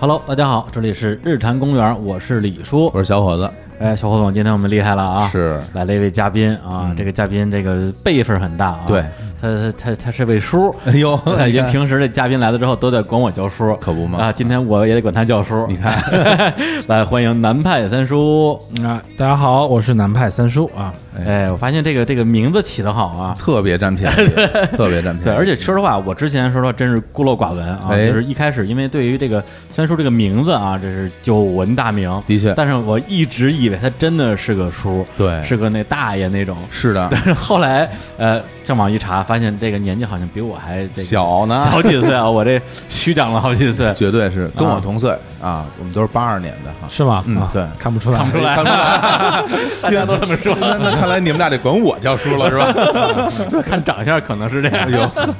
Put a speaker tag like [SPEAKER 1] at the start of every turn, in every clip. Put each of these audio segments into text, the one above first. [SPEAKER 1] Hello，大家好，这里是日坛公园，我是李叔。
[SPEAKER 2] 我是小伙子，
[SPEAKER 1] 哎，小伙总，今天我们厉害了啊！
[SPEAKER 2] 是嗯
[SPEAKER 1] 来了一位嘉宾啊，这个嘉宾这个辈分很大啊，
[SPEAKER 2] 对
[SPEAKER 1] 他他他他是位叔。
[SPEAKER 2] 哎 呦，
[SPEAKER 1] 感觉
[SPEAKER 2] 你看
[SPEAKER 1] 平时这嘉宾来了之后都得管我叫叔，
[SPEAKER 2] 可不嘛
[SPEAKER 1] 啊，今天我也得管他叫叔。
[SPEAKER 2] 你看，
[SPEAKER 1] 来欢迎南派三叔。
[SPEAKER 3] 啊，大家好，我是南派三叔啊。
[SPEAKER 1] 哎，我发现这个这个名字起得好啊。
[SPEAKER 2] 特别占便宜，特别占便宜，
[SPEAKER 1] 对，
[SPEAKER 3] 嗯
[SPEAKER 1] 而且说实话，我之前说实话真是孤陋寡闻啊，
[SPEAKER 2] 哎
[SPEAKER 1] 就是一开始因为对于这个三叔这个名字啊，这是久闻大名，
[SPEAKER 2] 的确
[SPEAKER 1] 但是我一直以为他真的是个叔，
[SPEAKER 2] 对
[SPEAKER 1] 是个那大爷那种。
[SPEAKER 2] 是的，
[SPEAKER 1] 但是后来，呃，上网一查，发现这个年纪好像比我还这个
[SPEAKER 2] 小呢
[SPEAKER 1] 小几岁啊，我这虚长了好几岁，
[SPEAKER 2] 绝对是跟我同岁啊，我们都是八二年的哈，
[SPEAKER 3] 是吗？
[SPEAKER 2] 嗯
[SPEAKER 3] 啊
[SPEAKER 2] 对
[SPEAKER 3] 看不出来，
[SPEAKER 1] 看不出来， 大家都这么说，
[SPEAKER 2] 那那看来你们俩得管我叫叔了 是吧？
[SPEAKER 1] 看长相可能是这
[SPEAKER 3] 哎
[SPEAKER 1] 样。
[SPEAKER 3] 嗯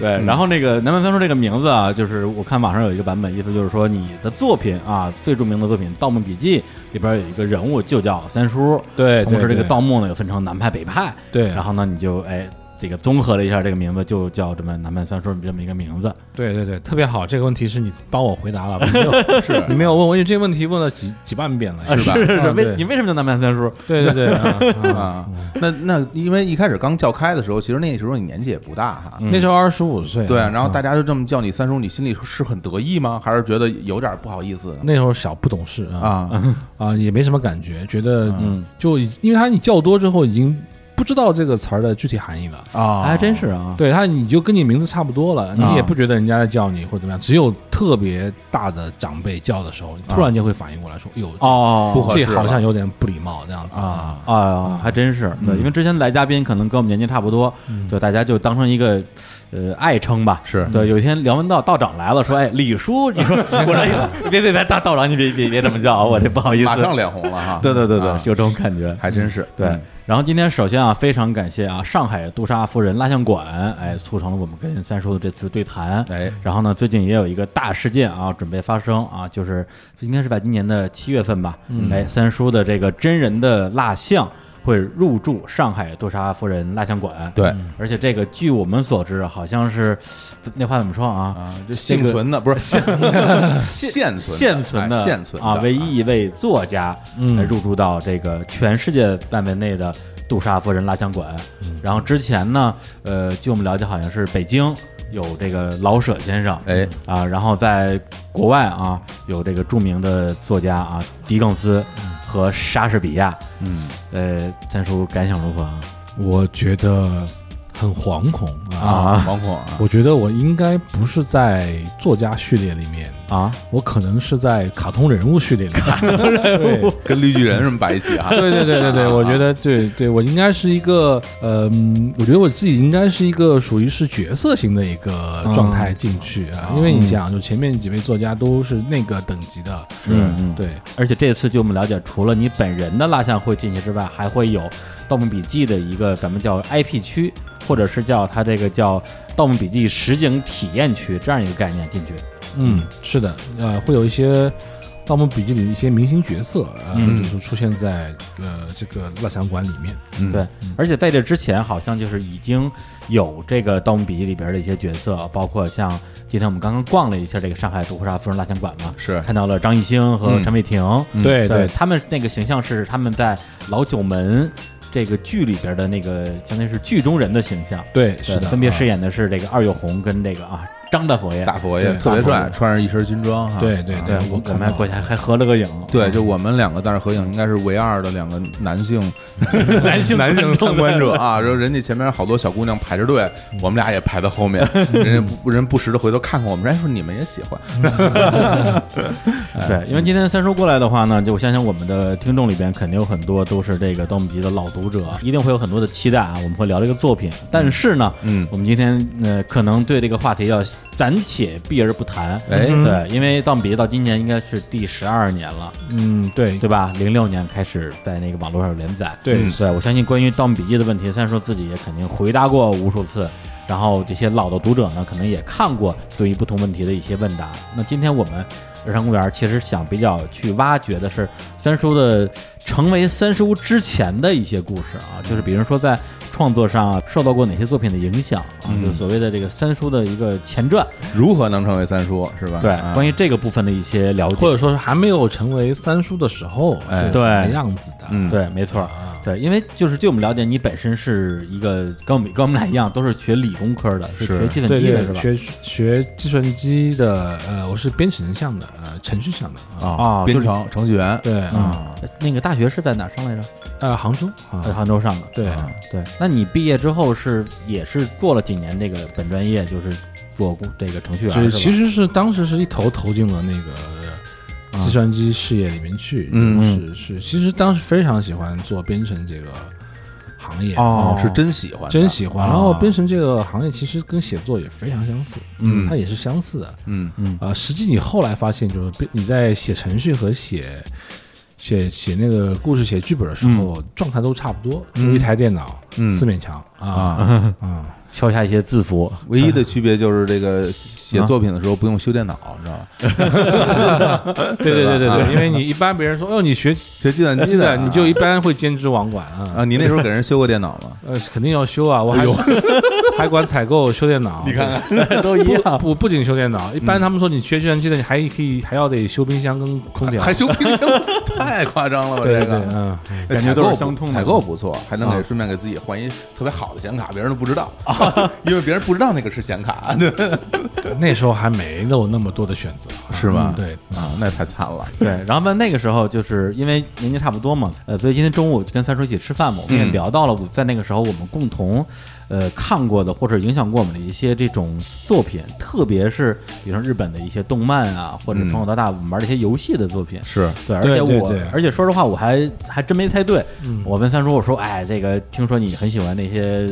[SPEAKER 1] 对，然后那个南门三叔这个名字啊，就是我看网上有一个版本，意思就是说你的作品啊，最著名的作品《盗墓笔记》里边有一个人物就叫三叔，
[SPEAKER 3] 对
[SPEAKER 1] 同时
[SPEAKER 3] 对
[SPEAKER 1] 这个
[SPEAKER 3] 对
[SPEAKER 1] 盗墓呢有分成南派北派，
[SPEAKER 3] 对
[SPEAKER 1] 然后呢你就哎这个综合了一下这个名字，就叫这么南派三叔这么一个名字，
[SPEAKER 3] 对对对， 特别好。这个问题是你帮我回答了，没有是你没有问我，因为这个问题问了几几万遍了，
[SPEAKER 2] 是吧
[SPEAKER 1] 啊 是是是，
[SPEAKER 3] 嗯
[SPEAKER 1] 为
[SPEAKER 3] 对
[SPEAKER 1] 你为什么叫南派三叔？
[SPEAKER 3] 对对对啊，啊
[SPEAKER 2] 啊，那那因为一开始刚叫开的时候，其实那时候你年纪也不大哈，
[SPEAKER 1] 嗯
[SPEAKER 3] 那时候二十五
[SPEAKER 2] 嗯
[SPEAKER 3] 岁，
[SPEAKER 2] 对，然后大
[SPEAKER 3] 啊
[SPEAKER 2] 家就这么叫你三叔，你心里是很得意吗？还是觉得有点不好意思
[SPEAKER 3] 那时候小不懂事啊
[SPEAKER 2] 啊？
[SPEAKER 3] 啊，也没什么感觉，觉得
[SPEAKER 1] 嗯
[SPEAKER 3] 就已因为他你叫多之后已经不知道这个词儿的具体含义了。
[SPEAKER 2] 啊，
[SPEAKER 1] 还真是啊，
[SPEAKER 3] 哦对他，你就跟你名字差不多了，你
[SPEAKER 2] 啊
[SPEAKER 3] 也不觉得人家在叫你或者怎么样，只有特别大的长辈叫的时候，你突然间会反应过来说：“哟，这
[SPEAKER 1] 哦，
[SPEAKER 2] 不合适
[SPEAKER 3] 这
[SPEAKER 2] 了
[SPEAKER 3] 好像有点不礼貌这样子啊。
[SPEAKER 1] 啊，
[SPEAKER 2] 嗯
[SPEAKER 1] 还真是，对，因为之前来嘉宾可能跟我们年纪差不多，对，大家就当成一个呃爱称吧。
[SPEAKER 2] 是嗯
[SPEAKER 1] 对，有一天梁文道道长来了，说：“哎，李叔，你 说我说哎呦别别别，大道长你别别别这么叫啊，我这不好意思。”
[SPEAKER 2] 马上脸红了哈，
[SPEAKER 1] 对对对对
[SPEAKER 2] 啊，
[SPEAKER 1] 有这种感觉。
[SPEAKER 2] 还真是
[SPEAKER 1] 对
[SPEAKER 2] 嗯，
[SPEAKER 1] 然后今天首先啊，非常感谢啊，上海杜莎夫人蜡像馆，哎，促成了我们跟三叔的这次对谈。
[SPEAKER 2] 哎
[SPEAKER 1] 然后呢，最近也有一个大事件啊，准备发生啊，就是应该是在今年的七月份吧，哎，三叔的这个真人的蜡像会入驻上海杜莎夫人蜡像馆。
[SPEAKER 2] 对
[SPEAKER 1] 而且这个据我们所知，好像是那话怎么说啊？
[SPEAKER 2] 啊，
[SPEAKER 1] 这
[SPEAKER 2] 这幸
[SPEAKER 1] 个
[SPEAKER 2] 存的不是 现现存
[SPEAKER 1] 现存的
[SPEAKER 2] 的哎现存的
[SPEAKER 1] 啊，唯一一位作家
[SPEAKER 3] 嗯
[SPEAKER 1] 才入驻到这个全世界范围内的杜莎夫人蜡像馆。
[SPEAKER 3] 嗯
[SPEAKER 1] 然后之前呢，呃，据我们了解，好像是北京有这个老舍先生，
[SPEAKER 2] 哎
[SPEAKER 1] 啊，然后在国外啊有这个著名的作家啊狄更斯
[SPEAKER 3] 嗯
[SPEAKER 1] 和莎士比亚。
[SPEAKER 2] 嗯
[SPEAKER 1] 呃，三叔感想如何啊？
[SPEAKER 3] 我觉得很惶恐啊！
[SPEAKER 1] 啊
[SPEAKER 2] 惶恐啊
[SPEAKER 3] 我觉得我应该不是在作家序列里面，
[SPEAKER 1] 啊，
[SPEAKER 3] 我可能是在卡通人物序列里面。 对
[SPEAKER 2] 跟绿巨人什么摆一起啊？
[SPEAKER 3] 对对对对对，我觉得对对，嗯我应该是一个呃，嗯我觉得我自己应该是一个属于是角色型的一个状态进去啊，
[SPEAKER 1] 哦
[SPEAKER 3] 因为你想，就前面几位作家都是那个等级的，
[SPEAKER 1] 嗯嗯
[SPEAKER 3] 对，
[SPEAKER 1] 而且这次据我们了解，除了你本人的蜡像会进去之外，还会有《盗墓笔记》的一个咱们叫 IP 区，或者是叫它这个叫《盗墓笔记》实景体验区这样一个概念进去。
[SPEAKER 3] 嗯，是的，呃，会有一些《盗墓笔记》里的一些明星角色，呃，
[SPEAKER 2] 嗯
[SPEAKER 3] 就是出现在呃这个蜡像馆里面。
[SPEAKER 2] 嗯
[SPEAKER 1] 对，而且在这之前，好像就是已经有这个《盗墓笔记》里边的一些角色，包括像今天我们刚刚逛了一下这个上海杜莎夫人蜡像馆嘛，
[SPEAKER 2] 是
[SPEAKER 1] 看到了张艺兴和陈伟霆，嗯
[SPEAKER 3] 对
[SPEAKER 1] 对
[SPEAKER 3] 对
[SPEAKER 1] 他们那个形象是他们在老九门这个剧里边的那个，相当于是剧中人的形象。
[SPEAKER 3] 对，
[SPEAKER 1] 对
[SPEAKER 3] 是的，啊
[SPEAKER 1] 分别饰
[SPEAKER 3] 演。
[SPEAKER 1] 演的是这个二月红跟这个啊张大佛爷。
[SPEAKER 2] 大佛爷
[SPEAKER 3] 对
[SPEAKER 2] 特
[SPEAKER 1] 大
[SPEAKER 2] 别
[SPEAKER 1] 佛
[SPEAKER 2] 帅，
[SPEAKER 1] 爷
[SPEAKER 2] 穿着一身军装哈。
[SPEAKER 3] 对对
[SPEAKER 2] 啊
[SPEAKER 1] 对
[SPEAKER 3] 对，
[SPEAKER 1] 我
[SPEAKER 3] 我
[SPEAKER 1] 们
[SPEAKER 3] 看
[SPEAKER 1] 还
[SPEAKER 3] 到
[SPEAKER 1] 过去还还合了个影。
[SPEAKER 2] 对，就我们两个在那儿合影，应该是唯二的两个男性男性男性参观者啊。然后人家前面好多小姑娘排着队，我们俩也排到后面，人家不人不时的回头看看我们，哎，说你们也喜欢，
[SPEAKER 1] 对，因为今天三叔过来的话呢，就我相信我们的听众里边肯定有很多都是这个《盗墓笔记》的老读者，一定会有很多的期待啊。我们会聊这个作品，但是呢，
[SPEAKER 2] 嗯
[SPEAKER 1] 我们今天呃可能对这个话题要暂且避而不谈。
[SPEAKER 2] 哎
[SPEAKER 1] 对，因为《盗墓笔记》到今年应该是第十二年了，
[SPEAKER 3] 嗯，对
[SPEAKER 1] 对吧？零六年开始在那个网络上有连载，
[SPEAKER 3] 对
[SPEAKER 1] 嗯对，我相信关于《盗墓笔记》的问题，虽然说自己也肯定回答过无数次，然后这些老的读者呢，可能也看过对于不同问题的一些问答。那今天我们日常公园其实想比较去挖掘的是三叔的成为三叔之前的一些故事啊，就是比如说在创作上啊受到过哪些作品的影响啊，
[SPEAKER 2] 嗯
[SPEAKER 1] 就所谓的这个三叔的一个前传。
[SPEAKER 2] 如何能成为三叔是吧？
[SPEAKER 1] 对，
[SPEAKER 2] 啊
[SPEAKER 1] 关于这个部分的一些了解，
[SPEAKER 3] 或者说是还没有成为三叔的时候
[SPEAKER 2] 哎
[SPEAKER 3] 是什么样子的，
[SPEAKER 2] 嗯
[SPEAKER 1] 对，没错儿。
[SPEAKER 3] 啊，
[SPEAKER 1] 对，因为就是据我们了解，你本身是一个跟我们跟我们俩一样，都是学理工科的，是
[SPEAKER 2] 是
[SPEAKER 1] 学计算
[SPEAKER 3] 对
[SPEAKER 1] 机的
[SPEAKER 3] 对
[SPEAKER 1] 是，吧？
[SPEAKER 3] 学学计算机的，呃，我是编程项的，呃，程序项的啊，
[SPEAKER 1] 啊，就
[SPEAKER 2] 编
[SPEAKER 1] 是
[SPEAKER 2] 程程序员，
[SPEAKER 3] 对啊，
[SPEAKER 1] 啊，那个大学是在哪儿上来着？
[SPEAKER 3] 呃，杭州
[SPEAKER 1] 在
[SPEAKER 3] 啊，
[SPEAKER 1] 哎杭州上的。
[SPEAKER 3] 对，
[SPEAKER 1] 对，那你毕业之后是也是做了几年这个本专业，就是做工这个程序员
[SPEAKER 3] 就是
[SPEAKER 1] 吧？
[SPEAKER 3] 其实是当时是一头投进了那个呃计算机事业里面去，
[SPEAKER 2] 嗯
[SPEAKER 3] 是是，其实当时非常喜欢做编程这个行业，
[SPEAKER 1] 哦
[SPEAKER 2] 是真喜欢的，
[SPEAKER 3] 真喜欢。
[SPEAKER 2] 啊
[SPEAKER 3] 然后编程这个行业其实跟写作也非常相似，
[SPEAKER 2] 嗯
[SPEAKER 3] 它也是相似的。
[SPEAKER 2] 嗯
[SPEAKER 3] 呃，实际你后来发现，就是编你在写程序和写写写那个故事、写剧本的时候，状态都差不多，就一台电脑、
[SPEAKER 2] 嗯
[SPEAKER 3] 四面墙啊
[SPEAKER 2] 啊，
[SPEAKER 3] 啊，
[SPEAKER 1] 敲下一些字符，
[SPEAKER 2] 唯一的区别就是这个写作品的时候不用修电脑，你知道吧？
[SPEAKER 3] 对对对对
[SPEAKER 2] 吧啊
[SPEAKER 3] 对，因为你一般别人说，哦，你学
[SPEAKER 2] 学计算机
[SPEAKER 3] 现在
[SPEAKER 2] 的，
[SPEAKER 3] 你就一般会兼职网管啊。
[SPEAKER 2] 啊，你那时候给人修过电脑吗？
[SPEAKER 3] 呃，肯定要修啊！我还还管采购修电脑，
[SPEAKER 2] 看，
[SPEAKER 1] 都一
[SPEAKER 3] 不不不仅修电脑，一般他们说你学计算机的，你还可以还要得修冰箱跟空调，
[SPEAKER 2] 还修冰箱，太夸张了吧？这
[SPEAKER 3] 对啊对对，
[SPEAKER 2] 个。
[SPEAKER 3] 嗯，
[SPEAKER 1] 感觉都是相通的
[SPEAKER 2] 采购不错，还能给
[SPEAKER 1] 啊
[SPEAKER 2] 顺便给自己换一特别好的显卡，别人都不知道， 因为别人不知道那个是显卡，对，
[SPEAKER 3] 那时候还没有那么多的选择，
[SPEAKER 2] 是吧
[SPEAKER 3] 嗯对，
[SPEAKER 2] 啊，那太惨了，
[SPEAKER 1] 对，然后呢，那个时候就是因为年纪差不多嘛，呃，所以今天中午就跟三叔一起吃饭嘛，我们也
[SPEAKER 2] 嗯
[SPEAKER 1] 聊到了我在那个时候我们共同，呃，看过的或者影响过我们的一些这种作品，特别是比如说日本的一些动漫啊，或者
[SPEAKER 2] 嗯
[SPEAKER 1] 从小到大我们玩的一些游戏的作品。
[SPEAKER 2] 是
[SPEAKER 1] 对，而
[SPEAKER 3] 对
[SPEAKER 1] 且
[SPEAKER 3] 对
[SPEAKER 1] 我
[SPEAKER 3] 对，
[SPEAKER 1] 而且说实话，我还还真没猜对。
[SPEAKER 3] 嗯
[SPEAKER 1] 我问三叔，我说，哎，这个听说你很喜欢那些呃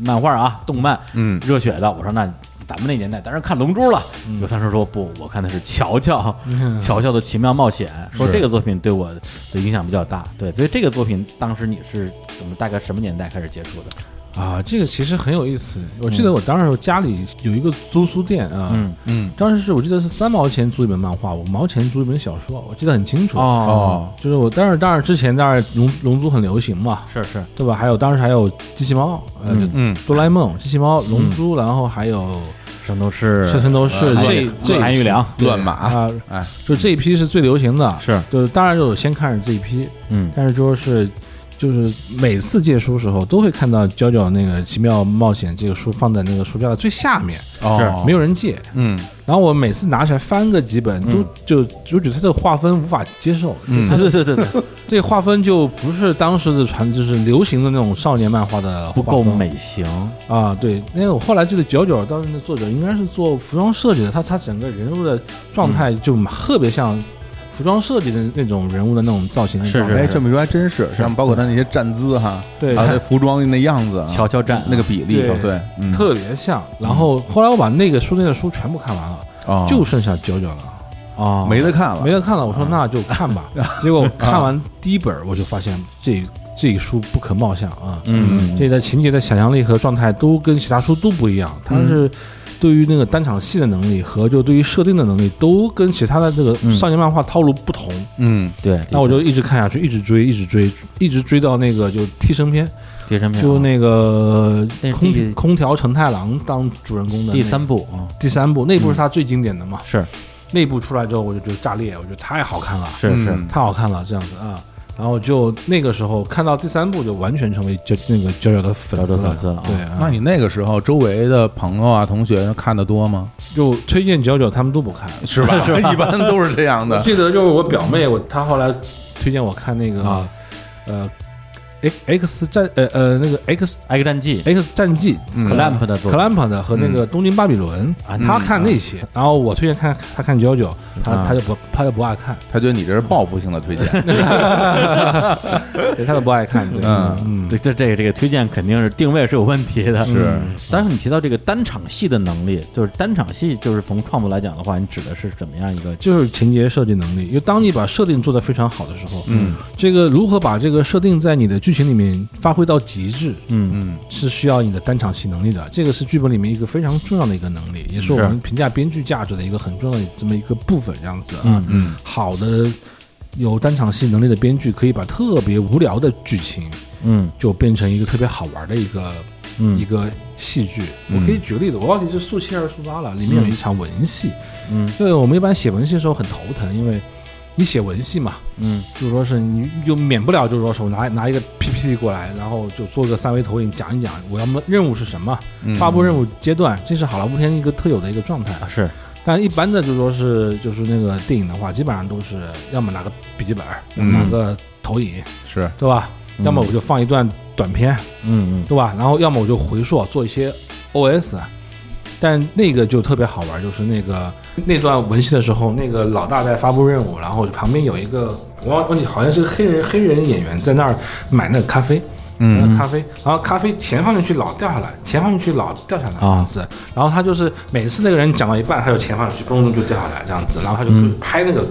[SPEAKER 1] 漫画啊、动漫，
[SPEAKER 2] 嗯
[SPEAKER 1] 热血的。我说，那咱们那年代当然看《龙珠》了。有三叔说不，我看的是《乔乔
[SPEAKER 3] 嗯》，
[SPEAKER 1] 乔乔的奇妙冒险，说
[SPEAKER 2] 是
[SPEAKER 1] 这个作品对我的影响比较大。对，所以这个作品当时你是怎么大概什么年代开始接触的？
[SPEAKER 3] 啊，这个其实很有意思。我记得我当时家里有一个租书店啊，
[SPEAKER 1] 嗯，
[SPEAKER 2] 嗯
[SPEAKER 3] 当时是我记得是三毛钱租一本漫画，五毛钱租一本小说，我记得很清楚。啊
[SPEAKER 1] 哦，
[SPEAKER 3] 就是我当时当然之前当然龙龙珠很流行嘛，
[SPEAKER 1] 是是，
[SPEAKER 3] 对吧？还有当时还有机器猫，呃，
[SPEAKER 1] 嗯
[SPEAKER 2] 嗯，
[SPEAKER 3] 哆啦 A 梦、机器猫、龙珠，然后还有
[SPEAKER 1] 圣斗士，
[SPEAKER 3] 圣斗士
[SPEAKER 1] 韩
[SPEAKER 3] 这
[SPEAKER 1] 玉
[SPEAKER 3] 这
[SPEAKER 1] 韩玉良，
[SPEAKER 2] 乱码，
[SPEAKER 3] 啊，
[SPEAKER 2] 哎，
[SPEAKER 3] 就这一批是最流行的。
[SPEAKER 1] 是，
[SPEAKER 3] 就是当然就是先看着这一批，
[SPEAKER 1] 嗯
[SPEAKER 3] 但是就是就是每次借书时候都会看到娇娇那个《奇妙冒险》这个书放在那个书架的最下面，
[SPEAKER 2] 哦
[SPEAKER 3] 没有人借。
[SPEAKER 2] 嗯
[SPEAKER 3] 然后我每次拿起来翻个几本，
[SPEAKER 1] 嗯
[SPEAKER 3] 都就就觉得它的划分无法接受，
[SPEAKER 2] 嗯
[SPEAKER 1] 对对对对对，
[SPEAKER 3] 这划分就不是当时的传，就是流行的那种少年漫画的
[SPEAKER 1] 不
[SPEAKER 3] 划
[SPEAKER 1] 够
[SPEAKER 3] 分
[SPEAKER 1] 美型，
[SPEAKER 3] 啊。对，因为我后来记得九九当时的作者应该是做服装设计的，他他整个人物的状态
[SPEAKER 1] 嗯
[SPEAKER 3] 就特别像服装设计的那种人物的那种造型的
[SPEAKER 1] 是
[SPEAKER 3] 状态。
[SPEAKER 1] 是
[SPEAKER 2] 哎，这么一说还真是，像包括他那些站姿哈，
[SPEAKER 3] 对
[SPEAKER 2] 还有那服装那样子，
[SPEAKER 1] 乔乔站
[SPEAKER 2] 那个比例，
[SPEAKER 3] 对
[SPEAKER 2] 对，嗯
[SPEAKER 3] 特别像。然
[SPEAKER 1] 嗯
[SPEAKER 3] 后后来我把那个书店的书全部看完了，
[SPEAKER 2] 哦
[SPEAKER 3] 就剩下九九了。
[SPEAKER 1] 啊，
[SPEAKER 2] 没得看了，
[SPEAKER 3] 哦没得看了，我说那就看 吧。结果看完第一本，我就发现这这一书不可貌相啊！
[SPEAKER 1] 嗯，嗯
[SPEAKER 3] 这个情节的想象力和状态都跟其他书都不一样，它
[SPEAKER 1] 嗯
[SPEAKER 3] 是对于那个单场戏的能力和就对于设定的能力都跟其他的这个
[SPEAKER 1] 嗯
[SPEAKER 3] 少年漫画套路不同。
[SPEAKER 2] 嗯，
[SPEAKER 1] 对，
[SPEAKER 3] 那我就一直看下去，一直追，一直追，一直追到那个就替身篇，
[SPEAKER 1] 第三
[SPEAKER 3] 就那个
[SPEAKER 1] 那是
[SPEAKER 3] 空
[SPEAKER 1] 第
[SPEAKER 3] 空调成太郎当主人公的那
[SPEAKER 1] 第三部啊，
[SPEAKER 3] 第三部，那部是他最经典的嘛。
[SPEAKER 1] 是
[SPEAKER 3] 那部出来之后，我就觉得炸裂，我觉得太好看了。
[SPEAKER 1] 是是，
[SPEAKER 2] 嗯
[SPEAKER 3] 太好看了，这样子啊。然后就那个时候看到第三部，就完全成为就那个娇娇的粉丝
[SPEAKER 1] 娇娇
[SPEAKER 3] 了，
[SPEAKER 1] 粉丝了啊
[SPEAKER 3] 对啊，
[SPEAKER 2] 那你那个时候周围的朋友啊、同学看的多 吗？
[SPEAKER 3] 就推荐娇娇，他们都不看。
[SPEAKER 2] 是吧？ 一般都是这样
[SPEAKER 3] 我
[SPEAKER 1] 嗯
[SPEAKER 2] 的。
[SPEAKER 3] 记得就是我表妹，我她后来推荐我看那个、
[SPEAKER 1] 啊
[SPEAKER 3] 呃 X X 战呃呃那个 X
[SPEAKER 1] 《X 战记》
[SPEAKER 3] X 战记。
[SPEAKER 2] 嗯
[SPEAKER 1] 哎 Clamp 的作品
[SPEAKER 3] Clamp 的和那个《东京巴比伦》
[SPEAKER 1] 啊
[SPEAKER 3] 她看那些，然后我推荐看她看娇娇，她
[SPEAKER 1] 啊
[SPEAKER 3] 她就不她就不爱看，
[SPEAKER 2] 他觉得你这是报复性的推荐，
[SPEAKER 3] 嗯对，她就不爱看，对，
[SPEAKER 2] 嗯
[SPEAKER 3] 嗯，
[SPEAKER 1] 对，这这个这个推荐肯定是定位是有问题的。
[SPEAKER 2] 是
[SPEAKER 1] 嗯，但是你提到这个单场戏的能力，就是单场戏，就是从创作来讲的话，你指的是怎么样一个？
[SPEAKER 3] 就是情节设计能力，因为当你把设定做得非常好的时候，
[SPEAKER 2] 嗯，
[SPEAKER 3] 这个如何把这个设定在你的剧情里面发挥到极致，
[SPEAKER 1] 嗯
[SPEAKER 2] 嗯
[SPEAKER 3] 是需要你的单场戏能力的。这个是剧本里面一个非常重要的一个能力，也是我们评价编剧价值的一个很重要的这么一个部分，这样子啊。
[SPEAKER 1] 嗯
[SPEAKER 2] 嗯
[SPEAKER 3] 好的有单场戏能力的编剧，可以把特别无聊的剧情
[SPEAKER 1] 嗯
[SPEAKER 3] 就变成一个特别好玩的一个一
[SPEAKER 1] 嗯
[SPEAKER 3] 个戏剧。
[SPEAKER 2] 嗯
[SPEAKER 3] 我可以举个例子，我忘记是速七还是速八了，里面有一场文戏，
[SPEAKER 1] 嗯
[SPEAKER 3] 因为我们一般写文戏的时候很头疼，因为你写文戏嘛，
[SPEAKER 1] 嗯
[SPEAKER 3] 就是说是你就免不了就是说是我拿拿一个 PPT 过来，然后就做个三维投影，讲一讲我要么任务是什么，
[SPEAKER 2] 嗯
[SPEAKER 3] 发布任务阶段，这是好莱坞片一个特有的一个状 态。
[SPEAKER 1] 啊是
[SPEAKER 3] 但一般的就说是就是那个电影的话，基本上都是要么拿个笔记本，要么拿个投影，
[SPEAKER 2] 是
[SPEAKER 3] 对吧？
[SPEAKER 1] 嗯
[SPEAKER 3] 要么我就放一段短片，
[SPEAKER 1] 嗯嗯
[SPEAKER 3] 对吧？然后要么我就回溯做一些 OS，但那个就特别好玩，就是那个那段文戏的时候，那个老大在发布任务，然后旁边有一个我忘忘记好像是个黑人黑人演员在那儿买那个咖啡，买那个咖啡，然后咖啡钱放进去老掉下来，钱放进去老掉下来这样子，然后他就是每次那个人讲到一半，他有钱放进去，嘣就掉下来这样子，然后他就拍那个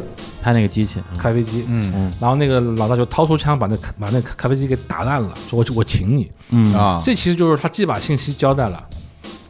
[SPEAKER 1] 拍那个机器
[SPEAKER 3] 咖啡机，
[SPEAKER 2] 嗯
[SPEAKER 1] 嗯
[SPEAKER 3] 然后那个老大就掏出枪把那把那咖啡机给打烂了，说我我请你。
[SPEAKER 1] 嗯
[SPEAKER 2] 啊
[SPEAKER 3] 这其实就是他既把信息交代了，
[SPEAKER 2] 嗯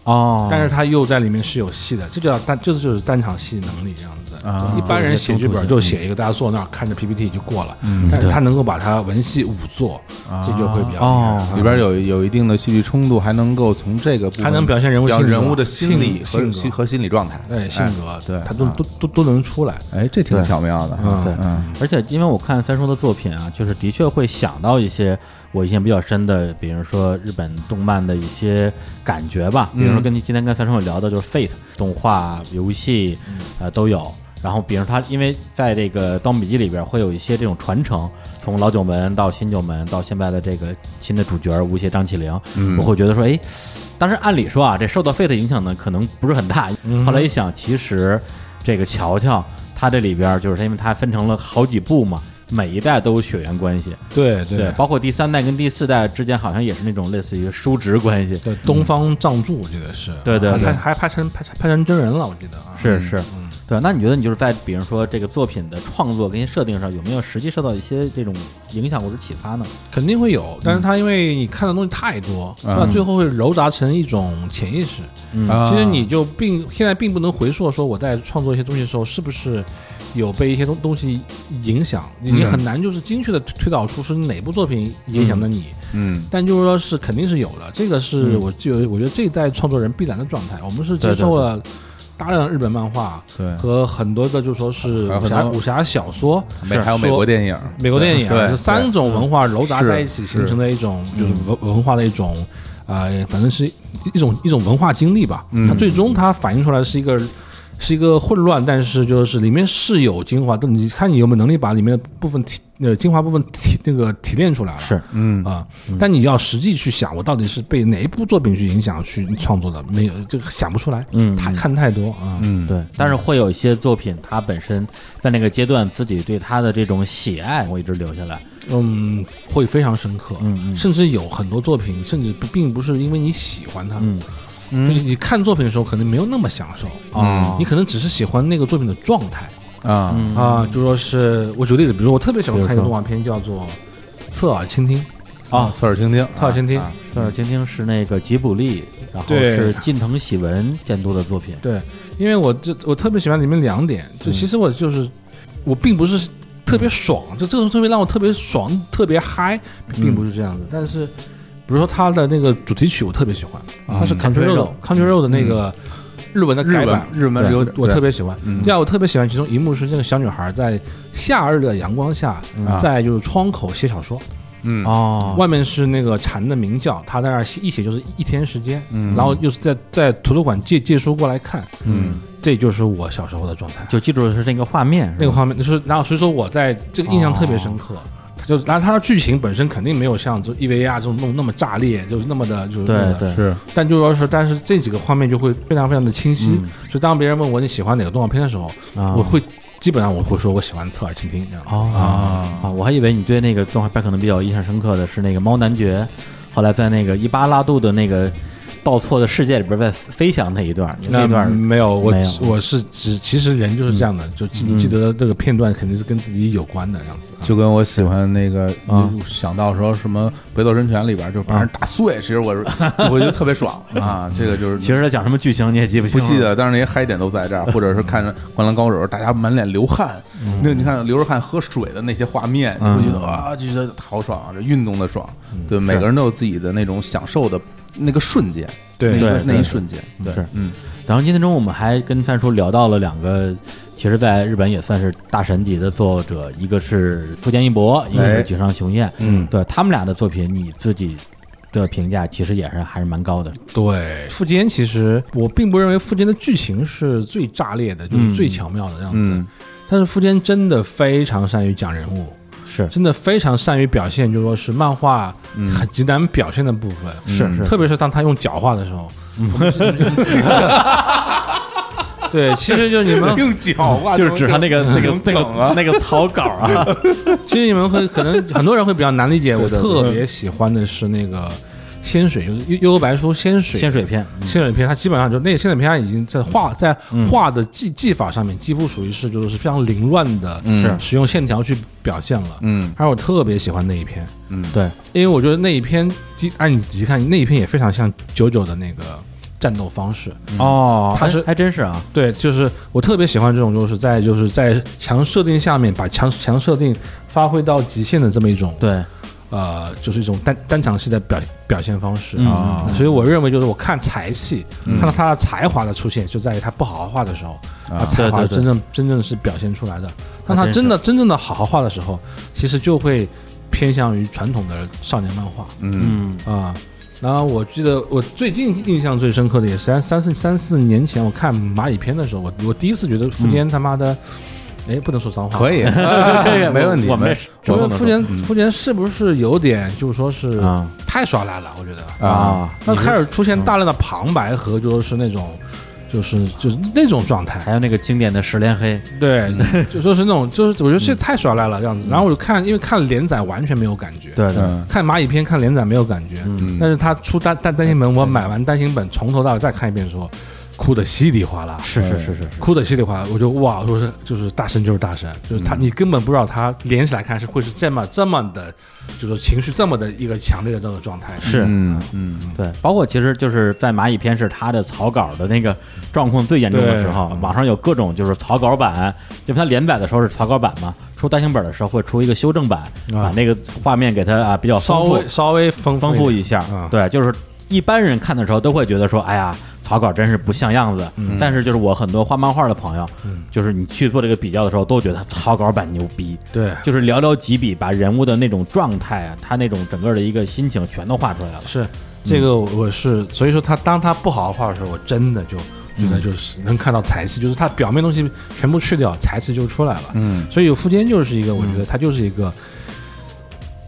[SPEAKER 1] 哦，
[SPEAKER 3] 但是他又在里面是有戏的，这就叫单，这就是单场戏能力这样子。
[SPEAKER 2] 啊
[SPEAKER 3] 就一般人写剧本就写一个，大家坐那儿看着 PPT 就过了，
[SPEAKER 2] 嗯
[SPEAKER 3] 但是他能够把它文戏武做，这就会比较厉害
[SPEAKER 1] 哦
[SPEAKER 3] 啊
[SPEAKER 2] 啊里边有有一定的戏剧冲突，还能够从这个部分
[SPEAKER 3] 还能表现人物
[SPEAKER 2] 表
[SPEAKER 3] 性格
[SPEAKER 2] 人物的心理和
[SPEAKER 3] 性
[SPEAKER 2] 心
[SPEAKER 3] 性格
[SPEAKER 2] 和心理状态，
[SPEAKER 3] 对性格
[SPEAKER 2] 哎，对，
[SPEAKER 3] 他都
[SPEAKER 2] 啊
[SPEAKER 3] 都都都能出来。
[SPEAKER 2] 哎，这挺
[SPEAKER 1] 对
[SPEAKER 2] 巧妙的，
[SPEAKER 3] 嗯
[SPEAKER 1] 对
[SPEAKER 2] 嗯
[SPEAKER 1] 而且因为我看三叔的作品啊，就是的确会想到一些我印象比较深的，比如说日本动漫的一些感觉吧，
[SPEAKER 2] 嗯
[SPEAKER 1] 比如说跟今天跟三叔有聊到就是 Fate 动画、游戏，
[SPEAKER 2] 嗯
[SPEAKER 1] 呃都有。然后，比如他，因为在这个《盗墓笔记》里边会有一些这种传承，从老九门到新九门，到现在的这个新的主角吴邪、张起灵，
[SPEAKER 2] 嗯
[SPEAKER 1] 我会觉得说，哎，当时按理说啊，这受到 Fate 影响呢，可能不是很大。
[SPEAKER 2] 嗯
[SPEAKER 1] 后来一想，其实这个乔乔他这里边儿就是因为它分成了好几部嘛，每一代都有血缘关系，
[SPEAKER 3] 对
[SPEAKER 1] 对，
[SPEAKER 3] 对
[SPEAKER 1] 包括第三代跟第四代之间好像也是那种类似于叔侄关系，
[SPEAKER 3] 对，东方藏柱我记得是，
[SPEAKER 1] 对对对
[SPEAKER 3] 还还拍成拍成拍成真人了，我记得啊。
[SPEAKER 1] 是是
[SPEAKER 3] 嗯，
[SPEAKER 1] 对。那你觉得你就是在比如说这个作品的创作跟设定上，有没有实际受到一些这种影响或者启发呢？
[SPEAKER 3] 肯定会有，但是他因为你看的东西太多，
[SPEAKER 2] 嗯
[SPEAKER 3] 那最后会揉杂成一种潜意识。
[SPEAKER 2] 啊
[SPEAKER 3] 其实你就并现在并不能回溯说我在创作一些东西的时候是不是有被一些东东西影响，你你
[SPEAKER 2] 嗯
[SPEAKER 3] 很难就是精确的推导出是哪部作品影响的你，
[SPEAKER 2] 嗯
[SPEAKER 3] 但就是说是肯定是有的，这个是
[SPEAKER 1] 嗯
[SPEAKER 3] 我就我觉得这一代创作人必然的状态，我们是
[SPEAKER 1] 对对
[SPEAKER 3] 接受了大量的日本漫画
[SPEAKER 2] 对，
[SPEAKER 3] 和很多的就说是
[SPEAKER 2] 还有
[SPEAKER 3] 武
[SPEAKER 2] 很
[SPEAKER 3] 侠
[SPEAKER 2] 多
[SPEAKER 3] 武侠小说，
[SPEAKER 2] 美还有美
[SPEAKER 3] 说
[SPEAKER 2] 国电影，
[SPEAKER 3] 美国电影
[SPEAKER 2] 对
[SPEAKER 3] 啊，就
[SPEAKER 2] 对
[SPEAKER 3] 三种文化糅杂
[SPEAKER 2] 是
[SPEAKER 3] 在一起
[SPEAKER 2] 是
[SPEAKER 3] 形成的一种，就是文文化的一种，呃，反正是一一种一种文化经历吧。它最终它反映出来是一个是一个混乱，但是就是里面是有精华，但你看你有没有能力把里面的部分提呃精华部分提那个提炼出来了。
[SPEAKER 1] 是
[SPEAKER 2] 嗯
[SPEAKER 3] 啊，但你要实际去想，我到底是被哪一部作品去影响去创作的？没有这个想不出来，
[SPEAKER 1] 嗯
[SPEAKER 3] 太看太多啊。
[SPEAKER 2] 嗯
[SPEAKER 1] 对，但是会有一些作品，它本身在那个阶段自己对它的这种喜爱，我一直留下来。
[SPEAKER 3] 嗯，会非常深刻，
[SPEAKER 1] 嗯嗯
[SPEAKER 3] 甚至有很多作品，甚至不并不是因为你喜欢它，
[SPEAKER 1] 嗯
[SPEAKER 3] 就是你看作品的时候可能没有那么享受，啊
[SPEAKER 1] 哦
[SPEAKER 3] 你可能只是喜欢那个作品的状态
[SPEAKER 2] 啊
[SPEAKER 1] 嗯
[SPEAKER 3] 啊，就说是我举个例子，比如说我特别喜欢看一
[SPEAKER 1] 比如
[SPEAKER 3] 个
[SPEAKER 1] 说
[SPEAKER 3] 动画片叫做《侧耳倾听》，
[SPEAKER 2] 啊，侧耳倾听，
[SPEAKER 3] 侧耳倾听
[SPEAKER 2] 啊
[SPEAKER 1] 侧耳倾听是那个吉卜力，然后
[SPEAKER 3] 对
[SPEAKER 1] 是近藤喜文监督的作品。
[SPEAKER 3] 对，因为我这我特别喜欢里面两点，
[SPEAKER 2] 嗯
[SPEAKER 3] 就其实我就是、我并不是特别爽，就这种特别让我特别爽、特别嗨，并不是这样
[SPEAKER 2] 嗯
[SPEAKER 3] 子。但是比如说他的那个主题曲，我特别喜欢，
[SPEAKER 2] 啊
[SPEAKER 3] 它
[SPEAKER 2] 嗯
[SPEAKER 3] 是 Country Road、Country Road 的那个日文的
[SPEAKER 2] 日
[SPEAKER 3] 改版
[SPEAKER 2] 本。日本
[SPEAKER 3] 对
[SPEAKER 2] 有
[SPEAKER 3] 我
[SPEAKER 2] 对
[SPEAKER 3] 特别喜欢
[SPEAKER 2] 嗯。
[SPEAKER 3] 第二，我特别喜欢其中一幕是这个小女孩在夏日的阳光下，
[SPEAKER 2] 啊
[SPEAKER 3] 在就是窗口写小说，啊
[SPEAKER 2] 嗯
[SPEAKER 1] 哦，
[SPEAKER 3] 外面是那个蝉的鸣叫，她在那儿写一写就是一天时间，
[SPEAKER 2] 嗯
[SPEAKER 3] 然后又是在在图书馆借借书过来看，
[SPEAKER 2] 嗯
[SPEAKER 3] 这就是我小时候的状态。
[SPEAKER 1] 就记住的是那个画面，是吧
[SPEAKER 3] 那个画面就是，然后所以说我在这个印象特别深
[SPEAKER 1] 哦
[SPEAKER 3] 刻。它就然后它的剧情本身肯定没有像就 EVA 这种弄那么炸裂，就是那么的就是那
[SPEAKER 1] 对
[SPEAKER 3] 个，
[SPEAKER 1] 对，
[SPEAKER 2] 是
[SPEAKER 3] 但就说是但是这几个画面就会非常非常的清晰。
[SPEAKER 1] 嗯
[SPEAKER 3] 所以当别人问我你喜欢哪个动画片的时候，
[SPEAKER 1] 啊
[SPEAKER 3] 我会基本上我会说我喜欢侧耳倾听这样子。
[SPEAKER 1] 哦
[SPEAKER 2] 啊
[SPEAKER 1] 啊，我还以为你对那个动画片可能比较印象深刻的是那个猫男爵，后来在那个伊巴拉杜的那个倒错的世界里边在飞翔那一段，那一嗯段
[SPEAKER 3] 没有，我
[SPEAKER 1] 没有嗯
[SPEAKER 3] 我是只其实人就是这样的，就记你记得这个片段肯定是跟自己有关的这样子啊。
[SPEAKER 2] 就跟我喜欢那个
[SPEAKER 1] 啊
[SPEAKER 2] 想到说什么《北斗神拳》里边就把人打碎，其实我是我觉得特别 爽啊，这个就是
[SPEAKER 1] 其实他讲什么剧情你也记不清
[SPEAKER 2] 不
[SPEAKER 1] 了，
[SPEAKER 2] 记得，但是那些嗨点都在这儿，或者是看着《 灌篮高手》，大家满脸流汗，那你看流着汗喝水的那些画面，你
[SPEAKER 1] 嗯
[SPEAKER 2] 会觉得啊，就觉得好爽啊，这运动的爽，对，每个人都有自己的那种享受的那个瞬间，
[SPEAKER 3] 对
[SPEAKER 2] 那个
[SPEAKER 1] 对
[SPEAKER 2] 那
[SPEAKER 1] 对
[SPEAKER 2] 一瞬间，对，
[SPEAKER 1] 是
[SPEAKER 2] 嗯，
[SPEAKER 1] 然后今天中午我们还跟范叔聊到了两个，其实在日本也算是大神级的作者，一个是富坚义博，一个是井上雄彦，
[SPEAKER 2] 嗯
[SPEAKER 1] 对他们俩的作品，你自己的评价其实也是还是蛮高的，
[SPEAKER 3] 对，富坚其实我并不认为富坚的剧情是最炸裂的，就是最巧妙的这样子。
[SPEAKER 2] 嗯
[SPEAKER 3] 但是富坚真的非常善于讲人物，
[SPEAKER 1] 是
[SPEAKER 3] 真的非常善于表现，就说是漫画很极难表现的部分，
[SPEAKER 1] 嗯是是嗯
[SPEAKER 3] 特别是当他用脚画的时候。 对，其实就是你们
[SPEAKER 2] 用脚画
[SPEAKER 1] 嗯就是指他那 个那个那个那个草稿啊，
[SPEAKER 3] 其实你们会可能很多人会比较难理解，我
[SPEAKER 2] 对对
[SPEAKER 3] 特别喜欢的是那个仙水，就是幽幽游白书仙水
[SPEAKER 1] 仙水篇，嗯
[SPEAKER 3] 仙水篇，它基本上就那个仙水篇它已经在画在画的技技法上面几乎属于是就是非常凌乱的，
[SPEAKER 1] 是
[SPEAKER 3] 使用线条去表现了。
[SPEAKER 2] 嗯
[SPEAKER 3] 而我特别喜欢那一篇，
[SPEAKER 2] 嗯，
[SPEAKER 1] 对，
[SPEAKER 3] 因为我觉得那一篇即按你仔细看，那一篇也非常像九九的那个战斗方式。
[SPEAKER 1] 哦
[SPEAKER 3] 他是
[SPEAKER 1] 还还真是啊，
[SPEAKER 3] 对，就是我特别喜欢这种，就是在就是在强设定下面把强强设定发挥到极限的这么一种
[SPEAKER 1] 对，
[SPEAKER 3] 呃，就是一种单单场戏的表表现方式
[SPEAKER 1] 嗯
[SPEAKER 3] 啊、所以我认为就是我看才气，看到他的才华的出现，就在于他不好好画的时候，他才华
[SPEAKER 1] 啊对对对
[SPEAKER 3] 真正真正是表现出来的。当他
[SPEAKER 1] 还真
[SPEAKER 3] 真的真正的好好画的时候，其实就会偏向于传统的少年漫画
[SPEAKER 2] 嗯
[SPEAKER 1] 嗯
[SPEAKER 3] 啊。然后我记得我最近印象最深刻的也是三三四三四年前我看蚂蚁篇的时候，我我第一次觉得富
[SPEAKER 1] 嗯
[SPEAKER 3] 坚他妈的，哎、不能说脏话，
[SPEAKER 2] 可以，没问题，
[SPEAKER 1] 我们
[SPEAKER 2] 没
[SPEAKER 1] 是
[SPEAKER 3] 我
[SPEAKER 1] 我
[SPEAKER 3] 觉
[SPEAKER 1] 们
[SPEAKER 3] 得富坚富坚是不是有点就是说是
[SPEAKER 1] 嗯啊
[SPEAKER 3] 太耍赖了？我觉得
[SPEAKER 1] 啊，
[SPEAKER 3] 那
[SPEAKER 1] 你是
[SPEAKER 3] 开始出现大量的旁白和就是那种，就是就是那种状态，
[SPEAKER 1] 还有那个经典的十连黑，
[SPEAKER 3] 对，
[SPEAKER 1] 嗯
[SPEAKER 3] 就说是那种就是我觉得这太耍赖了这样子。然后我就看，因为看连载完全没有感觉，，
[SPEAKER 1] 对对，
[SPEAKER 2] 嗯
[SPEAKER 3] 看蚂蚁篇看连载没有感觉，
[SPEAKER 2] 嗯
[SPEAKER 3] 但是他出单单单行
[SPEAKER 1] 嗯
[SPEAKER 3] 本，我买完单行本从头到尾再看一遍的时候，哭的稀里哗啦，
[SPEAKER 1] 是是是是，
[SPEAKER 3] 哭的稀里哗啦，我就哇，我说就是大神就是大神，就
[SPEAKER 1] 嗯
[SPEAKER 3] 是他，你根本不知道他连起来看是会是这么这么的，就是说情绪这么的一个强烈的这种状态。
[SPEAKER 1] 是
[SPEAKER 2] 嗯嗯
[SPEAKER 1] 对，包括其实就是在蚂蚁篇是他的草稿的那个状况最严重的时候，网上有各种就是草稿版，因为他连载的时候是草稿版嘛，出单行本的时候会出一个修正版，把
[SPEAKER 3] 啊
[SPEAKER 1] 那个画面给它啊比较
[SPEAKER 3] 稍
[SPEAKER 1] 丰富
[SPEAKER 3] 微稍微丰
[SPEAKER 1] 丰富
[SPEAKER 3] 一
[SPEAKER 1] 一下。
[SPEAKER 3] 啊
[SPEAKER 1] 对，就是一般人看的时候都会觉得说，哎呀，草稿真是不像样子。但是就是我很多画漫画的朋友，就是你去做这个比较的时候，都觉得草稿版牛逼。
[SPEAKER 3] 对
[SPEAKER 1] 就是寥寥几笔把人物的那种状态啊，他那种整个的一个心情全都画出来了。
[SPEAKER 3] 是这个我我是，所以说他当他不好好画的时候，我真的就觉得就是能看到才气，就是他表面东西全部去掉，才气就出来了。
[SPEAKER 2] 嗯，
[SPEAKER 3] 所以有富坚就是一个，我觉得他就是一个，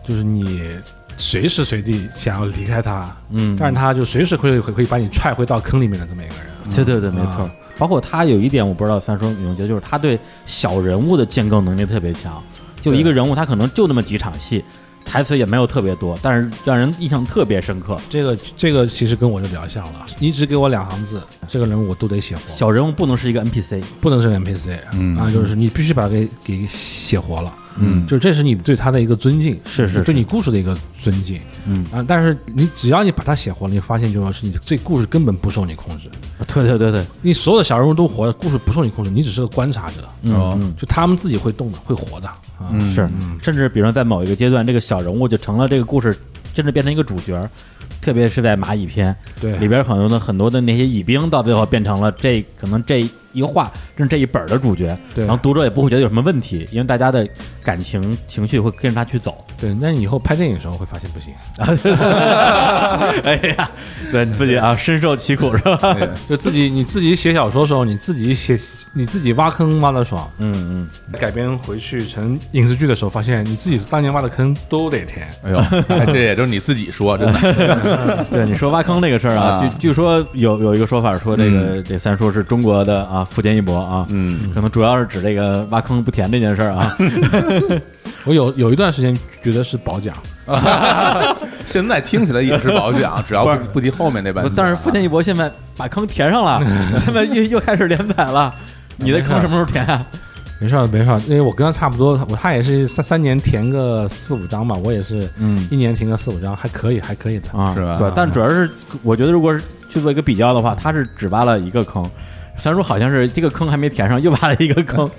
[SPEAKER 3] 就是你随时随地想要离开他，
[SPEAKER 1] 嗯，
[SPEAKER 3] 但是他就随时会会会把你踹回到坑里面的这么一个人。
[SPEAKER 1] 对对对，没错
[SPEAKER 3] 啊。
[SPEAKER 1] 包括他有一点我不知道，范叔你们觉得就是他对小人物的建构能力特别强。就一个人物，他可能就那么几场戏，台词也没有特别多，但是让人印象特别深刻。
[SPEAKER 3] 这个这个其实跟我就比较像了，你只给我两行字，这个人物我都得写活，
[SPEAKER 1] 小人物不能是一个 NPC，
[SPEAKER 3] 不能是个 NPC、
[SPEAKER 2] 嗯
[SPEAKER 3] 啊，就是你必须把他给给写活了。
[SPEAKER 2] 嗯
[SPEAKER 3] 就是这是你对他的一个尊敬，
[SPEAKER 1] 是是
[SPEAKER 3] 对
[SPEAKER 1] 是
[SPEAKER 3] 你故事的一个尊敬
[SPEAKER 1] 嗯，
[SPEAKER 3] 啊。但是你只要你把它写活了，你发现就说是你这故事根本不受你控制，
[SPEAKER 1] 对对对对，
[SPEAKER 3] 你所有的小人物都活着，故事不受你控制，你只是个观察者，
[SPEAKER 2] 哦
[SPEAKER 1] 嗯
[SPEAKER 3] 就他们自己会动的，会活的啊。
[SPEAKER 1] 嗯是，甚至比如说在某一个阶段，这个小人物就成了这个故事，甚至变成一个主角儿。特别是在蚂蚁篇，
[SPEAKER 3] 对
[SPEAKER 1] 里边很多的很多的那些蚁兵，到最后变成了这可能这一画，甚至这一本儿的主角。
[SPEAKER 3] 对
[SPEAKER 1] 然后读者也不会觉得有什么问题，因为大家的感情情绪会跟着他去 走。
[SPEAKER 3] 对，那你以后拍电影的时候会发现不行，
[SPEAKER 1] 啊哎呀，对你自己啊，深受其苦是吧？
[SPEAKER 2] 对
[SPEAKER 3] 就自己你自己写小说的时候，你自己写你自己挖坑挖的爽，
[SPEAKER 1] 嗯
[SPEAKER 3] 改编回去成影视剧的时候，发现你自己当年挖的坑都得填。
[SPEAKER 2] 哎呦，哎这也就是你自己 说，真的，
[SPEAKER 1] 嗯，对，你说挖坑这个事儿啊，嗯
[SPEAKER 2] 啊
[SPEAKER 1] 据据说有有一个说法说这个、这三叔是中国的啊福建一博啊，
[SPEAKER 2] 嗯，
[SPEAKER 1] 可能主要是指这个挖坑不填这件事儿啊。
[SPEAKER 3] 我有有一段时间觉得是褒奖，
[SPEAKER 2] 现在听起来也是褒奖， 只要不不提后面那半句啊。
[SPEAKER 1] 但是福建一博现在把坑填上 了，现在又又开始连载了。你的坑什么时候填啊？
[SPEAKER 3] 没事儿没事儿，因为我跟他差不多，我他也是三三年填个四五张吧，我也是
[SPEAKER 1] 嗯
[SPEAKER 3] 一年填个四五张，还可以还可以的。
[SPEAKER 1] 啊，
[SPEAKER 2] 是吧
[SPEAKER 1] 对，但主要是我觉得，如果是去做一个比较的话，他是只挖了一个坑，虽然说好像是这个坑还没填上，又挖了一个 坑，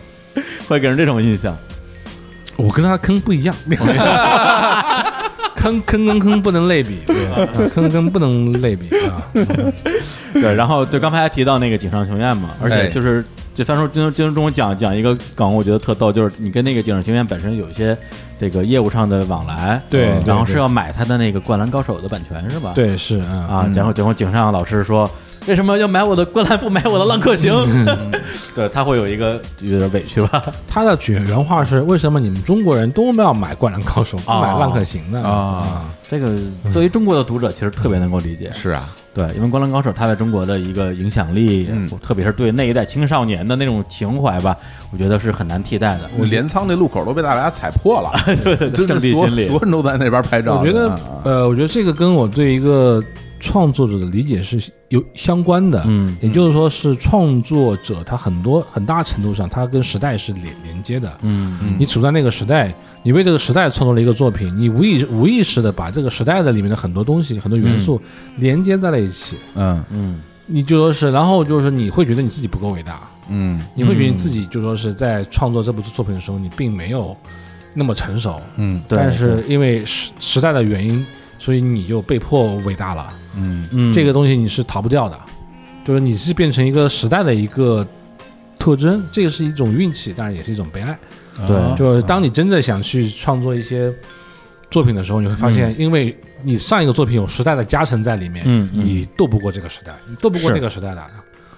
[SPEAKER 1] 会给人这种印象。
[SPEAKER 3] 我跟他坑不 一样，坑坑跟坑不能类比，对， 啊坑跟不能类比啊。
[SPEAKER 1] 对，然后对，刚才还提到那个井上雄彦嘛，而且就是。就三叔今天今天中午讲讲一个梗，我觉得特逗，就是你跟那个井上雄彦本身有一些这个业务上的往来，
[SPEAKER 3] 对
[SPEAKER 1] 嗯
[SPEAKER 3] 对
[SPEAKER 1] 然后是
[SPEAKER 3] 对
[SPEAKER 1] 要买他的那个《灌篮高手》的版权是吧？
[SPEAKER 3] 对，是啊
[SPEAKER 1] 啊，然后然后井上老师说，为什么要买我的灌篮不买我的浪客行？嗯 对他会有一个有点委屈吧？
[SPEAKER 3] 他的原原话是：为什么你们中国人都要买《灌篮高手》，不买
[SPEAKER 1] 哦
[SPEAKER 3] 《浪客行》呢？
[SPEAKER 2] 啊，
[SPEAKER 1] 这个作为中国的读者，其实特别能够理解。
[SPEAKER 2] 是啊，
[SPEAKER 1] 对，因为《灌篮高手》它在中国的一个影响力，
[SPEAKER 2] 嗯
[SPEAKER 1] 特别是对那一代青少年的那种情怀吧，我觉得是很难替代的。
[SPEAKER 2] 镰仓那路口都被大家踩破 了，真
[SPEAKER 1] 正
[SPEAKER 2] 的
[SPEAKER 1] 地
[SPEAKER 2] 所有
[SPEAKER 1] 心理
[SPEAKER 2] 所有人都在那边拍照。
[SPEAKER 3] 我觉得
[SPEAKER 2] 啊，
[SPEAKER 3] 呃，我觉得这个跟我对一个创作者的理解是有相关的。
[SPEAKER 1] 嗯
[SPEAKER 3] 也就是说，是创作者他很多很大程度上，他跟时代是连连接的。
[SPEAKER 1] 嗯
[SPEAKER 2] 嗯
[SPEAKER 3] 你处在那个时代，你为这个时代创作了一个作品，你无意无意识的把这个时代的里面的很多东西、很多元素连接在了一起。
[SPEAKER 2] 嗯
[SPEAKER 1] 嗯
[SPEAKER 3] 你就说是，然后就是你会觉得你自己不够伟大，
[SPEAKER 2] 嗯
[SPEAKER 3] 你会觉得你自己就说是在创作这部作品的时候，你并没有那么成熟，
[SPEAKER 2] 嗯
[SPEAKER 1] 对
[SPEAKER 3] 但是因为时时代的原因，所以你就被迫伟大了。
[SPEAKER 2] 嗯
[SPEAKER 1] 嗯，
[SPEAKER 3] 这个东西你是逃不掉的，就是你是变成一个时代的一个特征，这个是一种运气，当然也是一种悲哀。
[SPEAKER 1] 对
[SPEAKER 3] 就是当你真的想去创作一些作品的时候，你会发现，因为你上一个作品有时代的加成在里面，
[SPEAKER 1] 嗯嗯
[SPEAKER 3] 你斗不过这个时代，你斗不过
[SPEAKER 1] 是嗯
[SPEAKER 3] 那个时代的。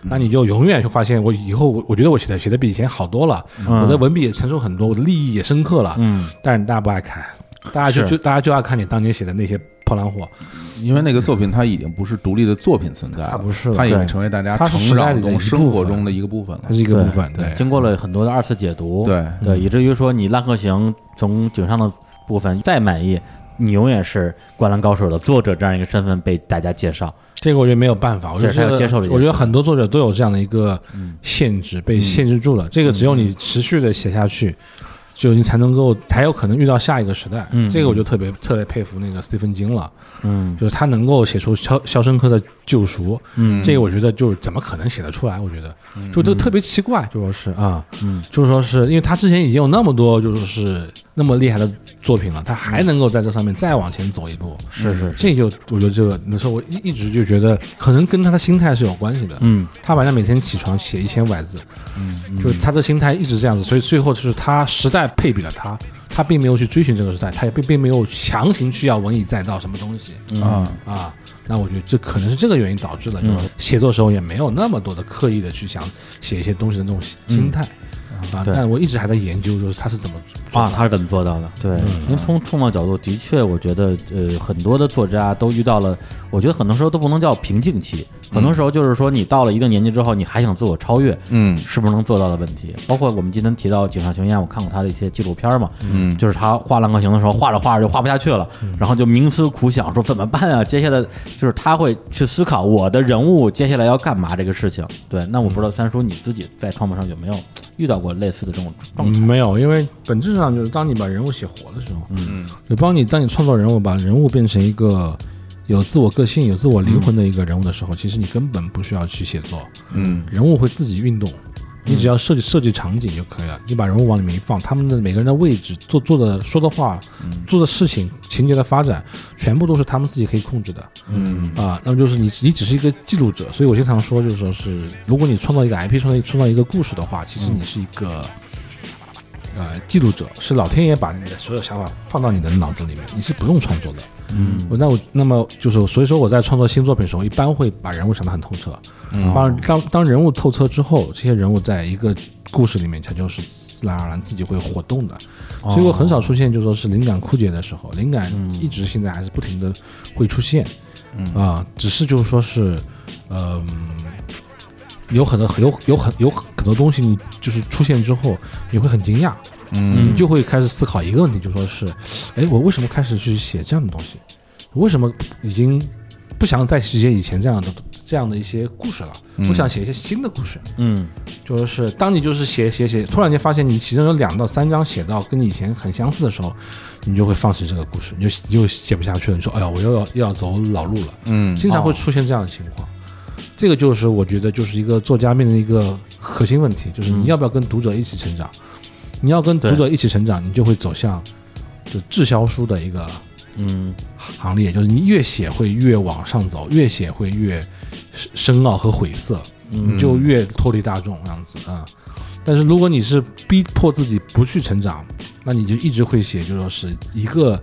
[SPEAKER 3] 那你就永远就发现，我以后我我觉得我写的写的比以前好多了，
[SPEAKER 1] 嗯
[SPEAKER 3] 我的文笔也成熟很多，我的立意也深刻了。
[SPEAKER 1] 嗯
[SPEAKER 3] 但是大家不爱看，大家就是就大家就爱看你当年写的那些破烂货。
[SPEAKER 2] 因为那个作品它已经不是独立的作品存在了，
[SPEAKER 3] 它不是了
[SPEAKER 2] 它已经
[SPEAKER 1] 对
[SPEAKER 2] 成为大家
[SPEAKER 3] 它是
[SPEAKER 2] 成
[SPEAKER 3] 时代
[SPEAKER 2] 长
[SPEAKER 3] 里的一
[SPEAKER 2] 中、
[SPEAKER 3] 部
[SPEAKER 2] 生活
[SPEAKER 3] 分嗯
[SPEAKER 2] 中的一个部分了
[SPEAKER 3] 它。是一个部分，对，
[SPEAKER 1] 经过了很多的二次解读，
[SPEAKER 2] 对
[SPEAKER 1] 对，以至于说你《浪客行》从井上的部分再满意，你永远是《灌篮高手》的作者这样一个身份被大家介绍。
[SPEAKER 3] 这个我觉得没有办法，我觉
[SPEAKER 1] 这
[SPEAKER 3] 得
[SPEAKER 1] 是他要
[SPEAKER 3] 这个
[SPEAKER 1] 接受的一个嗯
[SPEAKER 3] 我觉得很多作者都有这样的一个限制，被限制住了。这个只有你持续的写下去，就你才能够才有可能遇到下一个时代。
[SPEAKER 1] 嗯
[SPEAKER 3] 这个我就特别特别佩服那个斯蒂芬金了，
[SPEAKER 1] 嗯
[SPEAKER 3] 就是他能够写出肖《肖申克的救赎》，
[SPEAKER 1] 嗯
[SPEAKER 3] 这个我觉得就是怎么可能写得出来？我觉得就都特别奇怪，就说是啊，
[SPEAKER 1] 嗯，
[SPEAKER 3] 就说是因为他之前已经有那么多就是那么厉害的作品了，他还能够在这上面再往前走一步，
[SPEAKER 1] 是是是，
[SPEAKER 3] 这就我觉得这个，那时候我一一直就觉得，可能跟他的心态是有关系的。
[SPEAKER 1] 嗯
[SPEAKER 3] 他晚上每天起床写一千百字，嗯，就是他的心态一直这样子，所以最后就是他时代配比了他，他并没有去追寻这个时代，他也并并没有强行去要文以载道什么东西
[SPEAKER 2] 啊，
[SPEAKER 3] 啊。那我觉得这可能是这个原因导致的，就是写作时候也没有那么多的刻意的去想写一些东西的那种心态啊。
[SPEAKER 1] 对
[SPEAKER 3] 但我一直还在研究，就是他是怎么做
[SPEAKER 1] 啊，
[SPEAKER 3] 到的
[SPEAKER 1] 他是怎么做到的？嗯对，因为从创造角度，的确，我觉得呃，很多的作家都遇到了，我觉得很多时候都不能叫瓶颈期，很多时候就是说，你到了一定年纪之后，你还想自我超越，
[SPEAKER 2] 嗯
[SPEAKER 1] 是不是能做到的问题。包括我们今天提到井上雄彦，我看过他的一些纪录片嘛，
[SPEAKER 2] 嗯
[SPEAKER 1] 就是他画《浪客行》的时候，画着画着就画不下去了，然后就冥思苦想，说怎么办啊？接下来就是他会去思考我的人物接下来要干嘛这个事情。对，那我不知道三叔你自己在创作上有没有遇到过类似的这种状态？
[SPEAKER 3] 嗯没有，因为本质上就是当你把人物写活的时候，
[SPEAKER 2] 嗯
[SPEAKER 3] 就帮你当你创造人物，把人物变成一个有自我个性、有自我灵魂的一个人物的时候，其实你根本不需要去写作，
[SPEAKER 2] 嗯
[SPEAKER 3] 人物会自己运动，你只要设计设计场景就可以了，你把人物往里面一放，他们的每个人的位置、做做的说的话、做的事情、情节的发展，全部都是他们自己可以控制的。
[SPEAKER 2] 嗯
[SPEAKER 3] 啊，那么就是你，你只是一个记录者，所以我经常说，就是说是，如果你创造一个 IP，创造一创造一个故事的话，其实你是一个、呃记录者，是老天爷把你的所有想法放到你的脑子里面，你是不用创作的。
[SPEAKER 1] 嗯，
[SPEAKER 3] 我那我那么就是，所以说我在创作新作品的时候，一般会把人物想得很透彻。当当当人物透彻之后，这些人物在一个故事里面，它就是自然而然自己会活动的。
[SPEAKER 2] 哦
[SPEAKER 3] 所以我很少出现就说是灵感枯竭的时候，灵感
[SPEAKER 2] 嗯
[SPEAKER 3] 一直现在还是不停的会出现。啊、只是就是说是，嗯、呃有很多有有很有很多东西，你就是出现之后，你会很惊讶，
[SPEAKER 2] 嗯
[SPEAKER 3] 你就会开始思考一个问题，就说是，哎，我为什么开始去写这样的东西？为什么已经不想再写以前这样的这样的一些故事了？
[SPEAKER 2] 嗯
[SPEAKER 3] 我想写一些新的故事。
[SPEAKER 1] 嗯
[SPEAKER 3] 就说是当你就是写写写，突然间发现你其中有两到三章写到跟你以前很相似的时候，你就会放弃这个故事，你就你就写不下去了。你说，哎呀，我又要又要走老路了。
[SPEAKER 2] 嗯
[SPEAKER 3] 经常会出现这样的情况。这个就是我觉得就是一个作家面临的一个核心问题，就是
[SPEAKER 1] 嗯
[SPEAKER 3] 你要不要跟读者一起成长？你要跟读者一起成长，你就会走向就滞销书的一个
[SPEAKER 1] 嗯
[SPEAKER 3] 行列，就是你越写会越往上走，越写会越深奥和晦涩，
[SPEAKER 1] 嗯
[SPEAKER 3] 你就越脱离大众这样子啊。但是如果你是逼迫自己不去成长，那你就一直会写，就说是一个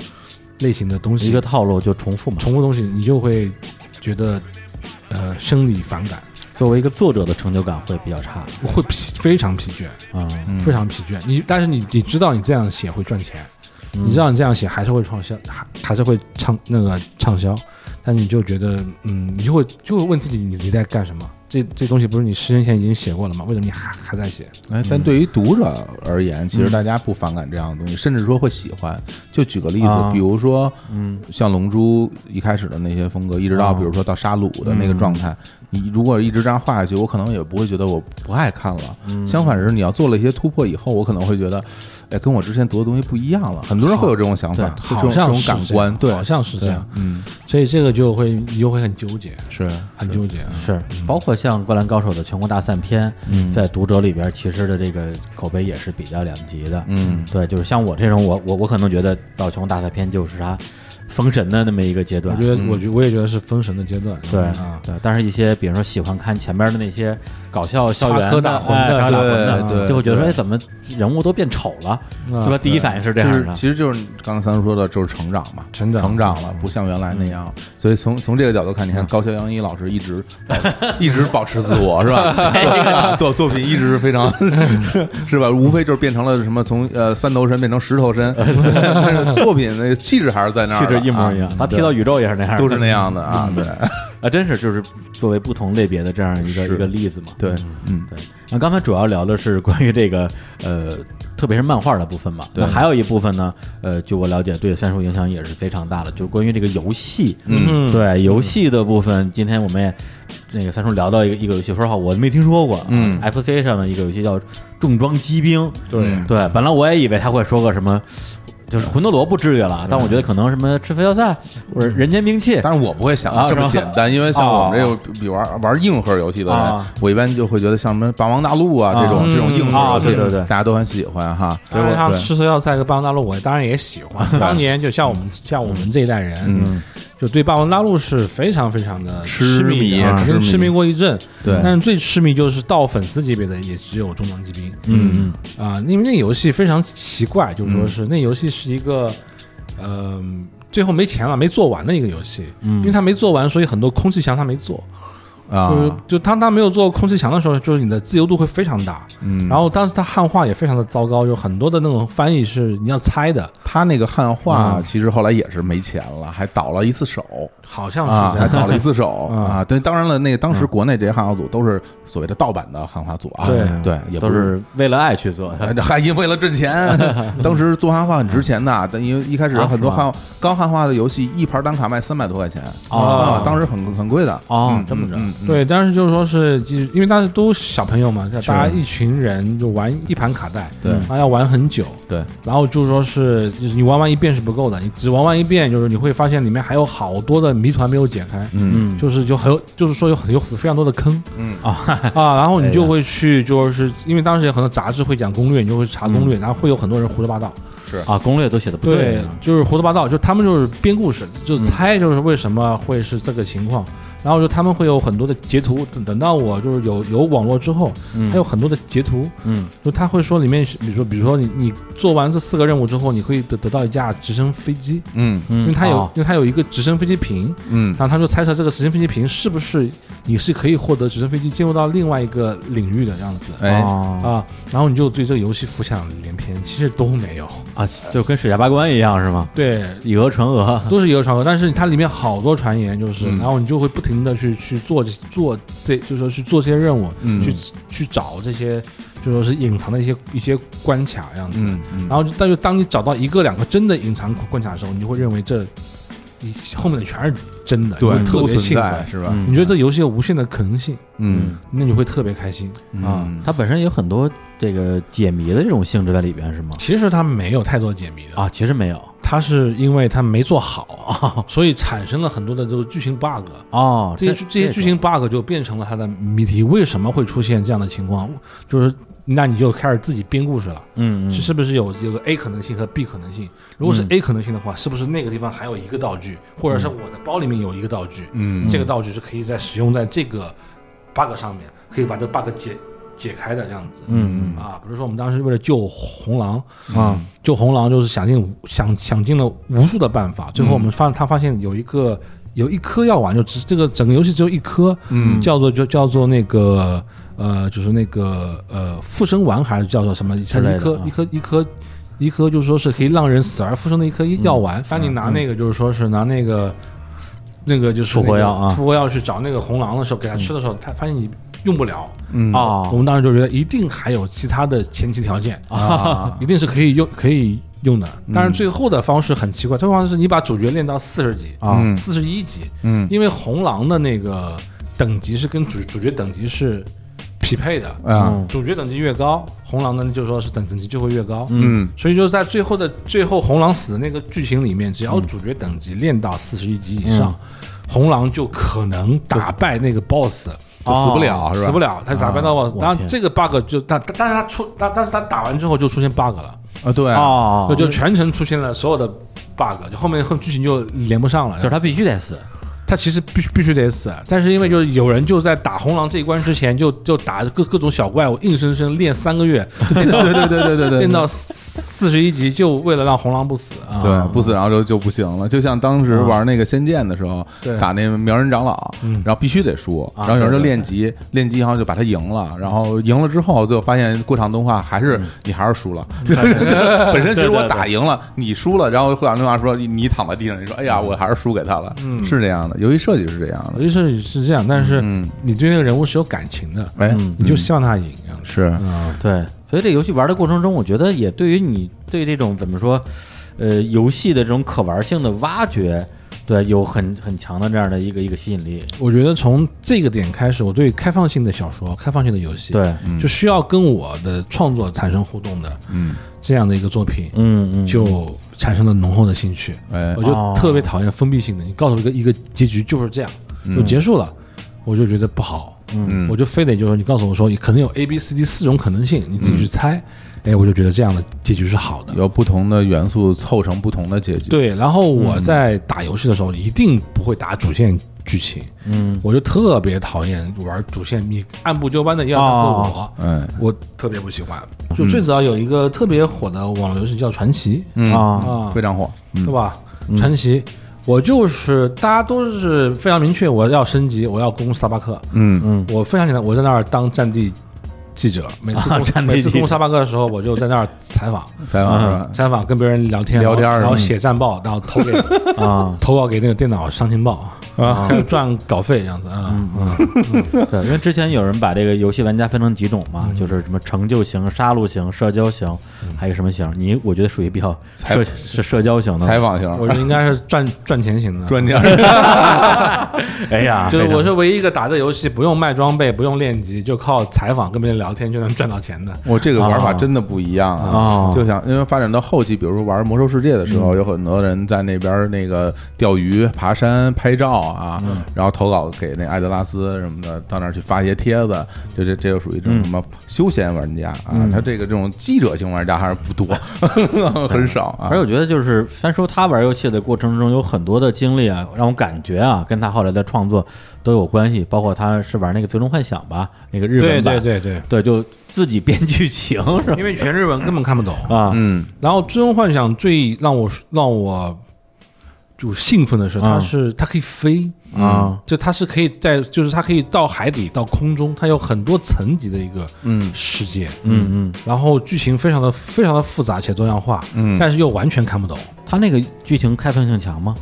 [SPEAKER 3] 类型的东西，
[SPEAKER 1] 一个套路就重复嘛。
[SPEAKER 3] 重复东西，你就会觉得呃生理反感，
[SPEAKER 1] 作为一个作者的成就感会比较差
[SPEAKER 3] 会疲非常疲倦，
[SPEAKER 1] 啊。
[SPEAKER 2] 嗯
[SPEAKER 3] 非常疲倦。你但是你你知道你这样写会赚钱，
[SPEAKER 1] 嗯
[SPEAKER 3] 你知道你这样写还是会创销，还还是会畅那个畅销，但你就觉得嗯，你就会就会问自己你你在干什么？这这东西不是你十年前已经写过了吗？为什么你还还在写？
[SPEAKER 2] 哎，但对于读者而言，其实大家不反感这样的东西，甚至说会喜欢。就举个例子
[SPEAKER 1] 啊，
[SPEAKER 2] 比如说
[SPEAKER 1] 嗯
[SPEAKER 2] 像《龙珠》一开始的那些风格，一直到
[SPEAKER 1] 啊
[SPEAKER 2] 比如说到沙鲁的那个状态，你如果一直这样画下去，我可能也不会觉得我不爱看了。相反是，你要做了一些突破以后，我可能会觉得，哎，跟我之前读的东西不一样了。很多人会有这种想法，会
[SPEAKER 3] 好
[SPEAKER 2] 这种
[SPEAKER 3] 像
[SPEAKER 2] 这种
[SPEAKER 3] 是
[SPEAKER 2] 感
[SPEAKER 3] 这样
[SPEAKER 2] 官，对，
[SPEAKER 3] 好像是这样，
[SPEAKER 2] 嗯，
[SPEAKER 3] 所以这个就会你就会很纠结，
[SPEAKER 2] 是，嗯
[SPEAKER 3] 很纠结啊。
[SPEAKER 1] 是，包括像《灌篮高手》的全国大赛篇，在读者里边其实的这个口碑也是比较两极的。
[SPEAKER 2] 嗯
[SPEAKER 1] 对，就是像我这种，我我我可能觉得到全国大赛篇就是啥封神的那么一个阶
[SPEAKER 3] 我
[SPEAKER 1] 段。
[SPEAKER 3] 觉得，我觉我也觉得是封神的阶段，
[SPEAKER 1] 对
[SPEAKER 2] 嗯
[SPEAKER 3] 啊，
[SPEAKER 1] 对，但是一些比如说喜欢看前边的那些搞笑校园
[SPEAKER 3] 插科
[SPEAKER 1] 的
[SPEAKER 3] 打诨的
[SPEAKER 1] 哎插科打诨
[SPEAKER 2] 对
[SPEAKER 1] 的，
[SPEAKER 2] 对
[SPEAKER 1] 就会觉得说
[SPEAKER 2] 对嗯
[SPEAKER 1] 哎怎么人物都变丑了，对吧？第一反应是这
[SPEAKER 2] 就
[SPEAKER 1] 样
[SPEAKER 2] 是
[SPEAKER 1] 的。
[SPEAKER 2] 其实就是刚才三叔说的，就是成长嘛，
[SPEAKER 3] 成长
[SPEAKER 2] 成长了，不像原来那样。
[SPEAKER 1] 嗯
[SPEAKER 2] 所以从从这个角度看，你看高桥阳一老师 一直一直保持自我，是
[SPEAKER 1] 哎
[SPEAKER 2] 吧？作作品一直是非常 是吧？无非就是变成了什么从呃三头身变成十 头身，但是作品的气质还是在那儿
[SPEAKER 1] 气
[SPEAKER 2] 的，
[SPEAKER 1] 质一模一样
[SPEAKER 2] 啊，
[SPEAKER 1] 他踢到宇宙也是那样的，
[SPEAKER 2] 都是那样的啊，对
[SPEAKER 1] 啊，真是就是作为不同类别的这样一个
[SPEAKER 2] 是
[SPEAKER 1] 一个例子嘛。
[SPEAKER 2] 对，嗯
[SPEAKER 1] 对，那刚才主要聊的是关于这个呃，特别是漫画的部分嘛。那
[SPEAKER 2] 对
[SPEAKER 1] 还有一部分呢，呃，据我了解，对三叔影响也是非常大的，就是关于这个游戏。
[SPEAKER 3] 嗯
[SPEAKER 1] 对游戏的部分，今天我们也那个三叔聊到一个一个游戏，说实话我没听说过。
[SPEAKER 2] 嗯
[SPEAKER 1] ，FC 上的一个游戏叫《重装机兵》。
[SPEAKER 3] 对
[SPEAKER 2] 嗯
[SPEAKER 1] 对，本来我也以为他会说个什么。就是魂斗罗不至于了，但我觉得可能什么赤飞要塞或者人间兵器，
[SPEAKER 2] 但是我不会想
[SPEAKER 1] 啊
[SPEAKER 2] 这么
[SPEAKER 1] 是吧
[SPEAKER 2] 简单，因为像我们这
[SPEAKER 1] 哦
[SPEAKER 2] 种比比玩玩硬核游戏的人
[SPEAKER 1] 啊，
[SPEAKER 2] 我一般就会觉得像什么《霸王大陆》啊
[SPEAKER 1] 啊
[SPEAKER 2] 这种这种
[SPEAKER 3] 嗯
[SPEAKER 2] 硬
[SPEAKER 1] 啊
[SPEAKER 2] 核游戏，
[SPEAKER 1] 对对对
[SPEAKER 2] 大家都很喜欢哈。
[SPEAKER 1] 对
[SPEAKER 3] 当
[SPEAKER 1] 我
[SPEAKER 3] 然，像
[SPEAKER 2] 对
[SPEAKER 3] 吃喝要塞和霸王大陆，我当然也喜欢。当年就像我们像我们这一代人，
[SPEAKER 2] 嗯，
[SPEAKER 3] 就对霸王大陆是非常非常的
[SPEAKER 2] 痴迷啊
[SPEAKER 3] 迷的，
[SPEAKER 2] 痴
[SPEAKER 3] 曾经
[SPEAKER 2] 迷
[SPEAKER 3] 痴迷过一阵。
[SPEAKER 2] 对
[SPEAKER 3] 但是最痴迷就是到粉丝级别的也只有中装机兵
[SPEAKER 1] 嗯
[SPEAKER 3] 啊，因为那游戏非常奇怪，就
[SPEAKER 2] 嗯
[SPEAKER 3] 是说是那游戏是一个，嗯，最后没钱了没做完的一个游戏，
[SPEAKER 2] 嗯
[SPEAKER 3] 因为他没做完，所以很多空气墙他没做。
[SPEAKER 2] 啊，
[SPEAKER 3] 就是就他他没有做空气墙的时候，就是你的自由度会非常大。
[SPEAKER 2] 嗯，
[SPEAKER 3] 然后当时他汉化也非常的糟糕，有很多的那种翻译是你要猜的，
[SPEAKER 2] 他那个汉化其实后来也是没钱了，还倒了一次手
[SPEAKER 3] 好像
[SPEAKER 2] 啊，
[SPEAKER 3] 是这
[SPEAKER 2] 还
[SPEAKER 3] 样。
[SPEAKER 2] 倒了一 次手
[SPEAKER 3] 嗯
[SPEAKER 2] 啊。但当然了，那个当
[SPEAKER 1] 嗯
[SPEAKER 2] 时国内这些汉化组都是所谓的盗版的汉化组啊，
[SPEAKER 3] 对
[SPEAKER 1] 嗯，
[SPEAKER 2] 对，也不哎
[SPEAKER 1] 都是为了爱去做的。
[SPEAKER 2] 还因为了挣钱，当时做汉化很值钱的，但因为一开始
[SPEAKER 1] 啊
[SPEAKER 2] 很多
[SPEAKER 1] 是吗
[SPEAKER 2] 汉刚汉化的游戏，一盘单卡卖三百多块钱
[SPEAKER 1] 哦
[SPEAKER 2] 啊，当时很很贵的
[SPEAKER 1] 哦
[SPEAKER 2] 嗯
[SPEAKER 1] 这么着
[SPEAKER 2] 嗯嗯
[SPEAKER 3] 对，但是就是说是，就是因为当时都小朋友嘛，大家一群人就玩一盘卡带，
[SPEAKER 2] 对
[SPEAKER 3] 然后要玩很久，
[SPEAKER 2] 对，
[SPEAKER 3] 然后就是说是，就是你玩完一遍是不够的，你只玩完一遍，就是你会发现里面还有好多的谜团没有解开，
[SPEAKER 2] 嗯
[SPEAKER 1] 嗯
[SPEAKER 3] 就是就很有，就是说有很有非常多的坑，
[SPEAKER 2] 嗯
[SPEAKER 3] 啊，然后你
[SPEAKER 1] 哎
[SPEAKER 3] 就会去，就是因为当时有很多杂志会讲攻略，你就会查
[SPEAKER 1] 嗯
[SPEAKER 3] 攻略，然后会有很多人胡说八道。
[SPEAKER 1] 啊，攻略都写的不
[SPEAKER 3] 对
[SPEAKER 1] 啊，
[SPEAKER 3] 就是胡说八道，就他们就是编故事，就
[SPEAKER 1] 嗯
[SPEAKER 3] 猜就是为什么会是这个情况。然后就他们会有很多的截图，等等到我就是有有网络之后，
[SPEAKER 1] 嗯
[SPEAKER 3] 还有很多的截图，
[SPEAKER 1] 嗯
[SPEAKER 3] 就他会说里面是，比如说比如说你你做完这四个任务之后，你会得得到一架直升飞机，
[SPEAKER 2] 嗯
[SPEAKER 1] 嗯，
[SPEAKER 3] 因为它有、
[SPEAKER 1] 哦
[SPEAKER 3] 因为它有一个直升飞机屏，
[SPEAKER 2] 嗯
[SPEAKER 3] 然后他就猜测这个直升飞机屏是不是你是可以获得直升飞机进入到另外一个领域的这样子。
[SPEAKER 2] 哎
[SPEAKER 1] 哦
[SPEAKER 3] 啊，然后你就对这个游戏浮想联翩，其实都没有，
[SPEAKER 1] 啊，就跟水下八关一样是吗？
[SPEAKER 3] 对，
[SPEAKER 1] 以讹传讹，
[SPEAKER 3] 都是以讹传讹，但是它里面好多传言，就是，
[SPEAKER 2] 嗯
[SPEAKER 3] 然后你就会不停心的去去做这做这，就说去做这些任务，
[SPEAKER 2] 嗯
[SPEAKER 3] 去去找这些，就说是隐藏的一些一些关卡这样子。
[SPEAKER 2] 嗯嗯，
[SPEAKER 3] 然后就，但就当你找到一个两个真的隐藏关卡的时候，你就会认为这你后面的全是真的，你会
[SPEAKER 2] 对，
[SPEAKER 3] 特
[SPEAKER 2] 不
[SPEAKER 3] 别
[SPEAKER 2] 存
[SPEAKER 3] 兴
[SPEAKER 2] 在
[SPEAKER 3] 奋。
[SPEAKER 2] 是吧？
[SPEAKER 1] 嗯
[SPEAKER 3] 你觉得这游戏有无限的可能性，
[SPEAKER 2] 嗯
[SPEAKER 3] 那你会特别开心。
[SPEAKER 1] 啊，它本身有很多这个解谜的这种性质在里边，是吗？
[SPEAKER 3] 其实它没有太多解谜的
[SPEAKER 1] 啊，，其实没有
[SPEAKER 3] 它是因为它没做好，所以产生了很多的这个剧情 bug。
[SPEAKER 1] 哦，
[SPEAKER 3] 这些剧这些剧情 bug 就变成了它的谜题，为什么会出现这样的情况？就是那你就开始自己编故事了，
[SPEAKER 1] 嗯，嗯
[SPEAKER 3] 是是不是有这个 A 可能性和 B 可能性？如果是
[SPEAKER 1] 嗯
[SPEAKER 3] A 可能性的话，是不是那个地方还有一个道具，或者是我的包里面有一个道具？
[SPEAKER 2] 嗯
[SPEAKER 3] 这个道具是可以在使用在这个 bug 上面，可以把这个 bug 解解开的这样子。
[SPEAKER 1] 嗯
[SPEAKER 3] 啊，比如说我们当时为了救红狼，
[SPEAKER 1] 嗯啊
[SPEAKER 3] 救红狼就是想尽想想尽了无数的办法，最后
[SPEAKER 1] 嗯
[SPEAKER 3] 我们发他发现有一个有一颗药丸，就只这个整个游戏只有一颗，
[SPEAKER 2] 嗯
[SPEAKER 3] 叫做就叫做那个呃，就是那个呃复生丸还是叫做什么？它
[SPEAKER 1] 类
[SPEAKER 3] 是
[SPEAKER 1] 的
[SPEAKER 3] 一颗
[SPEAKER 1] 啊
[SPEAKER 3] 一颗一颗一颗，就是说是可以让人死而复生的一颗
[SPEAKER 1] 嗯
[SPEAKER 3] 药丸。当你拿那个就是说是拿那个那个就是
[SPEAKER 1] 复活
[SPEAKER 3] 那个
[SPEAKER 1] 药啊嗯
[SPEAKER 3] 复活药去找那个红狼的时候，给他吃的时候，他发现你用不了。
[SPEAKER 2] 嗯
[SPEAKER 1] 哦
[SPEAKER 3] 我们当时就觉得一定还有其他的前提条件啊，一定是可以用可以用的。但是最后的方式很奇怪，最后方式是你把主角练到四十级
[SPEAKER 1] 啊
[SPEAKER 3] 四十一级，
[SPEAKER 2] 嗯
[SPEAKER 3] 因为红狼的那个等级是跟主主角等级是匹配的，
[SPEAKER 2] 啊
[SPEAKER 1] 嗯
[SPEAKER 3] 主角等级越高，红狼呢就说是等等级就会越高，
[SPEAKER 2] 嗯
[SPEAKER 3] 所以就是在最后的最后红狼死的那个剧情里面，只要主角等级练到四十一级以上，
[SPEAKER 2] 嗯
[SPEAKER 3] 红狼就可能打败那个 BOSS。啊
[SPEAKER 2] 就死不了是吧？
[SPEAKER 3] 死不了，他打败到
[SPEAKER 1] 啊
[SPEAKER 3] BOSS，
[SPEAKER 1] 我
[SPEAKER 3] 当然
[SPEAKER 1] 天
[SPEAKER 3] 这个 bug 就但但是他出但但是他打完之后就出现 bug 了，
[SPEAKER 2] 啊，对啊，
[SPEAKER 1] 哦，
[SPEAKER 3] 就就全程出现了所有的 bug，就后面后剧情就连不上了，
[SPEAKER 1] 就是他必须得死
[SPEAKER 3] 他其实必须必须得死，但是因为就是有人就在打红狼这一关之前就就打各各种小怪物，硬生生练三 个月，练到
[SPEAKER 2] 对对对对对对，
[SPEAKER 3] 练到四十一级，就为了让红狼不死啊。
[SPEAKER 2] 对，不死然后就就不行了。就像当时玩那个《仙剑》的时候，
[SPEAKER 3] 对嗯啊
[SPEAKER 2] 打那苗人长老，然后必须得输，然后有人就练级，练级然后就把他赢了，然后赢了之后，最后发现过场动画还
[SPEAKER 3] 嗯
[SPEAKER 2] 是你还是输 了。本身其实我打赢了，你输了，然后过场动画说啊你你躺在地上，你说哎呀，
[SPEAKER 3] 嗯
[SPEAKER 2] 我还是输给他了，是这样的，游戏设计是这样的。
[SPEAKER 3] 我觉得是是这样，但是
[SPEAKER 2] 嗯
[SPEAKER 3] 你对那个人物是有感情的，
[SPEAKER 2] 哎，
[SPEAKER 1] 嗯
[SPEAKER 3] 你就希望他赢这样子
[SPEAKER 2] 是
[SPEAKER 3] 啊。
[SPEAKER 1] 对，所以这游戏玩的过程中，我觉得也对于你对这种怎么说，呃，游戏的这种可玩性的挖掘，对，有很很强的这样的一个一个吸引力。
[SPEAKER 3] 我觉得从这个点开始，我对开放性的小说、开放性的游戏，
[SPEAKER 1] 对，
[SPEAKER 3] 就需要跟我的创作产生互动的，
[SPEAKER 2] 嗯，
[SPEAKER 3] 这样的一个作品，
[SPEAKER 1] 嗯嗯，
[SPEAKER 3] 就产生了浓厚的兴趣。
[SPEAKER 2] 哎
[SPEAKER 3] 我，就
[SPEAKER 1] 哦
[SPEAKER 3] 特别讨厌封闭性的，你告诉我一个一个结局就是这样就结束了，我就觉得不好。
[SPEAKER 2] 嗯
[SPEAKER 3] 我就非得就是你告诉我说，你可能有 A、B、C、D 四种可能性，你自己去
[SPEAKER 2] 嗯
[SPEAKER 3] 猜，哎，我就觉得这样的结局是好的。
[SPEAKER 2] 有不同的元素凑成不同的结局。
[SPEAKER 3] 对，然后
[SPEAKER 1] 嗯
[SPEAKER 3] 我在打游戏的时候一定不会打主线剧情，
[SPEAKER 1] 嗯，
[SPEAKER 3] 我就特别讨厌玩主线，你按部就班的一二三四五，
[SPEAKER 1] 哦
[SPEAKER 2] 哎，
[SPEAKER 3] 我特别不喜欢。就
[SPEAKER 1] 嗯
[SPEAKER 3] 最早有一个特别火的网络游戏叫《传奇》
[SPEAKER 2] 嗯
[SPEAKER 1] 啊，
[SPEAKER 3] 啊，
[SPEAKER 2] 非常火。嗯
[SPEAKER 3] 对吧？传奇，我就是大家都是非常明确，我要升级，我要攻萨巴克。
[SPEAKER 2] 嗯
[SPEAKER 1] 嗯
[SPEAKER 3] 我非常简单，我在那儿当战地记者，每次攻、
[SPEAKER 1] 啊战地
[SPEAKER 3] 每次
[SPEAKER 1] 记
[SPEAKER 3] 攻
[SPEAKER 1] 者
[SPEAKER 3] 萨巴克的时候，我就在那儿采访，
[SPEAKER 2] 采访是吧？
[SPEAKER 3] 采访跟别人聊天，
[SPEAKER 2] 聊天
[SPEAKER 3] 然后
[SPEAKER 2] 儿
[SPEAKER 3] 然后
[SPEAKER 2] 嗯
[SPEAKER 3] 写战报，然后投给，
[SPEAKER 1] 啊
[SPEAKER 3] 投稿给那个电脑商情报啊，赚稿费这样子啊。嗯
[SPEAKER 1] 对，因为之前有人把这个游戏玩家分成几种嘛，就是什么成就型、杀戮型、社交型，还有什么型？你我觉得属于比较
[SPEAKER 2] 采
[SPEAKER 1] 社是社交型的。
[SPEAKER 2] 采，访型，
[SPEAKER 3] 我觉得应该是赚赚钱型的。啊
[SPEAKER 2] 专家。
[SPEAKER 1] 哎呀，
[SPEAKER 3] 就是
[SPEAKER 1] 非常
[SPEAKER 3] 我是唯一一个打这游戏不用卖装备、不用练级，就靠采访跟别人聊天就能赚到钱的。
[SPEAKER 2] 我这个玩法真的不一样
[SPEAKER 1] 啊嗯
[SPEAKER 2] 就想因为发展到后期，比如说玩《魔兽世界》的时候，有很多人在那边那个钓鱼、爬山、拍照啊，
[SPEAKER 1] 嗯
[SPEAKER 2] 然后投稿给那艾德拉斯什么的，到那儿去发一些帖子，这这这就属于
[SPEAKER 1] 嗯
[SPEAKER 2] 这种什么休闲玩家啊，他这个这种记者型玩家还是不多， 很少啊
[SPEAKER 1] 而且。我觉得，就是虽然说他玩游戏的过程中有很多的经历啊，让我感觉啊，跟他后来的创作都有关系，包括他是玩那个《最终幻想》吧，那个日
[SPEAKER 3] 对
[SPEAKER 1] 本版，
[SPEAKER 3] 对对对，
[SPEAKER 1] 对就自己编剧 情是吧？
[SPEAKER 3] 因为全日文根本看不懂。
[SPEAKER 1] 啊，
[SPEAKER 2] 嗯
[SPEAKER 3] 然后《最终幻想》最让我让我就兴奋的是，它
[SPEAKER 1] 嗯
[SPEAKER 3] 是它可以飞
[SPEAKER 1] 啊，
[SPEAKER 3] 就它是可以在，就是它可以到海底到空中，它有很多层级的一个
[SPEAKER 2] 嗯
[SPEAKER 3] 世界。
[SPEAKER 1] 嗯嗯，
[SPEAKER 3] 然后剧情非常的非常的复杂且多样化，
[SPEAKER 2] 嗯
[SPEAKER 3] 但是又完全看不懂。
[SPEAKER 1] 他那个剧情开放性强吗？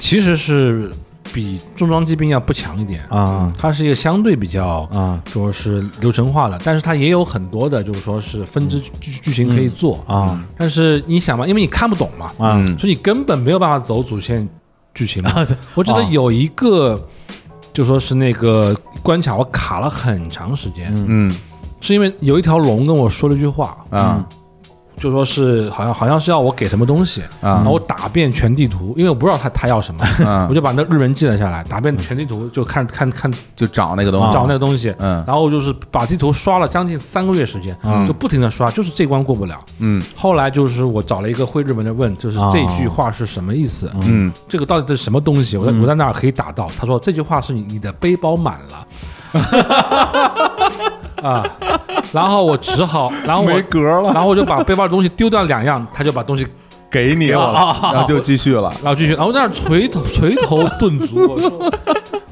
[SPEAKER 3] 其实是比重装机兵要不强一点
[SPEAKER 1] 啊
[SPEAKER 3] 它是一个相对比较
[SPEAKER 1] 啊
[SPEAKER 3] 说是流程化的，但是它也有很多的，就是说是分支剧剧情可以做
[SPEAKER 1] 啊。
[SPEAKER 3] 但是你想嘛，因为你看不懂嘛，
[SPEAKER 1] 啊
[SPEAKER 2] 嗯
[SPEAKER 3] 所以你根本没有办法走主线剧情嘛。
[SPEAKER 1] 啊对
[SPEAKER 3] 我记得
[SPEAKER 1] 啊
[SPEAKER 3] 有一个，就说是那个关卡，我卡了很长时间，
[SPEAKER 1] 嗯
[SPEAKER 2] 嗯
[SPEAKER 3] 是因为有一条龙跟我说了一句话，嗯
[SPEAKER 2] 啊
[SPEAKER 3] 就说是好像好像是要我给什么东西，
[SPEAKER 2] 啊
[SPEAKER 3] 然后我打遍全地图，因为我不知道他他要什么，
[SPEAKER 2] 啊
[SPEAKER 3] 我，就把那日文记了下来，打遍全地图就看看看
[SPEAKER 2] 就找那个
[SPEAKER 1] 啊
[SPEAKER 2] 东西，
[SPEAKER 3] 找那个东西，
[SPEAKER 2] 啊嗯
[SPEAKER 3] 然后就是把地图刷了将近三个月时间，就不停的刷，就是这关过不了。
[SPEAKER 2] 嗯
[SPEAKER 3] 后来就是我找了一个会日文的问，就是
[SPEAKER 2] 啊
[SPEAKER 3] 这句话是什么意思？
[SPEAKER 2] 嗯
[SPEAKER 3] 这个到底是什么东西？我在、我在那儿可以打到。他说这句话是你你的背包满了， 啊，然后我只好，然后我
[SPEAKER 2] 没格了
[SPEAKER 3] 然后我就把背包的东西丢掉两样，他就把东西，
[SPEAKER 2] 给你我了，
[SPEAKER 1] 啊
[SPEAKER 2] 然后就继续了，
[SPEAKER 3] 然后继续，然后在那儿垂头垂头顿足，我说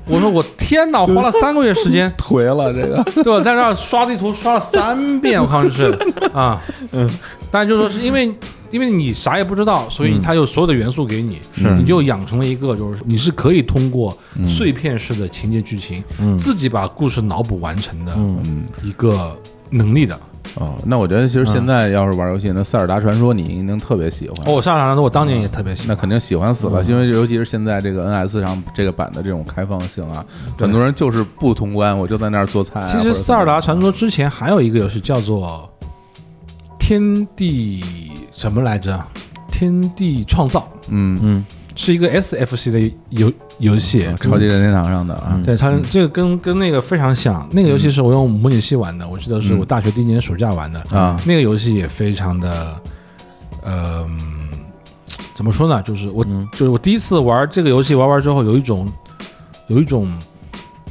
[SPEAKER 3] 我说我天哪，我花了三个月时间。
[SPEAKER 2] 颓了这个，
[SPEAKER 3] 对吧？在那儿刷地图刷了三遍，我靠，就是 啊，嗯，但就说是因为因为你啥也不知道，
[SPEAKER 2] 嗯
[SPEAKER 3] 所以它有所有的元素给你，
[SPEAKER 1] 是
[SPEAKER 3] 你就养成了一个就是你是可以通过
[SPEAKER 2] 嗯
[SPEAKER 3] 碎片式的情节剧情，自己把故事脑补完成的
[SPEAKER 2] 嗯
[SPEAKER 3] 一个能力的。
[SPEAKER 2] 哦，那我觉得其实现在要是玩游戏，那《塞尔达传说》你一定特别喜欢，
[SPEAKER 3] 哦，嗯我上上我当年也特别喜
[SPEAKER 2] 嗯那
[SPEAKER 3] 欢，
[SPEAKER 2] 肯定喜欢死了，因为尤其是现在这个 NS 上这个版的这种开放性啊，很多人就是不通关，我就在那儿做菜啊。
[SPEAKER 3] 其
[SPEAKER 2] 或
[SPEAKER 3] 实《
[SPEAKER 2] 者怎
[SPEAKER 3] 塞
[SPEAKER 2] 么样
[SPEAKER 3] 尔达传说》之前还有一个游戏叫做《天地》什么来着？天地创造
[SPEAKER 2] 嗯，
[SPEAKER 1] 嗯
[SPEAKER 3] 是一个 SFC 的游游戏，
[SPEAKER 2] 啊超级任天堂上的啊，
[SPEAKER 3] 对，它这个跟跟那个非常像。那个
[SPEAKER 2] 嗯
[SPEAKER 3] 游戏是我用模拟器玩的，我记得是我大学第一年暑假玩的
[SPEAKER 2] 啊
[SPEAKER 3] 那个游戏也非常的，呃，嗯怎么说呢？就是我、
[SPEAKER 1] 嗯
[SPEAKER 3] 就是我第一次玩这个游戏，玩完之后有一种有一种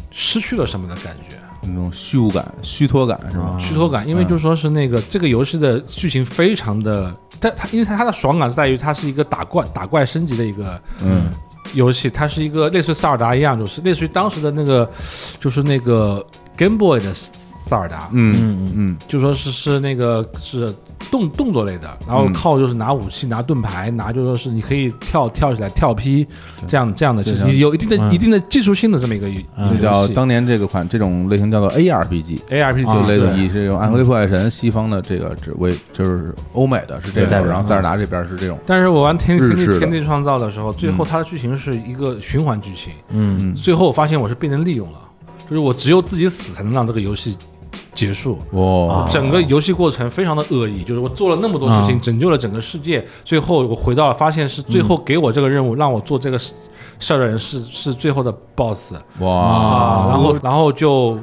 [SPEAKER 3] 失去了什么的感觉。
[SPEAKER 2] 那种虚无感、虚脱感是吧？
[SPEAKER 3] 虚脱感，因为就说是那个、这个游戏的剧情非常的，但它因为它它的爽感是在于它是一个打怪打怪升级的一个
[SPEAKER 2] 嗯
[SPEAKER 3] 游戏，它是一个类似于塞尔达一样，就是类似于当时的那个就是那个 Game Boy 的塞尔达，
[SPEAKER 2] 嗯
[SPEAKER 1] 嗯
[SPEAKER 2] 嗯
[SPEAKER 3] 就说是是那个是动动作类的，然后靠就是拿武器、拿盾牌、拿就说是你可以跳跳起来、跳劈这样这样的，就是
[SPEAKER 2] 像
[SPEAKER 3] 你有一定的、
[SPEAKER 1] 嗯
[SPEAKER 3] 一定的技术性的这么一个一
[SPEAKER 1] 嗯
[SPEAKER 3] 一
[SPEAKER 2] 这
[SPEAKER 3] 个
[SPEAKER 2] 叫
[SPEAKER 3] 游戏。
[SPEAKER 2] 当啊年这个款这种类型叫做 ARPG，
[SPEAKER 3] ARPG
[SPEAKER 2] 就类似
[SPEAKER 3] 对
[SPEAKER 2] 于这种《暗黑破坏神》西方的这个只为就是欧美的是这
[SPEAKER 1] 对
[SPEAKER 2] 种，然后塞尔达这边是这种，
[SPEAKER 3] 但是我玩天《
[SPEAKER 2] 日
[SPEAKER 3] 天
[SPEAKER 2] 式
[SPEAKER 3] 地
[SPEAKER 2] 的
[SPEAKER 3] 天地创造》的时候，最后它的剧情是一个循环剧情。
[SPEAKER 1] 嗯
[SPEAKER 2] 嗯，
[SPEAKER 3] 最后我发现我是被人利用了，就是我只有自己死才能让这个游戏结束。
[SPEAKER 2] 哇，
[SPEAKER 3] 整个游戏过程非常的恶意，就是我做了那么多事情，
[SPEAKER 1] 啊
[SPEAKER 3] 拯救了整个世界，最后我回到了，发现是最后给我这个任
[SPEAKER 2] 嗯
[SPEAKER 3] 务，让我做这个事事儿的人是是最后的 boss
[SPEAKER 2] 啊
[SPEAKER 3] 啊
[SPEAKER 2] 哇，
[SPEAKER 3] 然后然后就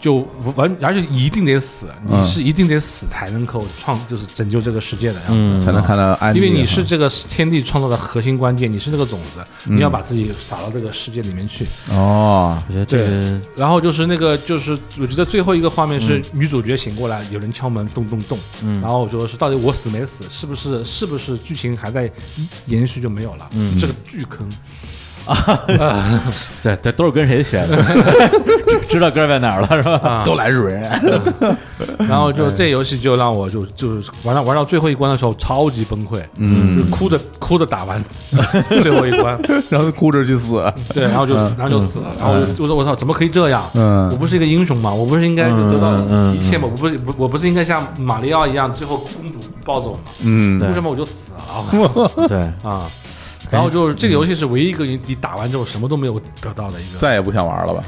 [SPEAKER 3] 就完，而且一定得死，
[SPEAKER 2] 嗯
[SPEAKER 3] 你是一定得死才能够创，就是拯救这个世界的样子。
[SPEAKER 1] 嗯
[SPEAKER 2] 才能看到安妮
[SPEAKER 3] 因
[SPEAKER 2] 哈，
[SPEAKER 3] 为你是这个天地创造的核心关键，你是这个种子，你要把自己撒到这个世界里面去。呃
[SPEAKER 2] 哦，
[SPEAKER 1] 我觉得这个
[SPEAKER 3] 然后就是那个，就是我觉得最后一个画面是女主角醒过来，有人敲门，咚咚咚，然后我就说是到底我死没死，是不是是不是剧情还在延续就没有了？嗯，这个巨坑，
[SPEAKER 1] 这这都是跟谁学 的？知知道歌在哪啊儿了是吧？
[SPEAKER 2] 都来日本人，
[SPEAKER 3] 啊然后就这游戏就让我就就是玩到玩到最后一关的时候超级崩溃，嗯，就哭着哭着打完 最后一关，
[SPEAKER 2] 然后哭着去死，
[SPEAKER 3] 对，然后就
[SPEAKER 1] 嗯
[SPEAKER 3] 死，然后就死了，然后我就我说我操，怎么可以这样？
[SPEAKER 2] 嗯
[SPEAKER 3] 我不是一个英雄吗？我不是应该就得到
[SPEAKER 1] 嗯嗯嗯
[SPEAKER 3] 一切吗？我不是我不是应该像马里奥一样，最后公主抱走吗？
[SPEAKER 2] 嗯
[SPEAKER 1] 对
[SPEAKER 3] 为什么我就死 了？Oh
[SPEAKER 1] 对，
[SPEAKER 3] 啊？然后就是这个游戏是唯一一个你你打完之后什么都没有得到的一个，
[SPEAKER 2] 再也不想玩了吧？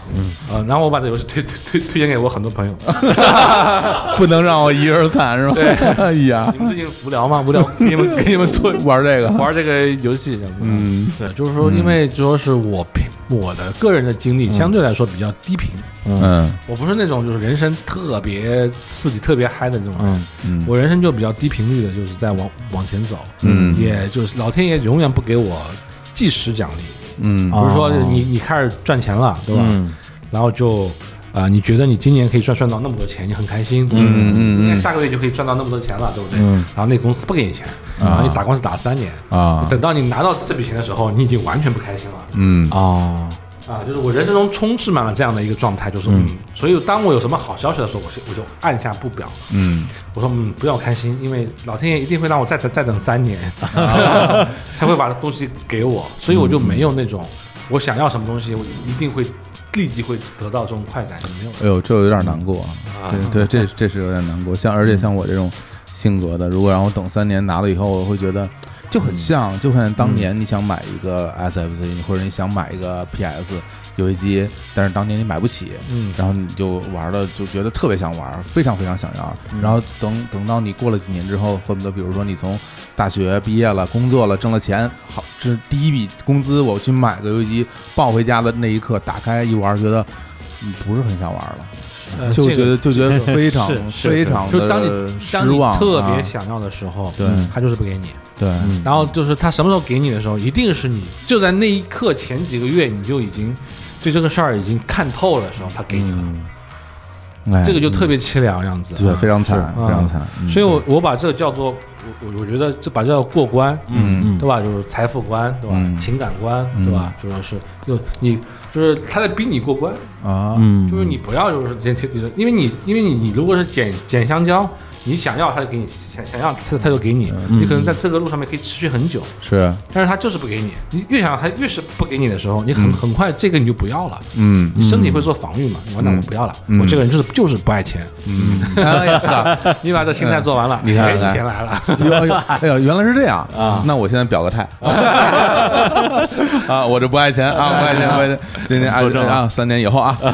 [SPEAKER 3] 呃，然后我把这游戏推推推推荐给我很多朋友，
[SPEAKER 2] 不能让我一人惨是吧？对， 哎呀
[SPEAKER 3] 你，们最近无聊吗？无聊，给你们给你们做
[SPEAKER 2] 玩这个，
[SPEAKER 3] 玩这个游戏，嗯，
[SPEAKER 2] 嗯
[SPEAKER 3] 对，就是说，因为就说是我平我的个人的经
[SPEAKER 1] 嗯
[SPEAKER 3] 历相对来说比较低频，
[SPEAKER 2] 嗯
[SPEAKER 3] 我不是那种就是人生特别刺激、特别嗨的那种人，
[SPEAKER 1] 嗯
[SPEAKER 2] 嗯
[SPEAKER 3] 我人生就比较低频率的，就是在往往前走，
[SPEAKER 2] 嗯
[SPEAKER 3] 也就是老天爷永远不给我计时奖励，
[SPEAKER 2] 嗯
[SPEAKER 3] 比如说
[SPEAKER 1] 哦
[SPEAKER 3] 你你开始赚钱了，对吧？
[SPEAKER 1] 嗯
[SPEAKER 3] 然后就啊、呃你觉得你今年可以赚赚到那么多钱，你很开心，
[SPEAKER 2] 嗯嗯嗯
[SPEAKER 3] 你看下个月就可以赚到那么多钱了，对不对？
[SPEAKER 1] 嗯
[SPEAKER 3] 然后那公司不给你钱，
[SPEAKER 2] 啊
[SPEAKER 3] 然后你打官司打三年，
[SPEAKER 2] 啊
[SPEAKER 3] 等到你拿到这笔钱的时候，你已经完全不开心了。
[SPEAKER 2] 嗯
[SPEAKER 1] 哦
[SPEAKER 3] 啊，就是我人生中充斥满了这样的一个状态，就是嗯，所以当我有什么好消息的时候，我是我就按下不表，
[SPEAKER 2] 嗯，
[SPEAKER 3] 我说嗯，不要开心，因为老天爷一定会让我 再等再等三年，才会把东西给我，所以我就没有那种我想要什么东西，我一定会立即会得到这种快感，是没有的
[SPEAKER 2] 哎呦，这有点难过啊！
[SPEAKER 3] 啊。
[SPEAKER 2] 对对，这这是有点难过。像而且像我这种性格的，如果让我等三年拿了以后，我会觉得就很像，就像当年你想买一个 SFC 或者你想买一个 PS 游戏机，但是当年你买不起，
[SPEAKER 3] 嗯
[SPEAKER 2] 然后你就玩了，就觉得特别想玩，非常非常想要。然后等等到你过了几年之后，恨不得比如说你从大学毕业了，工作了，挣了钱，好，这是第一笔工资，我去买个游戏机抱回家的那一刻，打开一玩，觉得嗯不是很想玩了。
[SPEAKER 3] 呃
[SPEAKER 2] 就
[SPEAKER 3] 这个
[SPEAKER 2] 觉得就觉 得非常
[SPEAKER 3] 是
[SPEAKER 1] 是
[SPEAKER 2] 非常
[SPEAKER 3] 就当
[SPEAKER 2] 的
[SPEAKER 3] 你当
[SPEAKER 2] 失
[SPEAKER 3] 你
[SPEAKER 2] 望啊，
[SPEAKER 3] 特别想要的时候，
[SPEAKER 2] 对
[SPEAKER 1] 嗯
[SPEAKER 3] 他就是不给你。
[SPEAKER 2] 对，
[SPEAKER 1] 嗯
[SPEAKER 3] 然后就是他什么时候给你的时候，一定是你就在那一刻前几个月你就已经对这个事儿已经看透了的时候，他给你了，
[SPEAKER 1] 嗯
[SPEAKER 2] 哎
[SPEAKER 3] 这个就特别凄凉样子。
[SPEAKER 2] 对，非常惨，
[SPEAKER 3] 是
[SPEAKER 2] 非常惨。嗯
[SPEAKER 3] 所以我我把这个叫做我我我觉得这把这叫过关，
[SPEAKER 2] 嗯
[SPEAKER 3] 对吧？就是财富观，对吧？
[SPEAKER 2] 嗯
[SPEAKER 3] 情感观，
[SPEAKER 2] 嗯
[SPEAKER 3] 对吧？主要是就你就是他在逼你过关，
[SPEAKER 2] 啊，
[SPEAKER 1] 嗯，
[SPEAKER 3] 就是你不要就是捡，因为你因为你你如果是捡捡香蕉，你想要他就给你，想想要他他就给你，
[SPEAKER 1] 嗯
[SPEAKER 3] 你可能在这个路上面可以持续很久，
[SPEAKER 2] 是，
[SPEAKER 3] 但是他就是不给你，你越想要他越是不给你的时候，你很很快这个你就不要了。
[SPEAKER 2] 嗯
[SPEAKER 3] 你身体会做防御嘛？我那我不要了，
[SPEAKER 2] 嗯
[SPEAKER 3] 我这个人就是就是不爱钱。
[SPEAKER 2] 嗯，哎呀，
[SPEAKER 3] 嗯 你把这心态做完了，
[SPEAKER 2] 你看
[SPEAKER 3] 哎
[SPEAKER 2] 看
[SPEAKER 3] 钱来了，
[SPEAKER 2] 哎呦哎呦，原来是这样啊！那我现在表个态啊，我这不爱钱 啊，不爱钱，不爱钱。今年啊
[SPEAKER 1] 作证啊
[SPEAKER 2] 啊，三年以后啊，到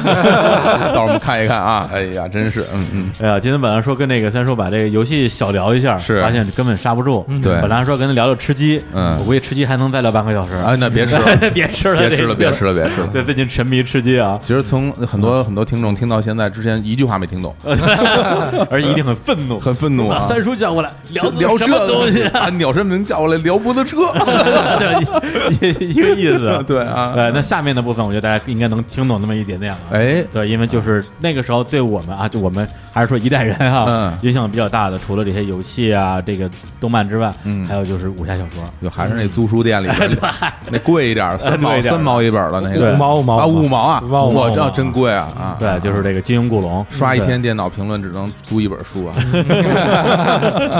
[SPEAKER 2] 时候我们看一看啊。哎呀，真是，嗯嗯，
[SPEAKER 1] 哎呀，今天本来说跟那个先说把这个游戏小聊一下，
[SPEAKER 2] 是
[SPEAKER 1] 发现根本刹不住。
[SPEAKER 2] 对
[SPEAKER 1] 本来说跟他聊聊吃鸡，
[SPEAKER 2] 嗯
[SPEAKER 1] 我估计吃鸡还能再聊半个小时。
[SPEAKER 2] 哎，那别吃了，
[SPEAKER 1] 别吃了，
[SPEAKER 2] 别吃了，别吃
[SPEAKER 1] 了。
[SPEAKER 2] 了，别吃了。
[SPEAKER 1] 对，最近沉迷吃鸡 啊，
[SPEAKER 2] 其实从很多很多听众听到现在，之前一句话没听懂，
[SPEAKER 1] 而且一定很愤怒，
[SPEAKER 2] 很愤怒
[SPEAKER 1] 把
[SPEAKER 2] 啊。
[SPEAKER 1] 三叔叫过来聊
[SPEAKER 2] 就聊
[SPEAKER 1] 什
[SPEAKER 2] 这
[SPEAKER 1] 么 东西 啊？
[SPEAKER 2] 啊？鸟神明叫过来聊摩托车，
[SPEAKER 1] 对一一个意思
[SPEAKER 2] 。对啊，
[SPEAKER 1] 呃，那下面的部分，我觉得大家应该能听懂那么一点点啊。
[SPEAKER 2] 哎，
[SPEAKER 1] 对，因为就是那个时候对我们啊，就我们还是说一代人啊
[SPEAKER 2] 嗯，
[SPEAKER 1] 影响比较大的，除了这些游戏啊、这个动漫之外，
[SPEAKER 2] 嗯
[SPEAKER 1] 还有就是武侠小说。
[SPEAKER 2] 就还是那租书店里边那贵一点，三
[SPEAKER 1] 贵
[SPEAKER 2] 毛
[SPEAKER 1] 一点
[SPEAKER 2] 三毛一本的那
[SPEAKER 1] 对
[SPEAKER 2] 个，
[SPEAKER 3] 五毛五毛
[SPEAKER 2] 啊，五毛啊，
[SPEAKER 3] 五毛五毛
[SPEAKER 2] 我知道真贵啊啊，
[SPEAKER 1] 对，就是这个金庸、古龙，
[SPEAKER 2] 刷一
[SPEAKER 1] 对
[SPEAKER 2] 天电脑评论只能租一本书啊，
[SPEAKER 3] 嗯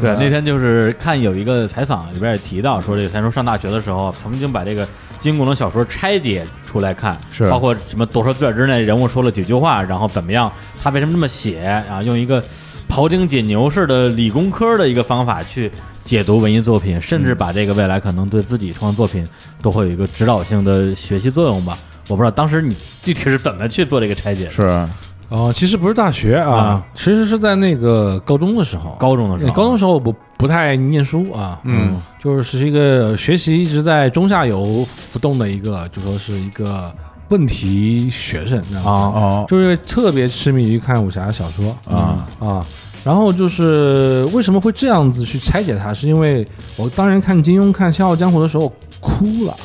[SPEAKER 1] 对，那天就是看有一个采访里边也提到说，这个三叔上大学的时候，曾经把这个金庸的小说拆解出来看，
[SPEAKER 2] 是
[SPEAKER 1] 包括什么多少字儿之内人物说了几句话，然后怎么样，他为什么这么写啊？用一个庖丁解牛式的理工科的一个方法去解读文艺作品，甚至把这个未来可能对自己创作作品都会有一个指导性的学习作用吧。我不知道当时你具体是怎么去做这个拆解的，
[SPEAKER 2] 是
[SPEAKER 3] 哦，其实不是大学啊
[SPEAKER 1] 啊，
[SPEAKER 3] 其实是在那个高中的时候，
[SPEAKER 1] 高中的时候，
[SPEAKER 3] 高中时候我不不太念书啊，
[SPEAKER 2] 嗯，
[SPEAKER 3] 就是是一个学习一直在中下游浮动的一个，就说是一个问题学生这样子，
[SPEAKER 1] 啊
[SPEAKER 2] 哦
[SPEAKER 3] 就是特别痴迷于看武侠小说
[SPEAKER 2] 啊
[SPEAKER 3] 啊。然后就是为什么会这样子去拆解它，是因为我当年看金庸、看《笑傲江湖》的时候我哭了，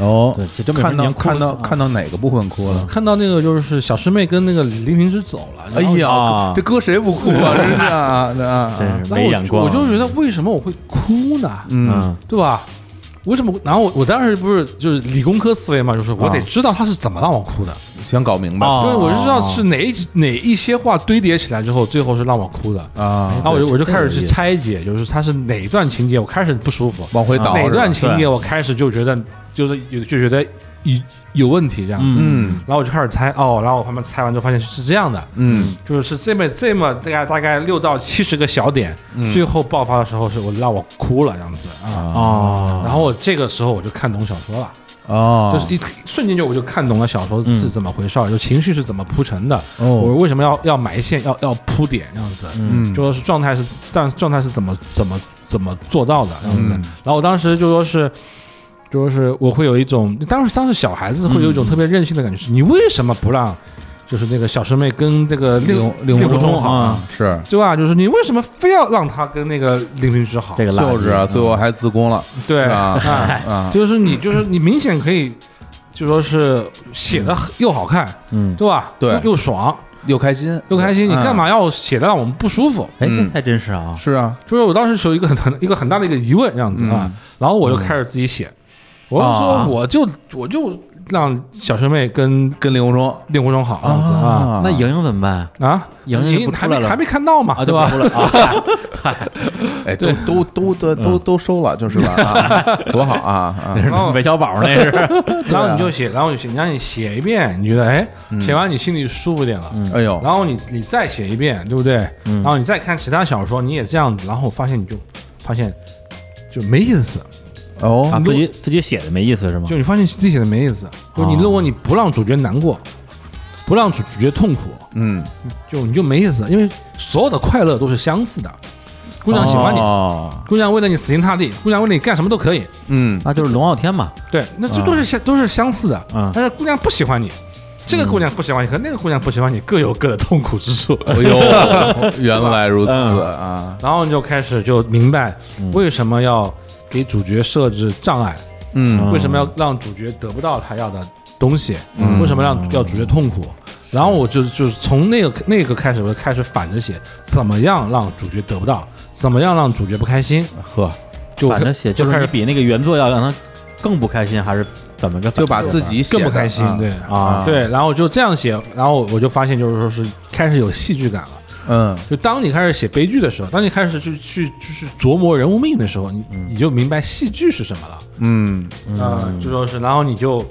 [SPEAKER 2] 哦
[SPEAKER 1] 对，这这么
[SPEAKER 2] 看
[SPEAKER 1] 一
[SPEAKER 2] 到
[SPEAKER 1] 年哭
[SPEAKER 2] 看到
[SPEAKER 1] 了
[SPEAKER 3] 啊
[SPEAKER 2] 看到哪个部分哭了？
[SPEAKER 3] 看到那个就是小师妹跟那个林平之走了，
[SPEAKER 2] 哎
[SPEAKER 3] 然后
[SPEAKER 2] 呀，这搁谁不哭 啊？真是啊，这啊，
[SPEAKER 1] 真是
[SPEAKER 3] 然后
[SPEAKER 1] 没
[SPEAKER 3] 我
[SPEAKER 1] 眼
[SPEAKER 3] 就
[SPEAKER 1] 光，
[SPEAKER 3] 我就觉得为什么我会哭呢？
[SPEAKER 2] 嗯，
[SPEAKER 3] 对吧？为什么？然后我我当时不是就是理工科思维嘛，
[SPEAKER 2] 啊
[SPEAKER 3] 就是我得知道他是怎么让我哭的，
[SPEAKER 2] 先搞明白
[SPEAKER 1] 哦
[SPEAKER 3] 对，我就知道是哪一哪一些话堆叠起来之后，最后是让我哭的。
[SPEAKER 2] 啊
[SPEAKER 3] 然，后我就我就开
[SPEAKER 1] 这
[SPEAKER 3] 始
[SPEAKER 1] 个
[SPEAKER 3] 去
[SPEAKER 1] 意思
[SPEAKER 3] 拆解，就是他是哪一段情节，我开始不舒服，
[SPEAKER 2] 往回倒
[SPEAKER 3] 哪
[SPEAKER 2] 是吧
[SPEAKER 3] 段情节我开始就觉得就是有就觉得有有问题这样子，
[SPEAKER 2] 嗯
[SPEAKER 3] 然后我就开始猜哦，然后我慢慢猜完之后发现是这样的，
[SPEAKER 2] 嗯
[SPEAKER 3] 就是这么这么大概大概六到七十个小点，
[SPEAKER 2] 嗯
[SPEAKER 3] 最后爆发的时候是我让我哭了这样子啊。
[SPEAKER 1] 哦，
[SPEAKER 3] 然后我这个时候我就看懂小说了，
[SPEAKER 2] 哦，
[SPEAKER 3] 嗯就是一瞬间就我就看懂了小说是怎么回事儿，就情绪是怎么铺陈的，
[SPEAKER 2] 嗯哦
[SPEAKER 3] 我为什么要要埋线，要要铺点这样子，
[SPEAKER 2] 嗯
[SPEAKER 3] 就说是状态是，但状态是怎么怎么怎么做到的这样子。
[SPEAKER 1] 嗯
[SPEAKER 3] 然后我当时就说是。就说是我会有一种，当时当时小孩子会有
[SPEAKER 2] 嗯
[SPEAKER 3] 一种特别任性的感觉，是你为什么不让，就是那个小师妹跟这个令
[SPEAKER 2] 领领
[SPEAKER 3] 令狐
[SPEAKER 2] 悟
[SPEAKER 3] 冲好，
[SPEAKER 1] 啊，
[SPEAKER 2] 是
[SPEAKER 3] 对吧？就是你为什么非要让他跟那个令平之好？
[SPEAKER 1] 这个垃圾
[SPEAKER 2] 就是啊，最后还自宫了，
[SPEAKER 3] 对
[SPEAKER 2] 是吧？
[SPEAKER 3] 啊
[SPEAKER 2] 啊，
[SPEAKER 3] 就是你就是你明显可以，就说是写的又好看，
[SPEAKER 1] 嗯，
[SPEAKER 3] 对吧？
[SPEAKER 2] 对
[SPEAKER 3] 又又爽
[SPEAKER 2] 又开心
[SPEAKER 3] 又开心，你
[SPEAKER 2] 嗯
[SPEAKER 3] 干嘛要写的让我们不舒服？
[SPEAKER 1] 哎，这
[SPEAKER 2] 嗯
[SPEAKER 1] 还真是啊，
[SPEAKER 2] 是啊，
[SPEAKER 3] 就是我当时是有一个很很一 个很大的一个疑问这样子啊，然后我就开始自己写，我就
[SPEAKER 2] 啊
[SPEAKER 3] 说我就我就让小师妹跟
[SPEAKER 2] 跟令狐冲
[SPEAKER 3] 令狐冲好这样子啊
[SPEAKER 1] 那莹莹怎么办？
[SPEAKER 3] 啊，
[SPEAKER 1] 莹
[SPEAKER 3] 你
[SPEAKER 1] 莹就不
[SPEAKER 3] 还
[SPEAKER 1] 出来
[SPEAKER 3] 没
[SPEAKER 1] 了
[SPEAKER 3] 还没看到嘛，
[SPEAKER 1] 啊，
[SPEAKER 3] 对
[SPEAKER 1] 就
[SPEAKER 3] 吧？
[SPEAKER 1] 不出来啊，嗨，
[SPEAKER 2] 哎，都都都都都
[SPEAKER 3] 嗯
[SPEAKER 2] 都收了，就是 吧？啊多好啊！啊
[SPEAKER 1] 那
[SPEAKER 3] 哦
[SPEAKER 1] 是韦小宝那是，
[SPEAKER 3] 然后你就写，然后你写，你让你写一遍，你觉得哎，写完你心里舒服点了。
[SPEAKER 2] 哎呦，
[SPEAKER 3] 然后你你再写一遍，对不对？然后你再看其他小说，你也这样子，然后发现你就发现就没意思，
[SPEAKER 1] 啊，
[SPEAKER 2] 哦，
[SPEAKER 1] 自己自己写的没意思是吗
[SPEAKER 3] 就？你发现自己写的没意思。就你如果你不让主角难过，不让主主角痛苦，
[SPEAKER 2] 嗯，
[SPEAKER 3] 就你就没意思，因为所有的快乐都是相似的。姑娘喜欢你，
[SPEAKER 2] 哦
[SPEAKER 3] 姑娘为了你死心塌地，姑娘为了你干什么都可以，
[SPEAKER 2] 嗯，
[SPEAKER 1] 那啊就是龙傲天嘛，
[SPEAKER 3] 对，那这都是相、都是相似的。
[SPEAKER 1] 嗯
[SPEAKER 3] 但是姑娘不喜欢你，这个姑娘不喜欢你和那个姑娘不喜欢你，各有各的痛苦之处。
[SPEAKER 2] 哎呦，原来如此啊！
[SPEAKER 3] 然后你就开始就明白为什么要给主角设置障碍，
[SPEAKER 2] 嗯
[SPEAKER 3] 为什么要让主角得不到他要的东西，
[SPEAKER 2] 嗯
[SPEAKER 3] 为什么让要主角痛苦。然后我就就是从那个那个开始，我就开始反着写，怎么样让主角得不到，怎么样让主角不开心，
[SPEAKER 2] 呵，
[SPEAKER 3] 啊就
[SPEAKER 1] 反正写就
[SPEAKER 3] 就
[SPEAKER 1] 是
[SPEAKER 3] 开
[SPEAKER 1] 你
[SPEAKER 3] 始
[SPEAKER 1] 比那个原作要让他更不开心，还是怎么个反作
[SPEAKER 2] 就
[SPEAKER 1] 法？
[SPEAKER 2] 把自己写
[SPEAKER 3] 更
[SPEAKER 2] 得
[SPEAKER 3] 不开心，
[SPEAKER 2] 啊
[SPEAKER 3] 对
[SPEAKER 1] 啊
[SPEAKER 3] 对，然后就这样写，然后我就发现就是说是开始有戏剧感了。
[SPEAKER 2] 嗯，
[SPEAKER 3] 就当你开始写悲剧的时候，当你开始去去就是琢磨人物命的时候，你你就明白戏剧是什么了。
[SPEAKER 2] 嗯，
[SPEAKER 3] 啊、就说是，然后你就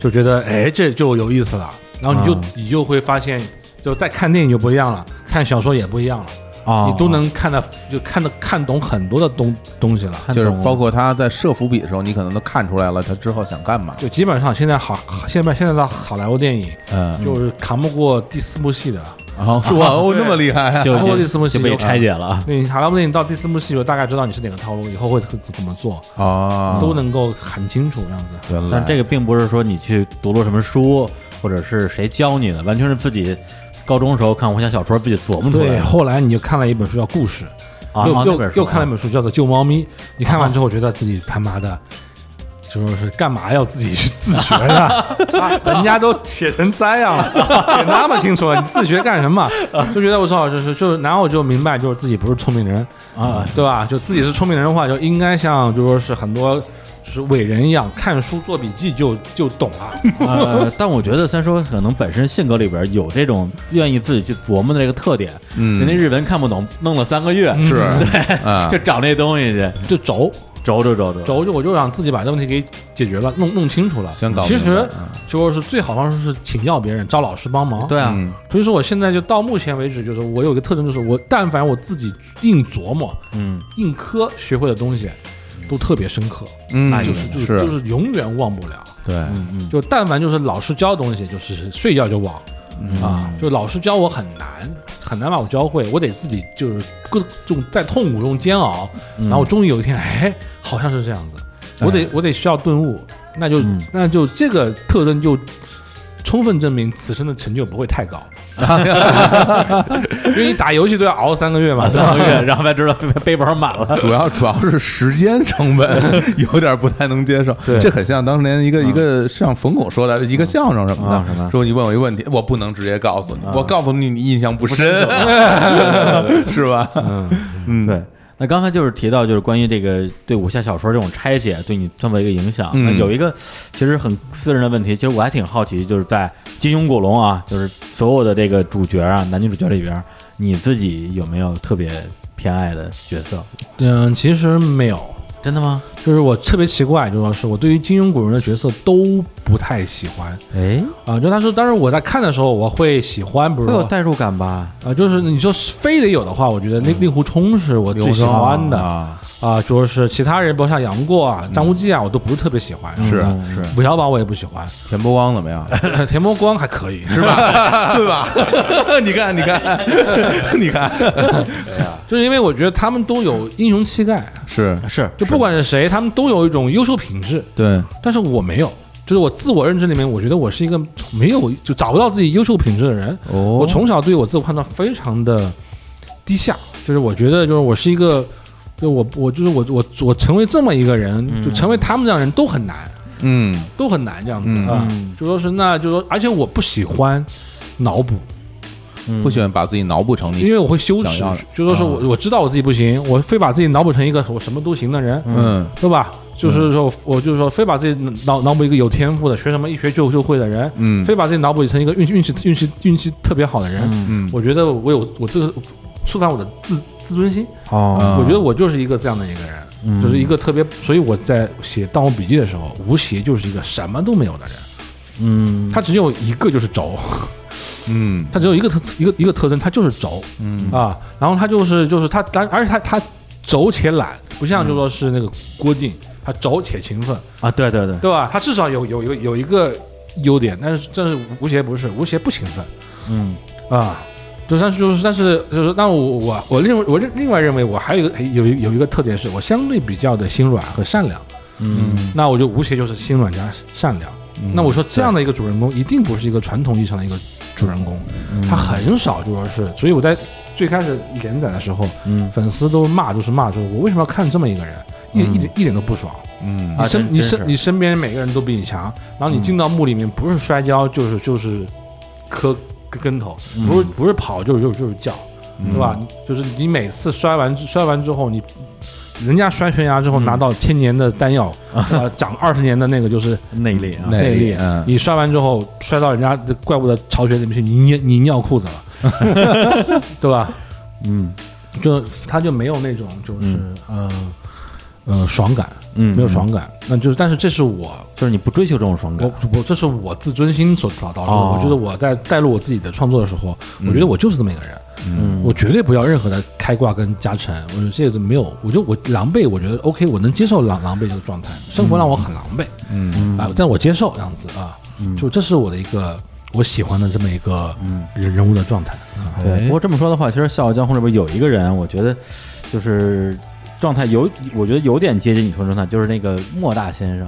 [SPEAKER 3] 就觉得，哎，这就有意思了。然后你就、
[SPEAKER 2] 嗯
[SPEAKER 1] 啊
[SPEAKER 3] 你就会发现，就再看电影就不一样了，看小说也不一样了，
[SPEAKER 2] 哦
[SPEAKER 1] 啊，
[SPEAKER 3] 你都能看得就看得看懂很多的东东西了。
[SPEAKER 1] 看
[SPEAKER 2] 就是
[SPEAKER 1] 懂了
[SPEAKER 2] 包括他在设伏笔的时候，你可能都看出来了他之后想干嘛。
[SPEAKER 3] 就基本上现在好，现在现在的好莱坞电影
[SPEAKER 2] 嗯，
[SPEAKER 3] 就是扛不过第四部戏的。
[SPEAKER 2] 然后说哦，那么厉害啊，
[SPEAKER 1] 就
[SPEAKER 3] 包括第四幕
[SPEAKER 1] 就
[SPEAKER 3] 戏
[SPEAKER 1] 就被
[SPEAKER 3] 就
[SPEAKER 1] 拆解了啊，
[SPEAKER 3] 对，你好莱坞电影到第四部戏，我大概知道你是哪个套路，以后会会怎么做，
[SPEAKER 2] 哦
[SPEAKER 3] 都能够很清楚这样子。
[SPEAKER 2] 原来
[SPEAKER 1] 但这个并不是说你去读了什么书，或者是谁教你的，完全是自己高中时候看武侠小说自己琢磨出来
[SPEAKER 3] 对，啊
[SPEAKER 1] 的
[SPEAKER 3] 后来你就看了一本书叫《故事》，
[SPEAKER 1] 啊。
[SPEAKER 3] 又
[SPEAKER 1] 啊那
[SPEAKER 3] 又
[SPEAKER 1] 本书
[SPEAKER 3] 又看了一本书叫做《救猫咪》，你看完之后觉得自己他妈的，就说是干嘛要自己去自学呢？ 啊人家都写成这样了，写那么清楚了，你自学干什么？就觉得我操，就是就然后我就明白，就是自己不是聪明人，
[SPEAKER 1] 啊，
[SPEAKER 3] 对吧？就自己是聪明人的话，就应该像就说是很多就是伟人一样，看书做笔记就就懂了。
[SPEAKER 1] 呃，但我觉得虽然说可能本身性格里边有这种愿意自己去琢磨的这个特点，
[SPEAKER 2] 嗯
[SPEAKER 1] 人家日文看不懂，弄了三个月
[SPEAKER 2] 是啊
[SPEAKER 1] 就找那东西去
[SPEAKER 3] 就轴
[SPEAKER 1] 轴轴轴轴，
[SPEAKER 3] 轴就我就想自己把这问题给解决了，弄弄清楚了。
[SPEAKER 2] 先搞
[SPEAKER 3] 其
[SPEAKER 2] 明白
[SPEAKER 3] 实
[SPEAKER 2] 嗯
[SPEAKER 3] 就说是最好方式是请教别人，找老师帮忙。
[SPEAKER 1] 对啊，
[SPEAKER 2] 嗯
[SPEAKER 3] 所以说我现在就到目前为止，就是我有一个特征，就是我但凡我自己硬琢磨、
[SPEAKER 1] 嗯，
[SPEAKER 3] 硬磕学会的东西，都特别深刻，
[SPEAKER 2] 嗯，
[SPEAKER 3] 就是就是就是永远忘不了。
[SPEAKER 2] 对，
[SPEAKER 3] 就但凡就是老师教的东西，就是睡觉就忘。啊，就老师教我很难，很难把我教会，我得自己就是各种在痛苦中煎熬，然后终于有一天，哎，好像是这样子，我得我得需要顿悟，那就、那就这个特征就充分证明此生的成就不会 太高，因为你打游戏都要熬三个月嘛，
[SPEAKER 1] 啊
[SPEAKER 3] 是吧
[SPEAKER 1] 三个月，然后才知道背背包满了，
[SPEAKER 2] 主要主要是时间成本有点不太能接受，
[SPEAKER 3] 对
[SPEAKER 2] 这很像当年一个一个像冯巩说的一个相声什么
[SPEAKER 1] 啊什么
[SPEAKER 2] 的，说你问我一个问题，我不能直接告诉你，我告诉你你印象不深， 是吧？
[SPEAKER 3] 嗯，
[SPEAKER 2] 嗯，
[SPEAKER 1] 对，那刚才就是提到，就是关于这个对武侠小说这种拆解对你这么一个影响。
[SPEAKER 2] 嗯
[SPEAKER 1] 那有一个其实很私人的问题，其实我还挺好奇，就是在金庸、古龙啊，就是所有的这个主角啊，男女主角里边，你自己有没有特别偏爱的角色？
[SPEAKER 3] 嗯，其实没有，
[SPEAKER 1] 真的吗？
[SPEAKER 3] 就是我特别奇怪，主要是我对于金庸古人的角色都不太喜欢。
[SPEAKER 1] 哎，
[SPEAKER 3] 啊，就他说，当时我在看的时候，我会喜欢，不是
[SPEAKER 1] 会有
[SPEAKER 3] 说
[SPEAKER 1] 代入感吧？
[SPEAKER 3] 啊，就是你说非得有的话，我觉得令令狐冲是我最喜欢的
[SPEAKER 2] 啊，
[SPEAKER 3] 啊，主要是其他人，包括像杨过啊、张无忌啊，我都不是特别喜欢，
[SPEAKER 2] 是啊
[SPEAKER 1] 嗯
[SPEAKER 2] 是，
[SPEAKER 3] 韦小宝我也不喜欢，
[SPEAKER 2] 田伯光怎么样？
[SPEAKER 3] 田伯光还可以，
[SPEAKER 2] 是吧？对吧？你看，你 看，你看，
[SPEAKER 3] 就是因为我觉得他们都有英雄气概，
[SPEAKER 2] 是
[SPEAKER 1] 是，
[SPEAKER 3] 就不管是谁，他们都有一种优秀品质，
[SPEAKER 2] 对，
[SPEAKER 3] 但是我没有。就是我自我认知里面，我觉得我是一个没有就找不到自己优秀品质的人。
[SPEAKER 2] 哦
[SPEAKER 3] 我从小对我自我判断非常的低下，就是我觉得就是我是一个，就我我就是我我我成为这么一个人，就成为他们这样的人都很难，
[SPEAKER 2] 嗯
[SPEAKER 3] 都很难这样子
[SPEAKER 2] 嗯
[SPEAKER 3] 啊。就说是那就说，而且我不喜欢脑补，
[SPEAKER 2] 不喜欢把自己脑补成你，
[SPEAKER 3] 嗯因为我会羞
[SPEAKER 2] 想
[SPEAKER 3] 耻
[SPEAKER 2] 要的，啊
[SPEAKER 3] 就说是我我知道我自己不行，我非把自己脑补成一个我什么都行的人，
[SPEAKER 2] 嗯
[SPEAKER 3] 对吧？就是说，我就是说，非把自己脑脑补一个有天赋的，学什么一学就就会的人，
[SPEAKER 2] 嗯
[SPEAKER 3] 非把自己脑补成一个运气运气运气运气特别好的人，
[SPEAKER 1] 嗯
[SPEAKER 2] 嗯
[SPEAKER 3] 我觉得我有我这个触犯我的自自尊心，
[SPEAKER 1] 哦，
[SPEAKER 3] 我觉得我就是一个这样的一个人，
[SPEAKER 1] 嗯
[SPEAKER 3] 就是一个特别，所以我在写《盗墓笔记》的时候，吴邪就是一个什么都没有的人，
[SPEAKER 1] 嗯，
[SPEAKER 3] 他只有一个就是轴，
[SPEAKER 2] 嗯
[SPEAKER 3] 他只有一个特一个一个特征，他就是轴，
[SPEAKER 2] 嗯
[SPEAKER 3] 啊，然后他就是就是他，但而且他他轴且懒，不像就说是那个郭靖，他轴且勤奋，
[SPEAKER 1] 啊，对对对，
[SPEAKER 3] 对吧？他至少有有一个有一个优点，但是但是吴邪不是，吴邪不勤奋，
[SPEAKER 1] 嗯
[SPEAKER 3] 啊，就但是就是但是就是，那我我我另我另另外认为我还有一个有一有一个特点是我相对比较的心软和善良，
[SPEAKER 1] 嗯
[SPEAKER 3] 那我就吴邪就是心软加善良。那我说这样的一个主人公一定不是一个传统意义上的一个主人公，他很少就说是，所以我在最开始连载的时候，
[SPEAKER 1] 嗯
[SPEAKER 3] 粉丝都骂就是骂，就是我为什么要看这么一个人，一一点一点都不爽。
[SPEAKER 2] 嗯
[SPEAKER 1] 啊
[SPEAKER 3] 你身
[SPEAKER 1] 真
[SPEAKER 3] 你
[SPEAKER 1] 真是
[SPEAKER 3] 身你身边每个人都比你强，然后你进到墓里面不是摔跤就是就是磕跟头，
[SPEAKER 1] 嗯
[SPEAKER 3] 不是不是跑就是就是就是叫，对吧？就是你每次摔完摔完之后，你人家摔悬崖之后
[SPEAKER 1] 嗯
[SPEAKER 3] 拿到千年的 丹药，呃，长二十年的那个就是
[SPEAKER 1] 内敛啊，
[SPEAKER 2] 内
[SPEAKER 3] 内
[SPEAKER 2] 力
[SPEAKER 3] 力
[SPEAKER 2] 嗯，
[SPEAKER 3] 你摔完之后摔到人家的怪物的巢穴里面去，你尿你尿裤子了，对吧？
[SPEAKER 1] 嗯
[SPEAKER 3] 就他就没有那种就是呃呃爽感，
[SPEAKER 1] 嗯，
[SPEAKER 3] 没有爽感，那就是但是这是我
[SPEAKER 1] 就是你不追求这种爽感
[SPEAKER 3] 我，我这是我自尊心所导导致的。
[SPEAKER 1] 啊哦
[SPEAKER 3] 我觉得我在带入我自己的创作的时候，我觉得我就是这么一个人，
[SPEAKER 1] 嗯，
[SPEAKER 3] 我绝对不要任何的开挂跟加成。我觉得这个没有，我就我狼狈，我觉得 OK，我能接受狼狼狈这个状态，生活让我很狼狈，嗯啊，但我接受这样子啊，就这是我的一个我喜欢的这么一个人人物的状态啊，
[SPEAKER 2] 哎
[SPEAKER 1] 对。不过这么说的话，其实《笑傲江湖》里边有一个人，我觉得就是状态有，我觉得有点接近你说的状态，就是那个莫大先生。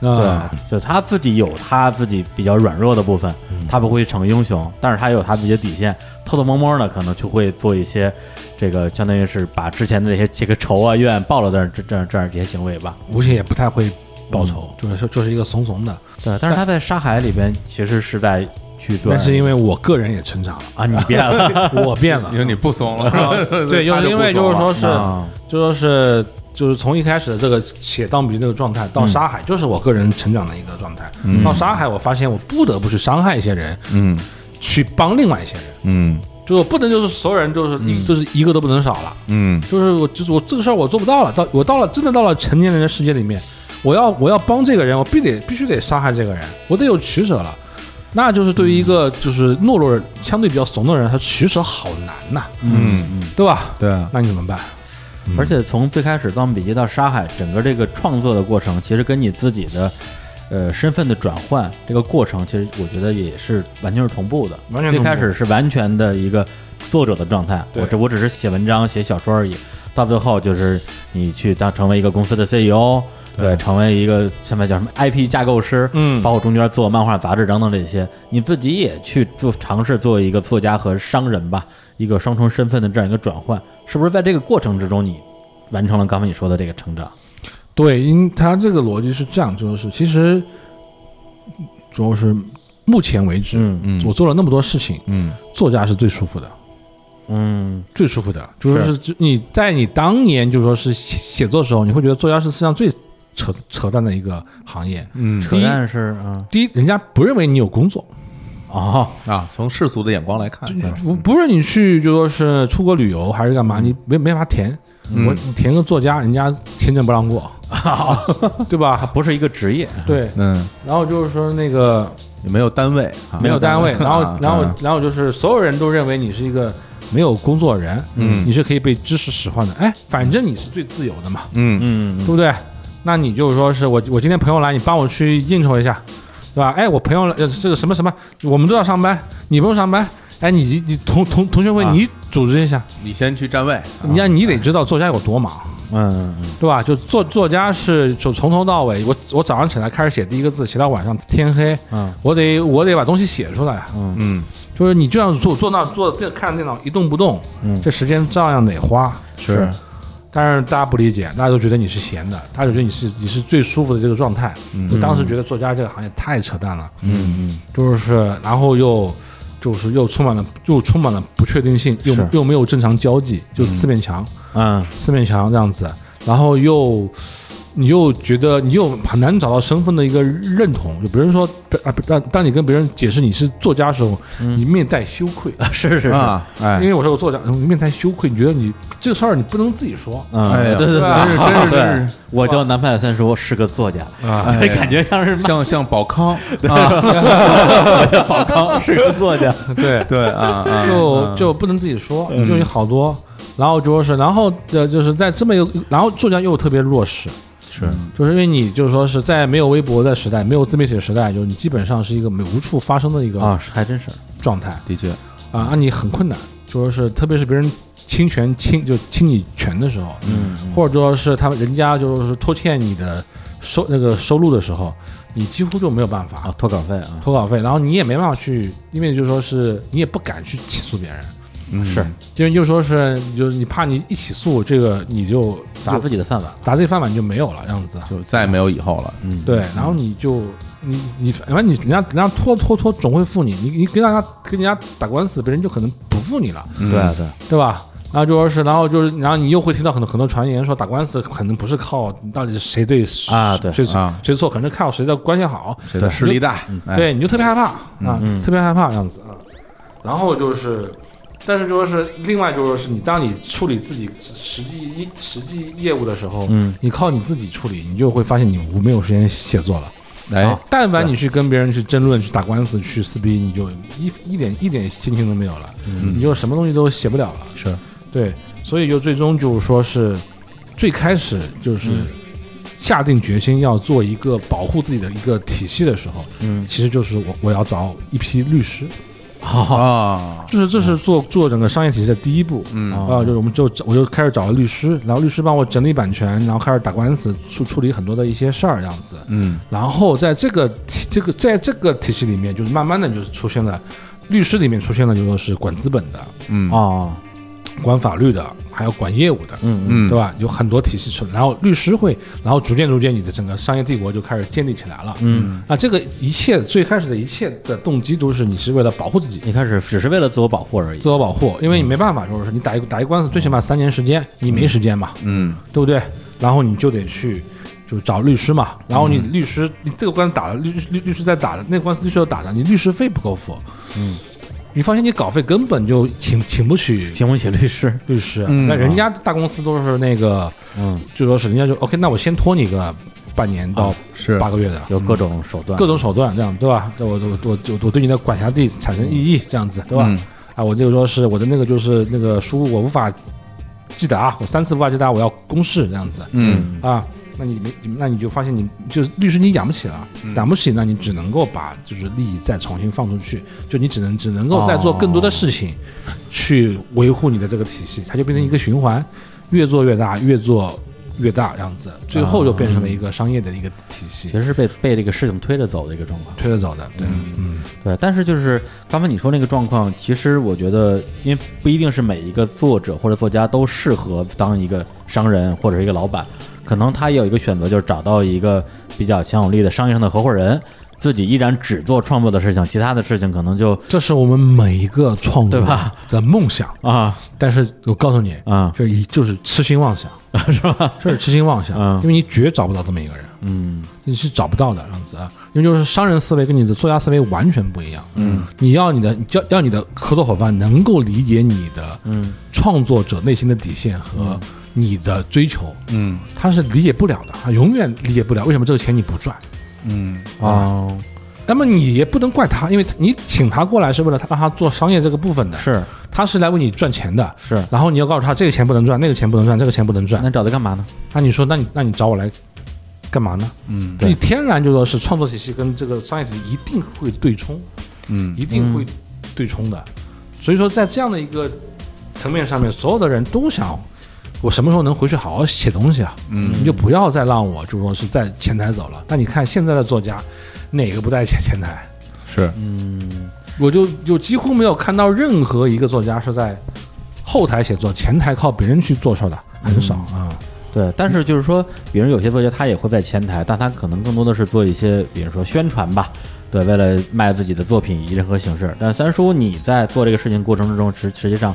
[SPEAKER 3] 啊，
[SPEAKER 1] 对，嗯就他自己有他自己比较软弱的部分，他不会逞英雄，但是他也有他自己的底线，偷偷摸摸的可能就会做一些这个，相当于是把之前的这些这个仇啊怨报了的这这这样这些行为吧。
[SPEAKER 3] 吴邪也不太会报仇，就是说就是一个怂怂的，
[SPEAKER 1] 对，但是他在沙海里边其实是在去做，
[SPEAKER 3] 但是因为我个人也成长了，
[SPEAKER 1] 啊，你变 了，
[SPEAKER 3] 我变了
[SPEAKER 2] 你。说你不怂了，
[SPEAKER 3] 啊 对，
[SPEAKER 2] 他
[SPEAKER 3] 就是因为
[SPEAKER 2] 不怂
[SPEAKER 3] 就
[SPEAKER 2] 了
[SPEAKER 3] 是说是
[SPEAKER 1] 啊，
[SPEAKER 3] 就说是就是从一开始的这个写当笔那个状态
[SPEAKER 2] 嗯
[SPEAKER 3] 到沙海，就是我个人成长的一个状态。到沙海，我发现我不得不去伤害一些人，
[SPEAKER 2] 嗯
[SPEAKER 3] 去帮另外一些人，
[SPEAKER 2] 嗯
[SPEAKER 3] 就是我不能就是所有人就是一、就是一个都不能少了，
[SPEAKER 2] 嗯
[SPEAKER 3] 就是我就是我这个事儿我做不到了，到我到了真的到了成年人的世界里面，我要我要帮这个人，我必得必须得伤害这个人，我得有取舍了。那就是对于一个就是懦弱人相对比较怂的人，他取舍好难呐、
[SPEAKER 2] 嗯，
[SPEAKER 3] 对吧？
[SPEAKER 2] 对啊，
[SPEAKER 3] 那你怎么办？
[SPEAKER 1] 而且从最开始《盗墓笔记》到《沙海》，整个这个创作的过程，其实跟你自己的呃身份的转换这个过程，其实我觉得也是完全是同步的。
[SPEAKER 3] 完全
[SPEAKER 1] 最
[SPEAKER 3] 同步
[SPEAKER 1] 开始是完全的一个作者的状态，
[SPEAKER 3] 对
[SPEAKER 1] 我只我只是写文章、写小说而已。到最后就是你去当成为一个公司的 CEO，对，成为一个现在叫什么 IP 架构师，
[SPEAKER 3] 嗯
[SPEAKER 1] 包括中间做漫画、杂志等等这些，你自己也去做尝试做一个作家和商人吧，一个双重身份的这样一个转换，是不是在这个过程之中你完成了刚才你说的这个成长？
[SPEAKER 3] 对，因他这个逻辑是这样，就是其实主要是目前为止，
[SPEAKER 1] 嗯
[SPEAKER 3] 我做了那么多事情，
[SPEAKER 2] 嗯
[SPEAKER 3] 作家是最舒服的，
[SPEAKER 1] 嗯
[SPEAKER 3] 最舒服的，就说是你在你当年就说是写写作的时候，你会觉得作家是世界上最扯扯淡的一个行业。
[SPEAKER 2] 嗯
[SPEAKER 1] 扯淡是啊
[SPEAKER 3] 第一，人家不认为你有工作，
[SPEAKER 1] 哦
[SPEAKER 2] 啊，从世俗的眼光来看，
[SPEAKER 3] 不不是你去就说是出国旅游还是干嘛，你没没法填。我填个作家，人家签证不让过，对吧？
[SPEAKER 1] 嗯 不是一个职业，
[SPEAKER 3] 对，
[SPEAKER 2] 嗯，
[SPEAKER 3] 然后就是说那个
[SPEAKER 2] 也没有单位啊，
[SPEAKER 3] 没有单位，然后
[SPEAKER 2] 啊
[SPEAKER 3] 然后
[SPEAKER 2] 啊
[SPEAKER 3] 然后就是所有人都认为你是一个没有工作人，嗯，你是可以被知识使唤的，哎，反正你是最自由的嘛，
[SPEAKER 1] 嗯
[SPEAKER 2] 嗯
[SPEAKER 3] 对不对？那你就说是我我今天朋友来，你帮我去应酬一下，对吧？哎，我朋友来呃这个什么什么，我们都要上班，你不用上班，哎，你你同同同学会
[SPEAKER 1] 啊
[SPEAKER 3] 你组织一下，
[SPEAKER 2] 你先去站位，
[SPEAKER 3] 你让你得知道作家有多忙，
[SPEAKER 1] 嗯嗯
[SPEAKER 3] 对吧？就作作家是就从头到尾，我我早上起来开始写第一个字，写到晚上天黑，
[SPEAKER 1] 嗯
[SPEAKER 3] 我得我得把东西写出来啊。
[SPEAKER 2] 嗯
[SPEAKER 3] 就是你这样坐坐那坐这看电脑一动不动，
[SPEAKER 1] 嗯
[SPEAKER 3] 这时间照样得花。是，但是大家不理解，大家都觉得你是闲的，大家觉得你是你是最舒服的这个状态。我当时觉得作家这个行业太扯淡了，
[SPEAKER 1] 嗯
[SPEAKER 3] 就是然后又就是又充满了又充满了不确定性，又
[SPEAKER 1] 是
[SPEAKER 3] 又没有正常交际，就四面墙、
[SPEAKER 1] 嗯
[SPEAKER 3] 四面墙这样子，然后又你又觉得你又很难找到身份的一个认同。就比如说，啊，不当当你跟别人解释你是作家的时候，
[SPEAKER 1] 嗯
[SPEAKER 3] 你面带羞愧，
[SPEAKER 1] 是是是，
[SPEAKER 2] 啊，哎
[SPEAKER 3] 因，为我说我作家，你面带羞愧，你觉得你这个事儿你不能自己说，
[SPEAKER 1] 嗯，
[SPEAKER 2] 哎呀
[SPEAKER 1] 对对对，
[SPEAKER 2] 对吧
[SPEAKER 1] 对
[SPEAKER 2] 真是
[SPEAKER 1] 对哎
[SPEAKER 2] 真是
[SPEAKER 1] 我叫南派三叔，是个作家，
[SPEAKER 3] 啊
[SPEAKER 1] 对，感觉像是骂
[SPEAKER 2] 哎像像宝康，
[SPEAKER 1] 我叫宝康，是个作 家，
[SPEAKER 3] 对，
[SPEAKER 2] 对啊啊，
[SPEAKER 1] 嗯
[SPEAKER 3] 就就不能自己说，就有好多。然后就是，然后呃，就是在这么一个，然后作家又特别弱势，
[SPEAKER 1] 是
[SPEAKER 3] 就是因为你就是说是在没有微博的时代，没有自媒体的时代，就是你基本上是一个没无处发声的一
[SPEAKER 1] 啊，
[SPEAKER 3] 个
[SPEAKER 1] 是还真是，
[SPEAKER 3] 状态
[SPEAKER 2] 的确，
[SPEAKER 3] 啊，那你很困难，就说是特别是别人侵权侵就侵你权的时候，
[SPEAKER 1] 嗯，
[SPEAKER 3] 或者说是他们人家就是拖欠你的收那个收入的时候，你几乎就没有办
[SPEAKER 1] 啊
[SPEAKER 3] 法，
[SPEAKER 1] 脱稿费啊，
[SPEAKER 3] 投稿费，然后你也没办法去，因为就是说是你也不敢去起诉别人。
[SPEAKER 2] 嗯
[SPEAKER 1] 是
[SPEAKER 3] 因为就说是，就是你怕你一起诉这个，你就
[SPEAKER 1] 砸
[SPEAKER 3] 就
[SPEAKER 1] 自己的饭碗，
[SPEAKER 3] 打自己饭碗就没有了，这样子。啊
[SPEAKER 2] 就再也没有以后了。
[SPEAKER 1] 嗯，
[SPEAKER 3] 对，然后你就你你反正你人家人家拖拖拖总会付你，你你跟人家跟人家打官司，别人就可能不付你了，
[SPEAKER 1] 对啊对啊，
[SPEAKER 3] 对吧？然后就说是，然后就是，然后你又会听到很多很多传言说打官司可能不是靠到底是谁对谁
[SPEAKER 1] 啊对
[SPEAKER 3] 谁错
[SPEAKER 2] 啊
[SPEAKER 3] 谁错，可能是靠谁的关系好，
[SPEAKER 2] 谁的势力大？哎，
[SPEAKER 3] 对，你就特别害怕
[SPEAKER 1] 嗯
[SPEAKER 3] 啊，特别害怕这样子啊。然后就是，但是就是另外就是，你当你处理自己实际实际业务的时候，
[SPEAKER 1] 嗯，
[SPEAKER 3] 你靠你自己处理，你就会发现你无没有时间写作了。
[SPEAKER 2] 哎
[SPEAKER 1] 哦
[SPEAKER 3] 啊，但凡你去跟别人去争论、去打官司、去撕逼，你就一一点一点心情都没有了，你就什么东西都写不了了。
[SPEAKER 1] 嗯是
[SPEAKER 3] 对，所以就最终就是说是最开始就是
[SPEAKER 1] 嗯
[SPEAKER 3] 下定决心要做一个保护自己的一个体系的时候，
[SPEAKER 1] 嗯，
[SPEAKER 3] 其实就是我我要找一批律师，
[SPEAKER 1] 好，
[SPEAKER 2] 啊，
[SPEAKER 3] 就是这
[SPEAKER 1] 嗯
[SPEAKER 3] 是做做整个商业体系的第一步。
[SPEAKER 2] 嗯
[SPEAKER 1] 哦
[SPEAKER 3] 啊，就是我们就我就开始找了律师，然后律师帮我整理版权，然后开始打官司，处处理很多的一些事儿，这样子。
[SPEAKER 2] 嗯
[SPEAKER 3] 然后在这个体这个在这个体系里面，就是慢慢的就是出现了，律师里面出现了就说是管资本的、
[SPEAKER 2] 嗯
[SPEAKER 1] 啊，
[SPEAKER 3] 管法律的，还有管业务的，
[SPEAKER 1] 嗯嗯
[SPEAKER 2] 嗯，
[SPEAKER 3] 对吧？有很多体系存，然后律师会，然后逐渐逐渐你的整个商业帝国就开始建立起来了。
[SPEAKER 1] 嗯，
[SPEAKER 3] 啊，这个一切最开始的一切的动机都是你是为了保护自己。
[SPEAKER 1] 一开始只是为了自我保护而已
[SPEAKER 3] 自，我保护，因为你没办法，就是你打一打一官司，最起码三年时间，你没时间嘛，
[SPEAKER 2] 嗯
[SPEAKER 3] 对不对？然后你就得去就找律师嘛，
[SPEAKER 2] 嗯
[SPEAKER 3] 然后你律师，你这个官司打了，律律律师在打了，那个官司律师又打了，你律师费不够付，
[SPEAKER 1] 嗯，
[SPEAKER 3] 你发现你稿费根本就请请不起
[SPEAKER 1] 请不起律师，
[SPEAKER 3] 律师，啊
[SPEAKER 2] 嗯
[SPEAKER 3] 那人家大公司都是那个
[SPEAKER 1] 嗯，
[SPEAKER 3] 就说是人家就 OK，那我先拖你个半年到
[SPEAKER 2] 啊是
[SPEAKER 3] 八个月的，
[SPEAKER 1] 有各种手段，
[SPEAKER 3] 各种手段这样对吧？我我我我我对你的管辖地产生异议这样子对吧？
[SPEAKER 2] 嗯
[SPEAKER 3] 啊，我这个说是我的那个就是那个书我无法记答，我三次无法记答，啊我要公示这样子
[SPEAKER 2] 嗯
[SPEAKER 3] 啊。那你没，那你就发现你就是律师，你养不起了，
[SPEAKER 2] 嗯
[SPEAKER 3] 养不起，那你只能够把就是利益再重新放出去，就你只能只能够再做更多的事情，
[SPEAKER 2] 哦
[SPEAKER 3] 去维护你的这个体系，它就变成一个循环，越做越大，越做越大这样子，最后就变成了一个商业的一个体
[SPEAKER 1] 其，
[SPEAKER 3] 系
[SPEAKER 1] 实是被被这个事情推着走的一个状况。
[SPEAKER 3] 推着走的，对，嗯，
[SPEAKER 1] 对，但是就是刚才你说那个状况，其实我觉得，因为不一定是每一个作者或者作家都适合当一个商人或者是一个老板，可能他也有一个选择，就是找到一个比较强有力的商业上的合伙人，自己依然只做创作的事情，其他的事情可能就
[SPEAKER 3] 这是我们每一个创作
[SPEAKER 1] 对吧
[SPEAKER 3] 的梦想，
[SPEAKER 1] 啊
[SPEAKER 3] 但是我告诉你，
[SPEAKER 1] 啊
[SPEAKER 3] 这一就是痴心妄想，
[SPEAKER 1] 是吧？
[SPEAKER 3] 这是痴心妄想，
[SPEAKER 1] 嗯
[SPEAKER 3] 因为你绝找不到这么一个人，
[SPEAKER 1] 嗯
[SPEAKER 3] 你是找不到的这样子啊，因为就是商人思维跟你的作家思维完全不一样，嗯，你要你的要要你的合作伙伴能够理解你的
[SPEAKER 1] 嗯
[SPEAKER 3] 创作者内心的底线和你的追求，
[SPEAKER 2] 嗯
[SPEAKER 3] 他是理解不了的，他永远理解不了为什么这个钱你不赚。
[SPEAKER 2] 嗯
[SPEAKER 1] 哦
[SPEAKER 3] 那么你也不能怪他，因为你请他过来是为了他让他做商业这个部分的，
[SPEAKER 1] 是
[SPEAKER 3] 他是来为你赚钱的。
[SPEAKER 1] 是，
[SPEAKER 3] 然后你要告诉他这个钱不能赚，那个钱不能赚，这个钱不能赚。
[SPEAKER 1] 那找他干嘛呢？
[SPEAKER 3] 那你说，那你那你找我来干嘛呢？
[SPEAKER 2] 嗯
[SPEAKER 1] 对
[SPEAKER 3] 你天然就说是创作体系跟这个商业体系一定会对冲，
[SPEAKER 2] 嗯
[SPEAKER 3] 一定会对冲的。所以说，在这样的一个层面上面，所有的人都想，我什么时候能回去好好写东西啊？
[SPEAKER 2] 嗯
[SPEAKER 3] 你就不要再让我就说是在前台走了。那你看现在的作家，哪个不在前前台？
[SPEAKER 2] 是
[SPEAKER 3] 我就就几乎没有看到任何一个作家是在后台写作，前台靠别人去做事儿的，很少
[SPEAKER 2] 嗯
[SPEAKER 3] 啊。
[SPEAKER 1] 对，但是就是说，比如有些作家他也会在前台，但他可能更多的是做一些，比如说宣传吧，对，为了卖自己的作品以任何形式。但三叔你在做这个事情过程之中，实实际上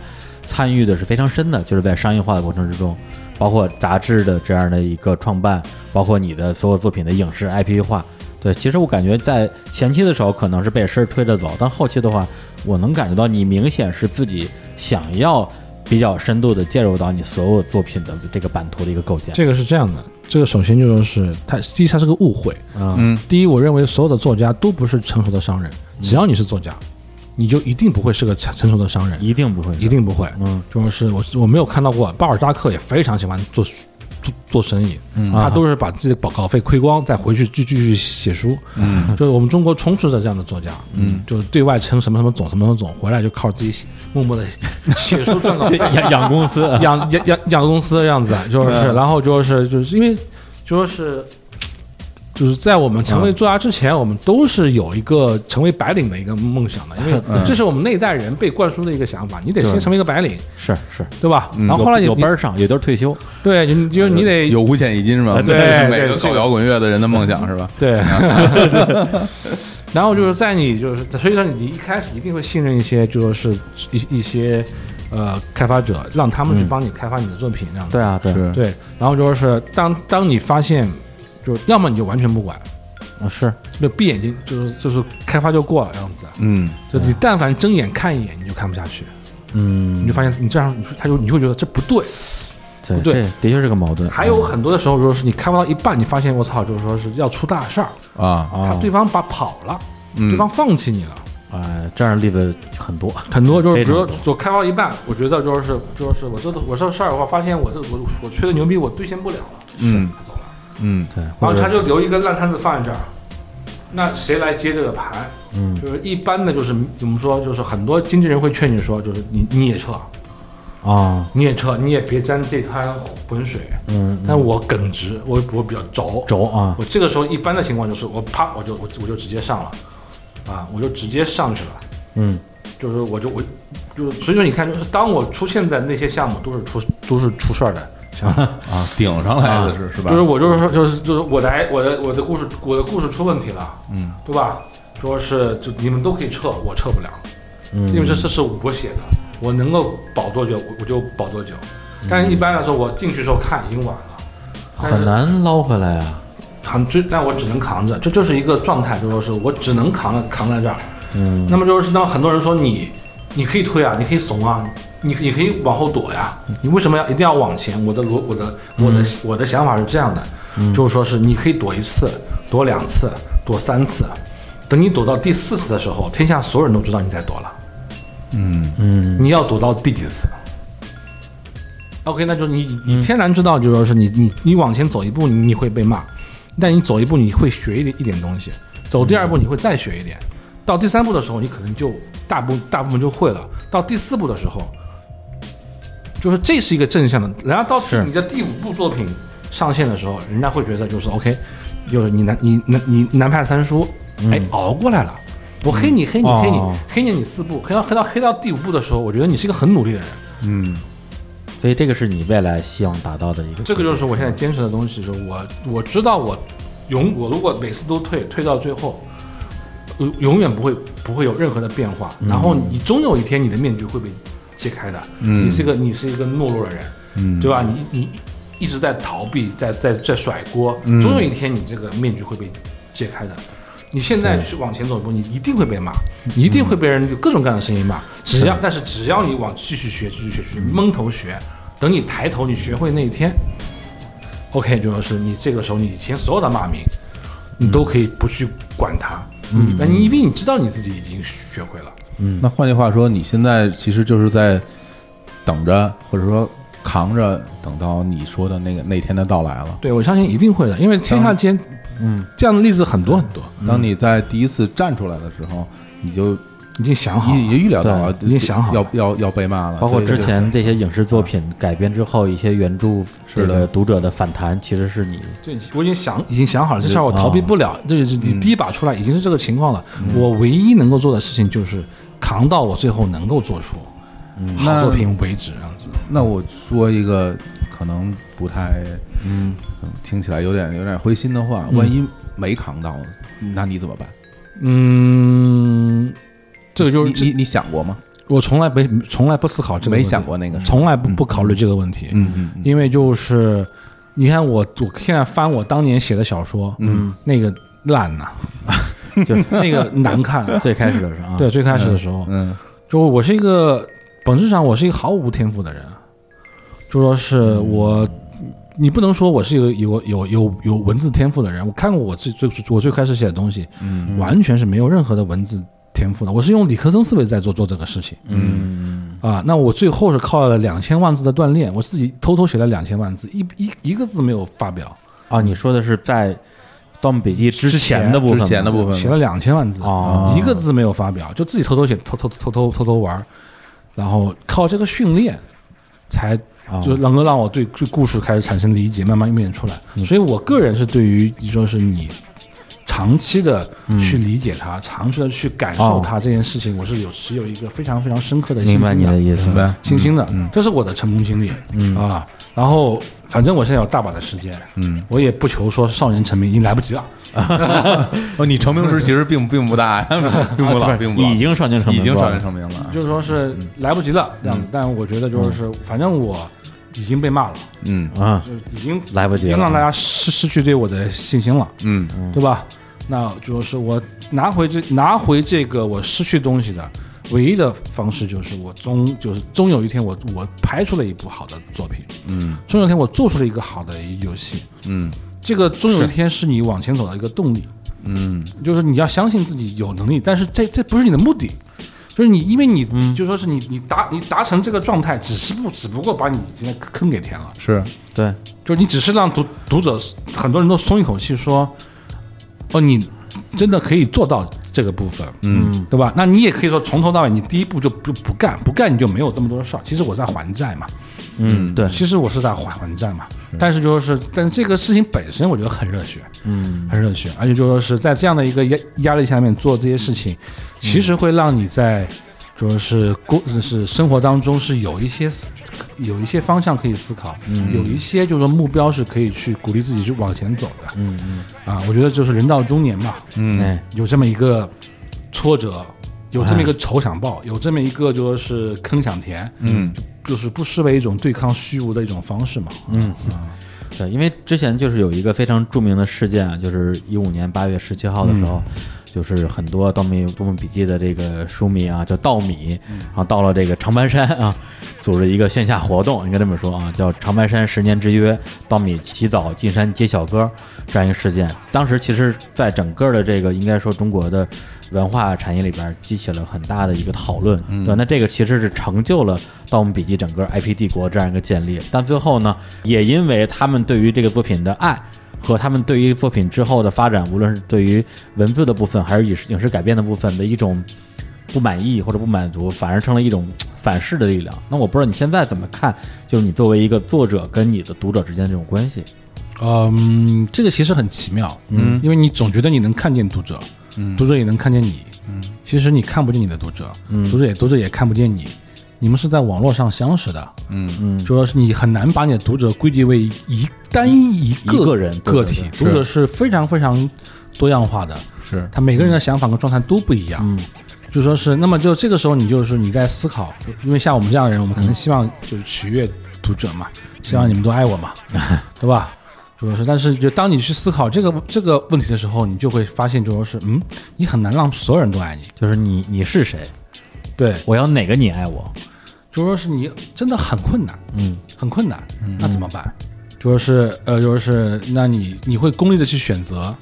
[SPEAKER 1] 参与的是非常深的，就是在商业化的过程之中，包括杂志的这样的一个创办，包括你的所有作品的影视 IP 化。对，其实我感觉在前期的时候可能是被事儿推着走，但后期的话，我能感觉到你明显是自己想要比较深度的介入到你所有作品的这个版图的一个构建。
[SPEAKER 3] 这个是这样的，这个首先就是它，第一它是个误会。
[SPEAKER 1] 嗯
[SPEAKER 2] 嗯
[SPEAKER 3] 第一，我认为所有的作家都不是成熟的商人，只要你是作家，你就一定不会是个成成熟的商人，
[SPEAKER 1] 一定不会，
[SPEAKER 3] 一，定不会。
[SPEAKER 1] 嗯
[SPEAKER 3] 就是我我没有看到过，巴尔扎克也非常喜欢做做做生意，
[SPEAKER 1] 嗯
[SPEAKER 3] 他都是把自己的稿稿费亏光，再回去继继续写书。嗯，就是我们中国充斥着这样的作家，嗯，就是对外称什么什么总什么什么总，回来就靠自己写默默的写 书赚稿费，
[SPEAKER 1] 养养公 司，啊
[SPEAKER 3] 养养养养公司的样子，啊就是，然后就是就是因为就说是。就是在我们
[SPEAKER 1] 嗯
[SPEAKER 3] 成为作家之前，我们都是有一个成为白领的一个梦想的，因为
[SPEAKER 1] 嗯
[SPEAKER 3] 这是我们那一代人被灌输的一个想法。你得先成为一个白领，
[SPEAKER 1] 是是。
[SPEAKER 3] 对吧？然后后来
[SPEAKER 1] 嗯有
[SPEAKER 3] 你
[SPEAKER 1] 有
[SPEAKER 3] 你
[SPEAKER 1] 班儿上，也都是退休，
[SPEAKER 3] 对，你就是你得
[SPEAKER 2] 有五险一金是吧？
[SPEAKER 3] 对
[SPEAKER 2] 哎这是每
[SPEAKER 3] 对
[SPEAKER 2] 个
[SPEAKER 3] 这
[SPEAKER 2] 搞
[SPEAKER 3] 个
[SPEAKER 2] 摇滚乐的人的梦想是吧？
[SPEAKER 3] 对。 然后就是在你就是，所以说你一开始一定会信任一些，就说是一一些呃开发者，让他们去帮你开发你的作品，这样
[SPEAKER 1] 嗯
[SPEAKER 3] 子。
[SPEAKER 1] 对啊，对，
[SPEAKER 2] 是，
[SPEAKER 3] 对，然后就说是当当你发现，就要么你就完全不管，
[SPEAKER 1] 啊是，
[SPEAKER 3] 就闭眼睛，就是就是开发就过了这样子。
[SPEAKER 2] 嗯，
[SPEAKER 3] 就你但凡睁眼看一眼，你就看不下去，你
[SPEAKER 1] 嗯
[SPEAKER 3] 就，发现你这样，你说他就你会觉得这不对。
[SPEAKER 1] 对，
[SPEAKER 3] 对
[SPEAKER 1] 这的确是个矛盾。
[SPEAKER 3] 还有很多的时候，如果是你开发到一半，你发现我操，就是说是要出大事儿，
[SPEAKER 2] 啊，
[SPEAKER 1] 啊
[SPEAKER 3] 他，对方把跑了，
[SPEAKER 2] 嗯
[SPEAKER 3] 对方放弃你了。
[SPEAKER 1] 啊，这样的例子很多，
[SPEAKER 3] 很多就是，
[SPEAKER 1] 非
[SPEAKER 3] 比如
[SPEAKER 1] 常
[SPEAKER 3] 说
[SPEAKER 1] 多
[SPEAKER 3] 我开发到一半，我觉得就是就是我这我这事儿，我发现我这我我吹的牛逼，我兑现不了了，
[SPEAKER 2] 嗯
[SPEAKER 3] 他走了，
[SPEAKER 2] 嗯，
[SPEAKER 1] 对，
[SPEAKER 3] 然
[SPEAKER 1] 或
[SPEAKER 3] 后
[SPEAKER 1] 者
[SPEAKER 3] 啊他就留一个烂摊子放在这儿，那谁来接这个盘？
[SPEAKER 1] 嗯，
[SPEAKER 3] 就是一般的，就是怎么说，就是很多经纪人会劝你说，就是你你也撤，
[SPEAKER 1] 啊，
[SPEAKER 3] 你也撤，你也别沾这滩浑水。
[SPEAKER 1] 嗯，
[SPEAKER 3] 但我耿直，我我比较轴，
[SPEAKER 1] 轴啊，
[SPEAKER 3] 我这个时候一般的情况就是我啪我就我我就直接上了，啊，我就直接上去了。
[SPEAKER 1] 嗯，
[SPEAKER 3] 就是我就我就是所以说你看，就是当我出现在那些项目都是出都是出事儿的项目，
[SPEAKER 2] 啊，顶上来的啊是是吧？
[SPEAKER 3] 就是我就是说就是就是我的哎我的我的故事我的故事出问题了，嗯，对吧？说是就你们都可以撤，我撤不了，
[SPEAKER 2] 嗯
[SPEAKER 3] 因为这这是我写的，我能够保多久我我就保多久，但
[SPEAKER 2] 嗯
[SPEAKER 3] 是一般来说我进去的时候看已经晚了，但
[SPEAKER 1] 很
[SPEAKER 3] 是
[SPEAKER 1] 难捞回来啊。
[SPEAKER 3] 扛，这但我只能扛着，这就是一个状态，就说是我只能扛了扛在这儿。嗯，那么就是当很多人说你，你可以退啊，你可以怂啊，你你可以往后躲呀，你为什么要一定要往前？我的逻我的我的、我的想法是这样的，就是说是你可以躲一次，躲两次，躲三次，等你躲到第四次的时候，天下所有人都知道你在躲了。
[SPEAKER 1] 嗯，
[SPEAKER 3] 你要躲到第几次？OK，那就你你天然知道，就说是你你你往前走一步，你会被骂，但你走一步你会学一点一点东西，走第二步你会再学一点，到第三步的时候你可能就大部大部分就会了，到第四步的时候，就是这是一个正向的，然后到
[SPEAKER 1] 是
[SPEAKER 3] 你的第五部作品上线的时候，人家会觉得就是 OK，就是你南你南你南派三叔，哎、熬过来了。我黑你黑你黑你、
[SPEAKER 1] 哦
[SPEAKER 3] 黑你你四步，黑到黑到黑到第五步的时候，我觉得你是一个很努力的人。
[SPEAKER 2] 嗯
[SPEAKER 1] 所以这个是你未来希望达到的一个，
[SPEAKER 3] 这个就是我现在坚持的东西，就是我我知道我永我如果每次都退退到最后，呃永远不会不会有任何的变化。然后你终有一天你的面具会被揭开的。
[SPEAKER 2] 嗯
[SPEAKER 3] 你是一个你是一个懦弱的人，
[SPEAKER 2] 嗯
[SPEAKER 3] 对吧？你你一直在逃避，在在在甩锅，
[SPEAKER 2] 嗯
[SPEAKER 3] 总有一天你这个面具会被揭开的。你现在去往前走一步，你一定会被骂，你一定会被人有各种各样的声音骂。只要嗯但是只要你往继续学，继续学，去蒙头学，等你抬头，你学会那一天，OK，就说是你这个时候你以前所有的骂名，你都可以不去管它。嗯，那你因为你知道你自己已经学会了。
[SPEAKER 2] 那换句话说，你现在其实就是在等着，或者说扛着，等到你说的那个那天的到来了。
[SPEAKER 3] 对，我相信一定会的，因为天下间，嗯，这样的例子很多很多，
[SPEAKER 2] 当你在第一次站出来的时候，你就
[SPEAKER 3] 已经想好了
[SPEAKER 2] 你也预料到了，
[SPEAKER 3] 对已经想好了
[SPEAKER 2] 要要要被骂了，
[SPEAKER 1] 包括
[SPEAKER 2] 所以
[SPEAKER 1] 之
[SPEAKER 2] 这个
[SPEAKER 1] 前这些影视作品改编之后，一些原著这
[SPEAKER 2] 是的
[SPEAKER 1] 个读者的反弹，其实是你
[SPEAKER 3] 对，我已经想嗯已经想好了，这事儿我逃避不了。这是你第一把出来已经是这个情况了，我唯一能够做的事情就是扛到我最后能够做出好
[SPEAKER 2] 那
[SPEAKER 3] 作品为止，这样子。
[SPEAKER 2] 那我说一个可能不太，嗯，听起来有点有点灰心的话，万一没扛到呢，那你怎么办？
[SPEAKER 3] 嗯，这个就是
[SPEAKER 2] 你你你想过吗？
[SPEAKER 3] 我从来没从来不思考这
[SPEAKER 2] 嗯
[SPEAKER 3] 个，嗯
[SPEAKER 2] 没想，过那个事儿，
[SPEAKER 3] 从来不不考虑这个问题，
[SPEAKER 2] 嗯嗯嗯
[SPEAKER 3] 因为就是你看我，我现在翻我当年写的小说，嗯，那个烂呐、
[SPEAKER 1] 就是。
[SPEAKER 3] 那个难看、啊
[SPEAKER 1] 最开始的时候啊，
[SPEAKER 3] 对，，最开始的时候，
[SPEAKER 2] 嗯
[SPEAKER 3] 就我是一个本质上我是一个毫无天赋的人，啊就说是我，你不能说我是一个有有有有文字天赋的人。我看过我最最我最开始写的东西，
[SPEAKER 2] 嗯
[SPEAKER 3] 完全是没有任何的文字天赋的。我是用理科生思维在做做这个事情
[SPEAKER 1] 嗯，
[SPEAKER 3] 啊。那我最后是靠了两千万字的锻炼，我自己偷偷写了两千万字，一一一个字没有发表，
[SPEAKER 1] 啊，你说的是在《盗墓笔记》之前的部分吗，
[SPEAKER 2] 之前的部分
[SPEAKER 3] 写了两千万字，
[SPEAKER 1] 哦
[SPEAKER 3] 一个字没有发表，就自己偷偷写，偷偷偷偷偷偷玩儿，然后靠这个训练，才
[SPEAKER 1] 啊
[SPEAKER 3] 就能够让我对这故事开始产生理解，慢慢演变出来。
[SPEAKER 1] 嗯
[SPEAKER 3] 所以我个人是对于你说是你长期的
[SPEAKER 1] 嗯
[SPEAKER 3] 去理解它，长期的去感受它这件事情，我是有持有一个非常非常深刻的信
[SPEAKER 1] 哦明
[SPEAKER 3] 心
[SPEAKER 1] 白你的意思，嗯
[SPEAKER 2] 明白，
[SPEAKER 3] 信心的，这是我的成功经历，嗯啊，然后反正我现在有大把的时间，
[SPEAKER 2] 嗯，
[SPEAKER 3] 我也不求说少年成名，已经来不及了，
[SPEAKER 2] 哦，你成名时其实并并不 大呀，并不老，并不老，
[SPEAKER 1] 已经上京城，
[SPEAKER 2] 啊已经少年成名了啊，
[SPEAKER 3] 就是说是来不及了这样子。但我觉得就是，反正我已经被骂了，
[SPEAKER 2] 嗯
[SPEAKER 1] 啊，
[SPEAKER 3] 就是已经
[SPEAKER 1] 来不
[SPEAKER 3] 已
[SPEAKER 1] 及
[SPEAKER 3] 经让大
[SPEAKER 1] 了，
[SPEAKER 3] 家失失去对我的信心了，
[SPEAKER 2] 嗯
[SPEAKER 3] 对吧？那就是我拿回这拿回这个我失去东西的唯一的方式，就是我终就是终有一天我我拍出了一部好的作品，
[SPEAKER 2] 嗯
[SPEAKER 3] 终有一天我做出了一个好的游戏。
[SPEAKER 2] 嗯
[SPEAKER 3] 这个终有一天是你往前走的一个动力，
[SPEAKER 2] 嗯
[SPEAKER 3] 就是你要相信自己有能力，但是这这不是你的目的，就是你因为你、就说是你你达你达成这个状态，只是不只不过把你今天坑给填了，
[SPEAKER 2] 是
[SPEAKER 1] 对，
[SPEAKER 3] 就是你只是让读读者很多人都松一口气说，哦，你真的可以做到这个部分，
[SPEAKER 1] 嗯，
[SPEAKER 3] 对吧？那你也可以说从头到尾，你第一步就不不干，不干你就没有这么多的事儿。其实我在还债嘛，
[SPEAKER 1] 嗯，对，
[SPEAKER 3] 其实我是在还还债嘛，但是就是，但是这个事情本身我觉得很热血，
[SPEAKER 1] 嗯，
[SPEAKER 3] 很热血，而且就说是在这样的一个压压力下面做这些事情，其实会让你在就是工是生活当中是有一些思有一些方向可以思考，有一些就是说目标是可以去鼓励自己去往前走的，嗯嗯，啊，我觉得就是人到中年嘛，
[SPEAKER 2] 嗯
[SPEAKER 1] 哎，
[SPEAKER 3] 有这么一个挫折，有这么一个仇想报，有这么一个就说是坑想填，
[SPEAKER 2] 嗯
[SPEAKER 3] 就是不失为一种对抗虚无的一种方式嘛。嗯，
[SPEAKER 1] 对，因为之前就是有一个非常著名的事件啊，就是一五年八月十七号的时候，就是很多《盗墓盗墓笔记》的这个书迷啊，叫盗米，然后到了这个长白山啊，组织一个线下活动，应该这么说啊，叫“长白山十年之约”，盗米起早进山接小哥这样一个事件。当时其实，在整个的这个应该说中国的文化产业里边，激起了很大的一个讨论，对吧？那这个其实是成就了《盗墓笔记》整个 IP 帝国这样一个建立，但最后呢，也因为他们对于这个作品的爱。和他们对于作品之后的发展，无论是对于文字的部分，还是影视影视改编的部分的一种不满意或者不满足，反而成了一种反噬的力量。那我不知道你现在怎么看，就是你作为一个作者跟你的读者之间的这种关系。
[SPEAKER 3] 嗯，这个其实很奇妙，嗯，因为你总觉得你能看见读者，
[SPEAKER 2] 嗯
[SPEAKER 3] 读者也能看见你，嗯，其实你看不见你的读者，嗯，读者也读者也看不见你，你们是在网络上相识的，
[SPEAKER 2] 嗯
[SPEAKER 1] 嗯，
[SPEAKER 3] 主要是你很难把你的读者归结为一单一一
[SPEAKER 1] 一个人
[SPEAKER 3] 个体，
[SPEAKER 1] 对
[SPEAKER 3] 读者是非常非常多样化的，
[SPEAKER 2] 是
[SPEAKER 3] 他每个人的想法跟状态都不一样，
[SPEAKER 1] 嗯，
[SPEAKER 3] 就说是，那么就这个时候你就是你在思考，因为像我们这样的人，我们可能希望就是取悦读者嘛，希望你们都爱我嘛， 对吧？主要是，但是就当你去思考这个这个问题的时候，你就会发现，就说是，嗯，你很难让所有人都爱你，
[SPEAKER 1] 就是你你是谁？
[SPEAKER 3] 对，
[SPEAKER 1] 我要哪个你爱我？
[SPEAKER 3] 就说是你真的很困难，
[SPEAKER 1] 嗯，
[SPEAKER 3] 很困难，那怎么办？就说是，呃，就说是，那你你会功利的去选择，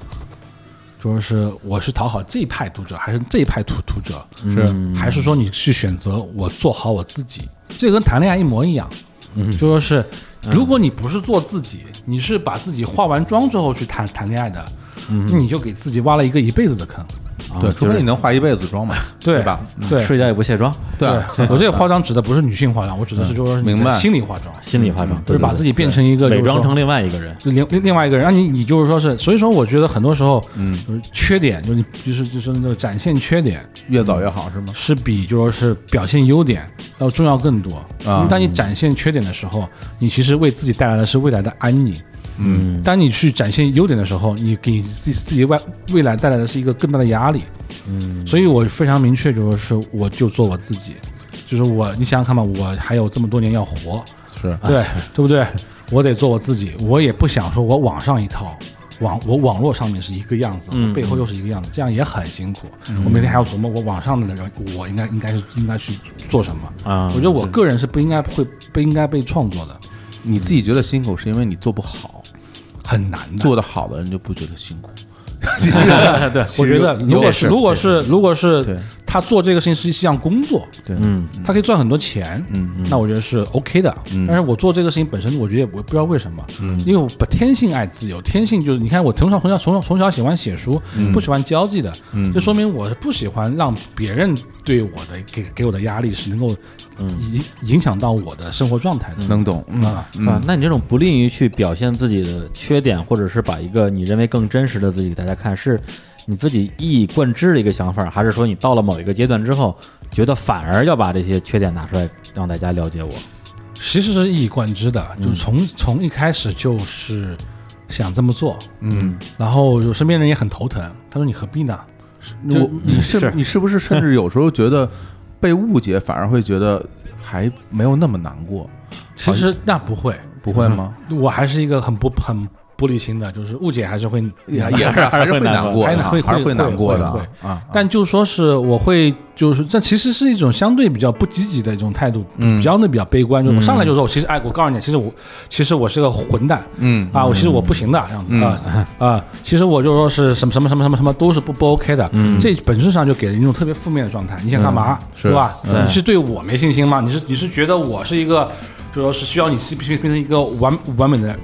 [SPEAKER 3] 就说是我是讨好这一派读者，还是这一派读读者？
[SPEAKER 2] 是
[SPEAKER 3] 还是说你去选择我做好我自己？这跟谈恋爱一模一样，
[SPEAKER 2] 嗯
[SPEAKER 3] 就说是如果你不是做自己，你是把自己化完妆之后去谈谈恋爱的，
[SPEAKER 2] 嗯
[SPEAKER 3] 你就给自己挖了一个一辈子的坑。
[SPEAKER 2] 对，除非你能化一辈子 妆嘛，
[SPEAKER 3] 对
[SPEAKER 2] 吧？嗯
[SPEAKER 3] 对
[SPEAKER 1] 睡觉也不卸妆，
[SPEAKER 2] 对啊，嗯
[SPEAKER 3] 我这个化妆指的不是女性化妆，我指的是就说是你
[SPEAKER 2] 明白
[SPEAKER 3] 在心理化妆，
[SPEAKER 1] 心理化妆，
[SPEAKER 3] 嗯就是把自己变成一个
[SPEAKER 1] 伪装成
[SPEAKER 3] 就
[SPEAKER 1] 另外一个人。
[SPEAKER 3] 是说就另另另外一个人，让你你就是说是，所以说我觉得很多时候，嗯，缺点就是你就是就是那个展现缺点，
[SPEAKER 2] 越早越好是吗？
[SPEAKER 3] 是比就说是表现优点要重要更多。
[SPEAKER 2] 啊
[SPEAKER 3] 因为当你展现缺点的时候，你其实为自己带来的是未来的安宁。
[SPEAKER 1] 嗯，
[SPEAKER 3] 当你去展现优点的时候，你给自己自己外未来带来的是一个更大的压力。嗯，所以我非常明确，就是我就做我自己，就是我，你想想看吧，我还有这么多年要活，
[SPEAKER 2] 是
[SPEAKER 3] 对对不对？我得做我自己，我也不想说我网上一套。网我网络上面是一个样子，
[SPEAKER 1] 嗯
[SPEAKER 3] 我背后又是一个样子，这样也很辛苦。
[SPEAKER 2] 嗯
[SPEAKER 3] 我每天还要琢磨我网上的人，我应该应该是应该去做什么。
[SPEAKER 1] 啊
[SPEAKER 3] 我觉得我个人是不应该会不应该被创作的，
[SPEAKER 2] 你自己觉得辛苦，是因为你做不好，
[SPEAKER 3] 很难的。
[SPEAKER 2] 做得好的人就不觉得辛苦。
[SPEAKER 1] 对，
[SPEAKER 3] 我觉得如果
[SPEAKER 2] 是
[SPEAKER 3] 如果是如果是
[SPEAKER 2] 对
[SPEAKER 3] 他做这个事情是一项工作，
[SPEAKER 2] 对，
[SPEAKER 1] 嗯，
[SPEAKER 3] 他可以赚很多钱，
[SPEAKER 2] 嗯
[SPEAKER 3] 那我觉得是 OK 的。但是我做这个事情本身，我觉得也我不知道为什么，
[SPEAKER 2] 嗯
[SPEAKER 3] 因为我本天性爱自由，天性就是你看我从小从小从小从小喜欢写书，
[SPEAKER 2] 嗯
[SPEAKER 3] 不喜欢交际的，就说明我是不喜欢让别人对我的给给我的压力是能够影影响到我的生活状态的。
[SPEAKER 2] 嗯能懂。嗯
[SPEAKER 3] 啊，
[SPEAKER 1] 啊，那你这种不利于去表现自己的缺点，或者是把一个你认为更真实的自己给大家看，是你自己一以贯之的一个想法，还是说你到了某一个阶段之后，觉得反而要把这些缺点拿出来让大家了解我？
[SPEAKER 3] 其实是一以贯之的，
[SPEAKER 2] 嗯
[SPEAKER 3] 就从从一开始就是想这么做，
[SPEAKER 2] 嗯，
[SPEAKER 3] 然后就身边人也很头疼，他说你何必呢？就
[SPEAKER 2] 我你是
[SPEAKER 1] 是
[SPEAKER 2] 你是不是甚至有时候觉得被误解，反而会觉得还没有那么难过？
[SPEAKER 3] 其实那不会，
[SPEAKER 2] 不会 吗？
[SPEAKER 3] 我还是一个很不很玻璃心的，就是误解还是会，
[SPEAKER 2] 也 也是还是会难过的，啊
[SPEAKER 3] 还会
[SPEAKER 2] 还是
[SPEAKER 3] 会
[SPEAKER 2] 难过的
[SPEAKER 3] 会会
[SPEAKER 2] 啊。
[SPEAKER 3] 但就说是我会就是这其实是一种相对比较不积极的一种态度，
[SPEAKER 2] 嗯
[SPEAKER 3] 比较那比较悲观，就是我上来就说我其实哎，我告诉你，其实我其实我是个混蛋。
[SPEAKER 2] 嗯
[SPEAKER 3] 啊，我其实我不行的，这样子啊啊，其实我就说是什么什么什么什么什么都是不不 OK 的，这本质上就给人一种特别负面的状态。你想干嘛，
[SPEAKER 2] 嗯是嗯
[SPEAKER 3] 对吧？
[SPEAKER 1] 对
[SPEAKER 3] 你是对我没信心吗？你是你是觉得我是一个，就说是需要你是变变成一个完完美的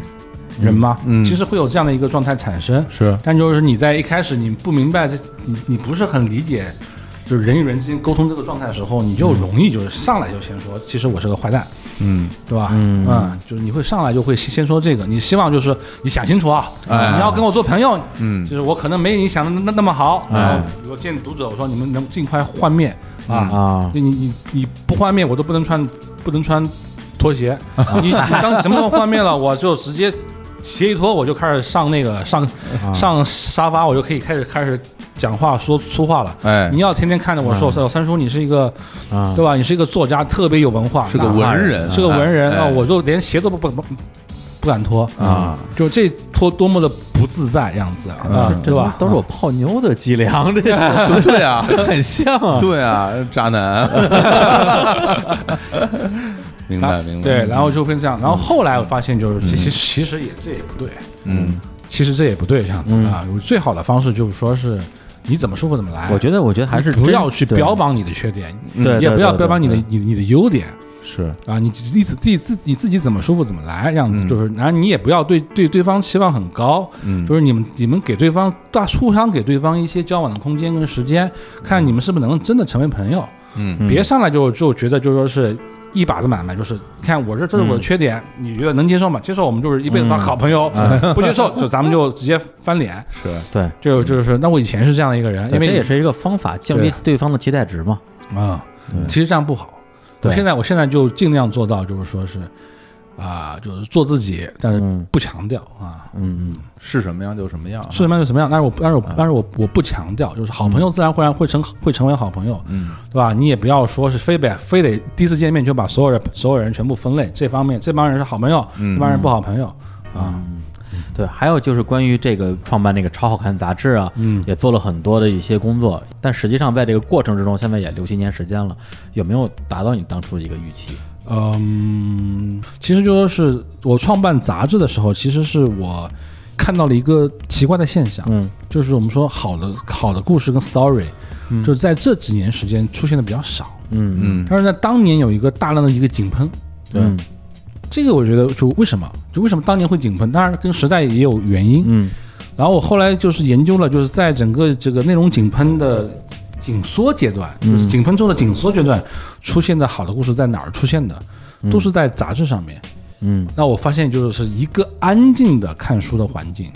[SPEAKER 3] 人吗？
[SPEAKER 2] 嗯
[SPEAKER 3] 其实会有这样的一个状态产生，
[SPEAKER 2] 是
[SPEAKER 3] 但就是你在一开始你不明白这，你你不是很理解，就是人与人之间沟通这个状态的时候，你就容易就是上来就先说，其实我是个坏蛋，
[SPEAKER 2] 嗯
[SPEAKER 3] 对吧？嗯，就是你会上来就会先先说这个，你希望就是你想清楚啊，
[SPEAKER 2] 哎
[SPEAKER 3] 你要跟我做朋友，
[SPEAKER 2] 嗯
[SPEAKER 3] 就是我可能没你想的那那么好，
[SPEAKER 1] 哎
[SPEAKER 3] 然后我见读者我说你们能尽快幻灭
[SPEAKER 2] 嗯
[SPEAKER 3] 啊
[SPEAKER 1] 啊
[SPEAKER 3] 就你你你不幻灭我都不能穿不能穿 拖鞋，你你当什么时候幻灭了，我就直接鞋一脱我就开始上那个上
[SPEAKER 2] 啊
[SPEAKER 3] 上沙发，我就可以开始开始讲话说粗话了。
[SPEAKER 2] 哎
[SPEAKER 3] 你要天天看着我说，我三叔你是一个
[SPEAKER 1] 啊
[SPEAKER 3] 对吧？你是一个作家，特别有文化，
[SPEAKER 2] 是个
[SPEAKER 3] 那
[SPEAKER 2] 文人，
[SPEAKER 3] 是个文人
[SPEAKER 2] 哎
[SPEAKER 3] 啊，我就连鞋都不不不不敢脱
[SPEAKER 2] 啊，
[SPEAKER 3] 就这脱多么的不自在样子啊，对吧？
[SPEAKER 1] 都是我泡妞的脊梁，这
[SPEAKER 2] 对啊，
[SPEAKER 1] 很像啊。
[SPEAKER 2] 对啊，渣男。明白明白。
[SPEAKER 3] 啊对，然后就会这样，然
[SPEAKER 1] 嗯
[SPEAKER 3] 后后来我发现就是，其实其实也这也不对，
[SPEAKER 2] 嗯
[SPEAKER 3] 其实这也不对这样子
[SPEAKER 1] 嗯
[SPEAKER 3] 啊。最好的方式就是说是你怎么舒服怎么来，
[SPEAKER 1] 我觉得，我觉得还是
[SPEAKER 3] 不
[SPEAKER 1] 真
[SPEAKER 3] 要去
[SPEAKER 1] 对嗯
[SPEAKER 3] 标榜你的缺点，
[SPEAKER 1] 对
[SPEAKER 3] 也
[SPEAKER 1] 对
[SPEAKER 3] 不要
[SPEAKER 1] 对
[SPEAKER 3] 标榜你的
[SPEAKER 1] 对
[SPEAKER 3] 你你的优点，
[SPEAKER 2] 是
[SPEAKER 3] 啊，你自己自己自你自己怎么舒服怎么来，这样
[SPEAKER 1] 嗯
[SPEAKER 3] 子就是，然后你也不要对对对方期望很高，
[SPEAKER 2] 嗯
[SPEAKER 3] 就是你们你们给对方大互相给对方一些交往的空间跟时间，看你们是不是能真的成为朋友，
[SPEAKER 2] 嗯
[SPEAKER 3] 别上来就就觉得就说是一把子买卖，就是看我这这是
[SPEAKER 1] 嗯
[SPEAKER 3] 我的缺点，你觉得能接受吗？接受我们就是一辈子当好朋友，
[SPEAKER 1] 嗯
[SPEAKER 3] 不接受就咱们就直接翻脸，
[SPEAKER 2] 是
[SPEAKER 1] 对，
[SPEAKER 3] 就就是那我以前是这样的一个人，
[SPEAKER 1] 嗯对
[SPEAKER 3] 因为
[SPEAKER 1] 这也是一个方法，降低
[SPEAKER 3] 对
[SPEAKER 1] 对方的期待值嘛。
[SPEAKER 3] 啊、其实这样不好。我
[SPEAKER 1] 对
[SPEAKER 3] 现在我现在就尽量做到，就是说是，啊、就是做自己，但是
[SPEAKER 1] 嗯
[SPEAKER 3] 不强调啊，
[SPEAKER 1] 嗯嗯，
[SPEAKER 2] 是什么样就什么样。啊
[SPEAKER 3] 是什么样就什么样。但是我但是我但是我我不强调，就是好朋友自然会然会成会成为好朋友，
[SPEAKER 2] 嗯
[SPEAKER 3] 对吧？你也不要说是非得非得第一次见面就把所有人所有人全部分类，这方面这帮人是好朋友，
[SPEAKER 2] 嗯
[SPEAKER 3] 这帮人不好朋友啊，
[SPEAKER 1] 对，还有就是关于这个创办那个超好看杂志啊，
[SPEAKER 3] 嗯
[SPEAKER 1] 也做了很多的一些工作，但实际上在这个过程之中，现在也六七年时间了，有没有达到你当初的一个预期？
[SPEAKER 3] 嗯，其实就说是我创办杂志的时候，其实是我看到了一个奇怪的现象，
[SPEAKER 1] 嗯
[SPEAKER 3] 就是我们说好的好的故事跟 story，、就是在这几年时间出现的比较少。
[SPEAKER 1] 嗯
[SPEAKER 2] 嗯
[SPEAKER 3] 但是在当年有一个大量的一个井喷，
[SPEAKER 1] 嗯
[SPEAKER 3] 这个我觉得就为什么就为什么当年会井喷，当然跟时代也有原因。
[SPEAKER 1] 嗯
[SPEAKER 3] 然后我后来就是研究了，就是在整个这个内容井喷的紧缩阶段，
[SPEAKER 1] 嗯
[SPEAKER 3] 就是井喷之后的紧缩阶段出现的好的故事在哪儿出现的，都是在杂志上面。
[SPEAKER 1] 嗯
[SPEAKER 3] 那我发现就是一个安静的看书的环境，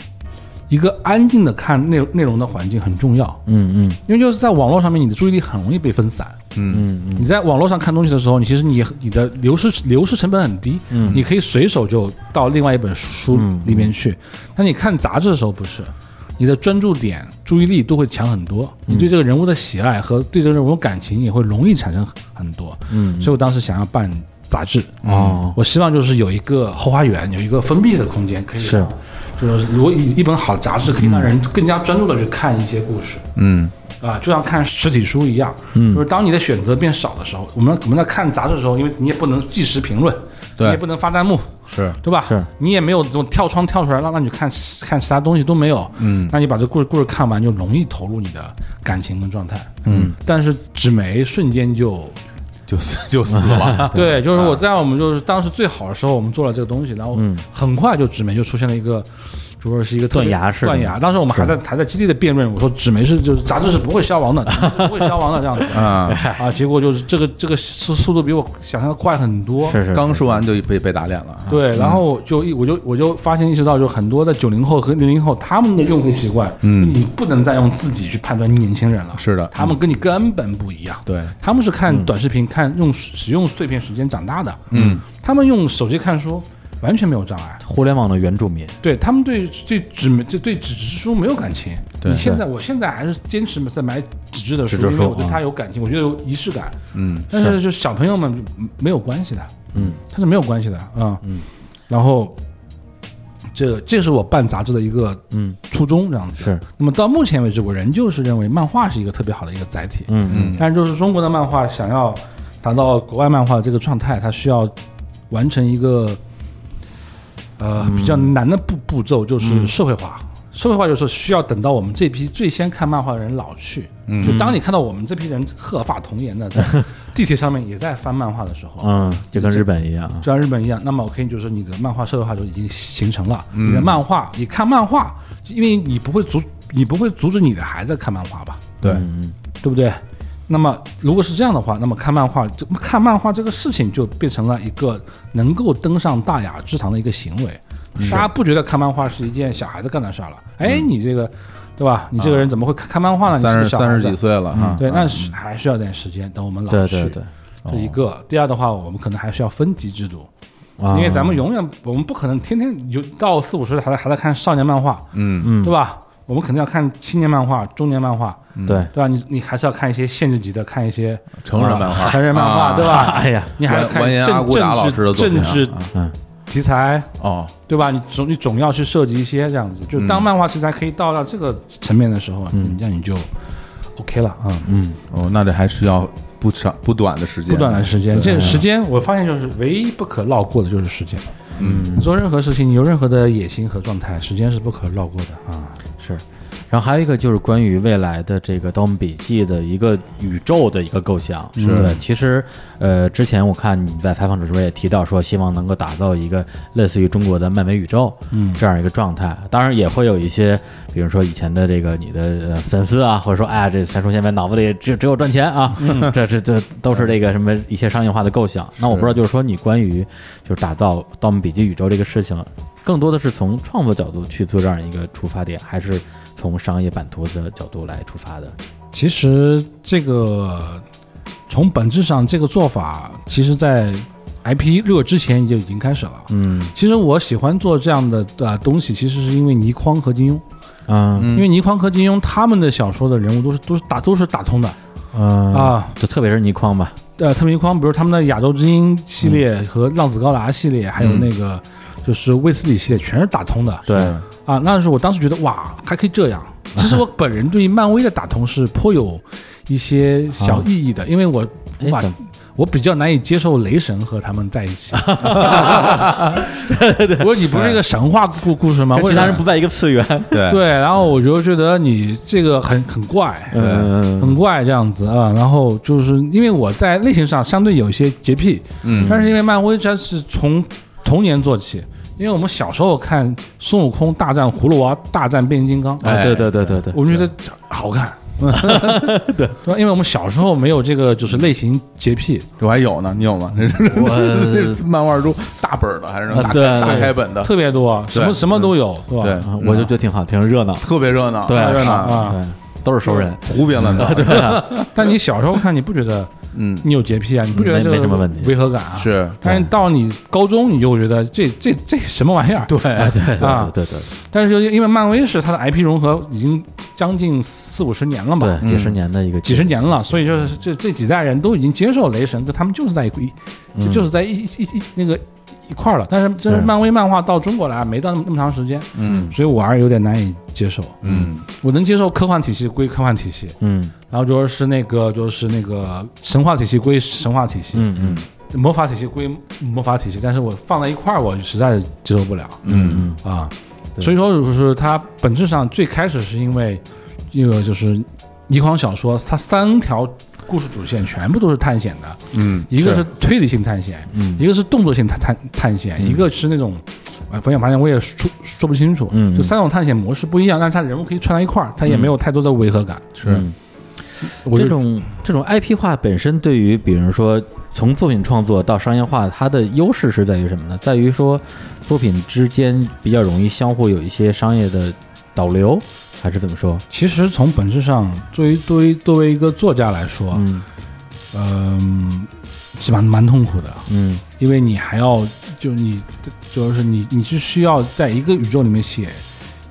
[SPEAKER 3] 一个安静的看内内容的环境很重要，
[SPEAKER 1] 嗯
[SPEAKER 3] 因为就是在网络上面，你的注意力很容易被分散。
[SPEAKER 2] 嗯
[SPEAKER 1] 嗯
[SPEAKER 3] 你在网络上看东西的时候，你其实你你的流失流失成本很低，
[SPEAKER 1] 嗯
[SPEAKER 3] 你可以随手就到另外一本书里面
[SPEAKER 1] 嗯
[SPEAKER 3] 去。但你看杂志的时候不是，你的专注点、注意力都会强很多，
[SPEAKER 1] 嗯
[SPEAKER 3] 你对这个人物的喜爱和对这个人物的感情也会容易产生很多。
[SPEAKER 1] 嗯
[SPEAKER 3] 所以我当时想要办杂志。
[SPEAKER 1] 哦，
[SPEAKER 3] 我希望就是有一个后花园，有一个封闭的空间，可以
[SPEAKER 1] 是，嗯
[SPEAKER 3] 就是如果一一本好杂志，可以让人更加专注的去看一些故事。
[SPEAKER 2] 嗯
[SPEAKER 3] 啊，就像看实体书一样，嗯，就是当你的选择变少的时候，我们我们在看杂志的时候，因为你也不能即时评论，
[SPEAKER 2] 对
[SPEAKER 3] 你也不能发弹幕，
[SPEAKER 2] 是
[SPEAKER 3] 对吧？
[SPEAKER 1] 是，
[SPEAKER 3] 你也没有这种跳窗跳出来让让你看看其他东西都没有，嗯，那你把这故事故事看完就容易投入你的感情跟状态，嗯，但是纸媒瞬间就，
[SPEAKER 2] 就死就死了
[SPEAKER 3] 啊 对，就是
[SPEAKER 1] 啊
[SPEAKER 3] 我在我们就是当时最好的时候，我们做了这个东西，然后很快就纸媒就出现了一个，就说是一个特
[SPEAKER 1] 嗯
[SPEAKER 3] 别
[SPEAKER 1] 断崖式的
[SPEAKER 3] 断崖。当时我们还在还在基地的辩论，我说纸媒是就是杂志是不会消 亡的，纸媒是不会消亡的这样子
[SPEAKER 2] 啊
[SPEAKER 3] 啊，结果就是这个这个速速度比我想象的快很多，
[SPEAKER 1] 是是， 啊嗯
[SPEAKER 2] 刚说完就被被打脸了。啊
[SPEAKER 3] 对，然后就一我就我就发现意识到，就很多的九零后和零零后他们的用户习惯，嗯，你不能再用自己去判断年轻人了，
[SPEAKER 2] 是的
[SPEAKER 3] 他们跟你根本不一样，
[SPEAKER 2] 对
[SPEAKER 3] 他们是看短视频、看用使用碎片时间长大的，嗯，他们用手机看书完全没有障碍，
[SPEAKER 1] 互联网的原住民，
[SPEAKER 3] 对他们对对纸媒就对纸质书没有感情。
[SPEAKER 2] 对
[SPEAKER 3] 你现在我现在还是坚持在买纸质的书，
[SPEAKER 1] 纸质
[SPEAKER 3] 因为
[SPEAKER 1] 书
[SPEAKER 3] 我对它
[SPEAKER 1] 啊
[SPEAKER 3] 有感情，我觉得有仪式感，
[SPEAKER 2] 嗯，
[SPEAKER 3] 但是就小朋友们没有关系的，嗯，他是没有关系的啊，嗯，然后这这是我办杂志的一个嗯初衷这样子。
[SPEAKER 1] 是，
[SPEAKER 3] 那么到目前为止，我仍旧是认为漫画是一个特别好的一个载体，
[SPEAKER 1] 嗯嗯，
[SPEAKER 3] 但是就是中国的漫画想要达到国外漫画的这个状态，它需要完成一个呃比较
[SPEAKER 1] 嗯
[SPEAKER 3] 难的步步骤，就是社会化。社会化就是需要等到我们这批最先看漫画的人老去，
[SPEAKER 1] 嗯
[SPEAKER 3] 就当你看到我们这批人鹤发童颜的在地铁上面也在翻漫画的 时候，
[SPEAKER 1] 嗯，就跟日本一样啊，
[SPEAKER 3] 就像日本一样，那么我可以就是你的漫画社会化就已经形成了。
[SPEAKER 2] 嗯
[SPEAKER 3] 你的漫画，你看漫画，因为你不会阻，你不会阻止你的孩子看漫画吧？
[SPEAKER 2] 对，
[SPEAKER 3] 对不对？那么如果是这样的话，那么看漫画，这看漫画这个事情就变成了一个能够登上大雅之堂的一个行为。大家不觉得看漫画是一件小孩子干的事儿了？
[SPEAKER 2] 嗯
[SPEAKER 3] 哎，你这个，对吧？你这个人怎么会看看漫画呢？你
[SPEAKER 2] 三
[SPEAKER 3] 是个
[SPEAKER 2] 十
[SPEAKER 3] 小孩
[SPEAKER 2] 三十
[SPEAKER 3] 子嗯
[SPEAKER 2] 几岁嗯了哈，
[SPEAKER 3] 对，那是还需要点时间，等我们老
[SPEAKER 1] 对
[SPEAKER 3] 去。
[SPEAKER 1] 对对，
[SPEAKER 3] 这一个。第二的话，我们可能还需要分级制度，
[SPEAKER 1] 啊
[SPEAKER 3] 因为咱们永远我们不可能天天有到四五十岁还在还在看少年漫画，
[SPEAKER 2] 嗯嗯
[SPEAKER 1] 嗯
[SPEAKER 3] 对吧？我们肯定要看青年漫画、中年漫画，
[SPEAKER 1] 对，
[SPEAKER 3] 对吧？你你还是要看一些限制级的，看一些
[SPEAKER 2] 成人漫画，
[SPEAKER 3] 成人漫画，
[SPEAKER 2] 啊
[SPEAKER 3] 对吧？
[SPEAKER 1] 哎呀，
[SPEAKER 3] 你还要看
[SPEAKER 2] 完颜阿
[SPEAKER 3] 政
[SPEAKER 2] 骨打老师的
[SPEAKER 3] 政
[SPEAKER 2] 作品
[SPEAKER 3] 治政
[SPEAKER 2] 啊
[SPEAKER 3] 治
[SPEAKER 1] 嗯
[SPEAKER 3] 题材，
[SPEAKER 2] 哦，
[SPEAKER 3] 对吧？你总你总要去涉及一些这样子，就
[SPEAKER 2] 嗯
[SPEAKER 3] 当漫画题材可以到到这个层面的时候，你这样你就 OK 了啊。
[SPEAKER 1] 嗯，
[SPEAKER 2] 哦，那这还是要不长不短的时间，
[SPEAKER 3] 不短的时间，
[SPEAKER 2] 对啊
[SPEAKER 3] 这个时间我发现就是唯一不可绕过的就是时间。嗯，你做任何事情，你有任何的野心和状态，时间是不可绕过的啊。
[SPEAKER 1] 是。然后还有一个就是关于未来的这个《盗墓笔记》的一个宇宙的一个构想，是对。其实，呃，之前我看你在采访的时候也提到说，希望能够打造一个类似于中国的漫威宇宙，嗯，这样一个状态。当然也会有一些，比如说以前的这个你的呃粉丝啊，或者说哎呀，这三叔现在脑子里只只有赚钱啊， 这这这都是这个什么一些商业化的构想。那我不知道，就是说你关于就是打造《盗墓笔记》宇宙这个事情，更多的是从创作角度去做这样一个出发点，还是从商业版图的角度来出发的？
[SPEAKER 3] 其实这个从本质上，这个做法其实在 IP 热之前就已经开始了。
[SPEAKER 1] 嗯
[SPEAKER 3] 其实我喜欢做这样的呃东西，其实是因为倪匡和金庸，
[SPEAKER 1] 嗯
[SPEAKER 2] 嗯
[SPEAKER 3] 因为倪匡和金庸他们的小说的人物都是都是打都是打通的
[SPEAKER 1] 嗯
[SPEAKER 3] 啊。
[SPEAKER 1] 就特别是倪匡吧，
[SPEAKER 3] 呃，特别框，比如他们的《亚洲之鹰》系
[SPEAKER 1] 嗯
[SPEAKER 3] 列和《浪子高达》系列，还有那个就是卫斯理系列，全是打通的
[SPEAKER 1] 对，
[SPEAKER 3] 啊。那是我当时觉得哇，还可以 这样。其实我本人对于漫威的打通是颇有一些小异议的，因为我无法
[SPEAKER 1] 啊哎怎么，
[SPEAKER 3] 我比较难以接受雷神和他们在 一起。我说你不是一个神话故故事吗？
[SPEAKER 1] 跟
[SPEAKER 3] 为
[SPEAKER 1] 其
[SPEAKER 3] 什
[SPEAKER 1] 他
[SPEAKER 3] 么
[SPEAKER 1] 人不在一个次元，
[SPEAKER 2] 对
[SPEAKER 3] 对，然后我就觉得你这个很很怪，很
[SPEAKER 1] 嗯
[SPEAKER 3] 怪这样子啊。然后就是因为我在类型上相对有一些洁癖，
[SPEAKER 2] 嗯
[SPEAKER 3] 但是因为漫威它是从童年做起，因为我们小时候看孙悟空大战葫芦娃大战变形金刚，
[SPEAKER 1] 啊，对对对对对，
[SPEAKER 3] 我们觉得 好看。 对，对吧，因为我们小时候没有这个就是类型洁癖，
[SPEAKER 2] 我还有呢，你有吗？ 这是漫画书大本儿的还是
[SPEAKER 1] 啊
[SPEAKER 2] 大
[SPEAKER 1] 对
[SPEAKER 2] 大
[SPEAKER 1] 对
[SPEAKER 2] 开本的？
[SPEAKER 3] 特别多，啊什么
[SPEAKER 2] 对
[SPEAKER 3] 什么都有，对吧？
[SPEAKER 2] 对
[SPEAKER 1] 啊我就觉得挺好，挺热闹，
[SPEAKER 2] 特别热闹，
[SPEAKER 1] 对
[SPEAKER 2] 太热闹，
[SPEAKER 3] 啊
[SPEAKER 1] 对，都是熟人，
[SPEAKER 2] 胡编乱造，对
[SPEAKER 3] 但你小时候看，你不觉得
[SPEAKER 2] 嗯，
[SPEAKER 3] 你有洁癖啊，你不觉得
[SPEAKER 1] 没
[SPEAKER 3] 这个
[SPEAKER 1] 没什么问题
[SPEAKER 3] 违和感啊？
[SPEAKER 2] 是
[SPEAKER 3] 但是到你高中，你就会觉得这这这什么玩意儿？对。
[SPEAKER 1] 哎，对对
[SPEAKER 3] 啊
[SPEAKER 1] 对对对
[SPEAKER 3] 但是就因为漫威是它的 IP 融合已经将近四五十年了嘛，
[SPEAKER 1] 对，几十年的一个
[SPEAKER 3] 嗯几十年了，所以就是这这几代人都已经接受雷神，就他们就是在一块，就
[SPEAKER 1] 嗯
[SPEAKER 3] 就是在一一一一那个一块儿了。但是这是
[SPEAKER 1] 是
[SPEAKER 3] 漫威漫画到中国来啊没到那么那么长时间，
[SPEAKER 2] 嗯
[SPEAKER 3] 所以我还是有点难以接受。
[SPEAKER 2] 嗯
[SPEAKER 3] 我能接受科幻体系归科幻体系，
[SPEAKER 1] 嗯
[SPEAKER 3] 然后就说是那个就是那个神话体系归神话体系，
[SPEAKER 1] 嗯嗯
[SPEAKER 3] 魔法体系归魔法体系，但是我放在一块儿，我实在是接受不了
[SPEAKER 2] 嗯
[SPEAKER 1] 嗯
[SPEAKER 3] 啊。
[SPEAKER 1] 对
[SPEAKER 3] 所以说，就是它本质上最开始是因为这个就是倪匡小说，它三条故事主线全部都是探险的，
[SPEAKER 2] 嗯，
[SPEAKER 3] 一个是推理性探险，
[SPEAKER 1] 嗯
[SPEAKER 3] 一个是动作性探探探险，一个是那种。哎反正反正我也说说不清楚，
[SPEAKER 1] 嗯嗯
[SPEAKER 3] 就三种探险模式不一样，但是它人物可以串在一块儿，它也没有太多的违和感。
[SPEAKER 2] 是
[SPEAKER 1] 嗯
[SPEAKER 3] 我
[SPEAKER 1] 这
[SPEAKER 3] 就
[SPEAKER 1] 种这种 IP 化本身对于，比如说从作品创作到商业化，它的优势是在于什么呢？在于说作品之间比较容易相互有一些商业的导流，还是怎么说？
[SPEAKER 3] 其实从本质上，作为作为作为一个作家来说，
[SPEAKER 1] 嗯
[SPEAKER 3] 嗯，是蛮蛮痛苦的，
[SPEAKER 1] 嗯
[SPEAKER 3] 因为你还要就你就是你你是需要在一个宇宙里面写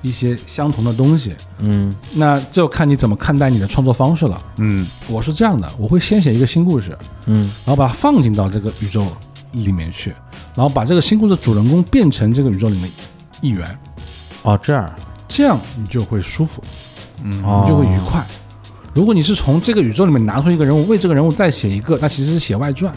[SPEAKER 3] 一些相同的东西，
[SPEAKER 1] 嗯
[SPEAKER 3] 那就看你怎么看待你的创作方式了。
[SPEAKER 2] 嗯
[SPEAKER 3] 我是这样的，我会先写一个新故事，
[SPEAKER 1] 嗯
[SPEAKER 3] 然后把它放进到这个宇宙里面去，然后把这个新故事的主人公变成这个宇宙里面一员，
[SPEAKER 1] 哦，这样
[SPEAKER 3] 这样你就会舒服。
[SPEAKER 1] 哦
[SPEAKER 3] 你嗯就会愉快。如果你是从这个宇宙里面拿出一个人物，为这个人物再写一个，那其实是写外传。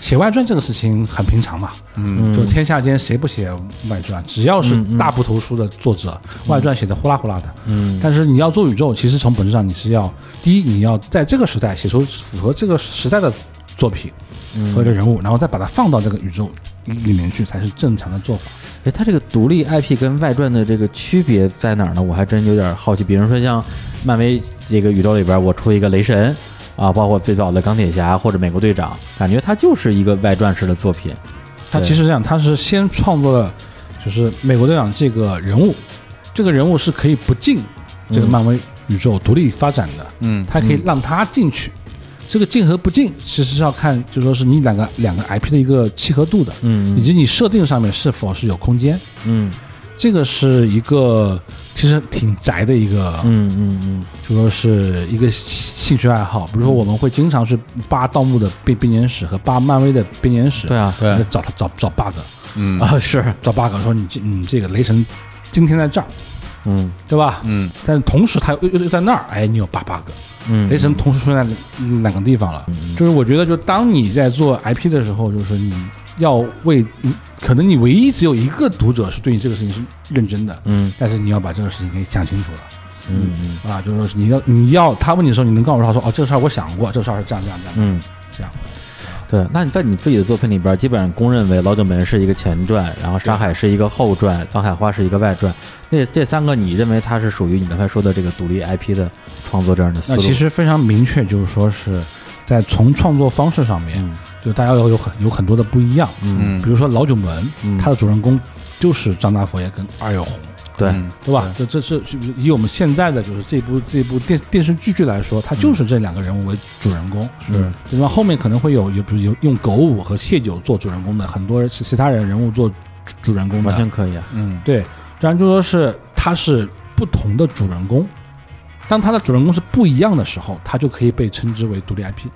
[SPEAKER 3] 写外传这个事情很平常嘛，
[SPEAKER 2] 嗯
[SPEAKER 3] 就天下间谁不写外传？只要是
[SPEAKER 1] 嗯嗯
[SPEAKER 3] 大部头书的作者，外传写的呼啦呼啦的。
[SPEAKER 1] 嗯
[SPEAKER 3] 但是你要做宇宙，其实从本质上你是要，第一，你要在这个时代写出符合这个时代的作品
[SPEAKER 1] 嗯
[SPEAKER 3] 和这个人物，然后再把它放到这个宇宙里面去，才是正常的做法。
[SPEAKER 1] 哎，它这个独立 IP 跟外传的这个区别在哪儿呢？我还真有点好奇。比如说像漫威这个宇宙里边，我出一个雷神啊，包括最早的钢铁侠或者美国队长，感觉它就是一个外传式的作品。
[SPEAKER 3] 他
[SPEAKER 1] 对
[SPEAKER 3] 其实这样，他是先创作了，就是美国队长这个人物，这个人物是可以不进这个
[SPEAKER 1] 嗯
[SPEAKER 3] 漫威宇宙独立发展的，
[SPEAKER 2] 嗯
[SPEAKER 3] 他可以让他进去。这个进和不进，其实是要看，就说是你两个两个 IP 的一个契合度的，
[SPEAKER 1] 嗯
[SPEAKER 3] 以及你设定上面是否是有空间。
[SPEAKER 1] 嗯
[SPEAKER 3] 这个是一个其实挺宅的一个，
[SPEAKER 1] 嗯嗯嗯
[SPEAKER 3] 就说是一个兴兴趣爱好。比如说，我们会经常去扒盗墓的编编年史和扒漫威的编年史，
[SPEAKER 1] 对啊
[SPEAKER 2] 对
[SPEAKER 3] 找他找找 bug。
[SPEAKER 2] 嗯
[SPEAKER 1] 啊是
[SPEAKER 3] 找 bug 说你这你这个雷神今天在这儿，
[SPEAKER 1] 嗯
[SPEAKER 3] 对吧？
[SPEAKER 2] 嗯
[SPEAKER 3] 但是同时他又又又在那儿，哎，你有 bug bug，
[SPEAKER 1] 嗯
[SPEAKER 3] 雷神同时出现在两个地方了。就是我觉得，就当你在做 IP 的时候，就是你要为，你可能你唯一只有一个读者是对你这个事情是认真的，
[SPEAKER 1] 嗯
[SPEAKER 3] 但是你要把这个事情给想清楚了
[SPEAKER 1] 嗯
[SPEAKER 3] 啊，就是说是你要你要他问你的时候，你能告诉他说，哦，这个事儿我想过，这个事儿是这样这样这样
[SPEAKER 1] 嗯。
[SPEAKER 3] 这样。
[SPEAKER 1] 对，那你在你自己的作品里边，基本上公认为《老九门》是一个前传，然后《沙海》是一个后传，《藏海花》是一个外传。那这三个，你认为它是属于你刚才说的这个独立 IP 的创作这样的思
[SPEAKER 3] 那
[SPEAKER 1] 路？
[SPEAKER 3] 其实非常明确，就是说是在从创作方式上面，
[SPEAKER 1] 嗯
[SPEAKER 3] 就大家要有很有很多的不一样。
[SPEAKER 1] 嗯，
[SPEAKER 3] 比如说老九门，
[SPEAKER 1] 嗯
[SPEAKER 3] 他的主人公就是张大佛爷跟二月红，
[SPEAKER 1] 对，
[SPEAKER 3] 对吧？就这是是不是以我们现在的就是这部这部电电视剧剧来说，它就是这两个人物为主人公，
[SPEAKER 1] 是
[SPEAKER 3] 对吧？后面可能会有有比如有用狗舞和谢九做主人公的，很多其其他人人物做主主人公
[SPEAKER 1] 完
[SPEAKER 3] 的
[SPEAKER 1] 全，可以啊。
[SPEAKER 2] 嗯
[SPEAKER 3] 对。当然就说是他是不同的主人公，当他的主人公是不一样的时候，他就可以被称之为独立 IP。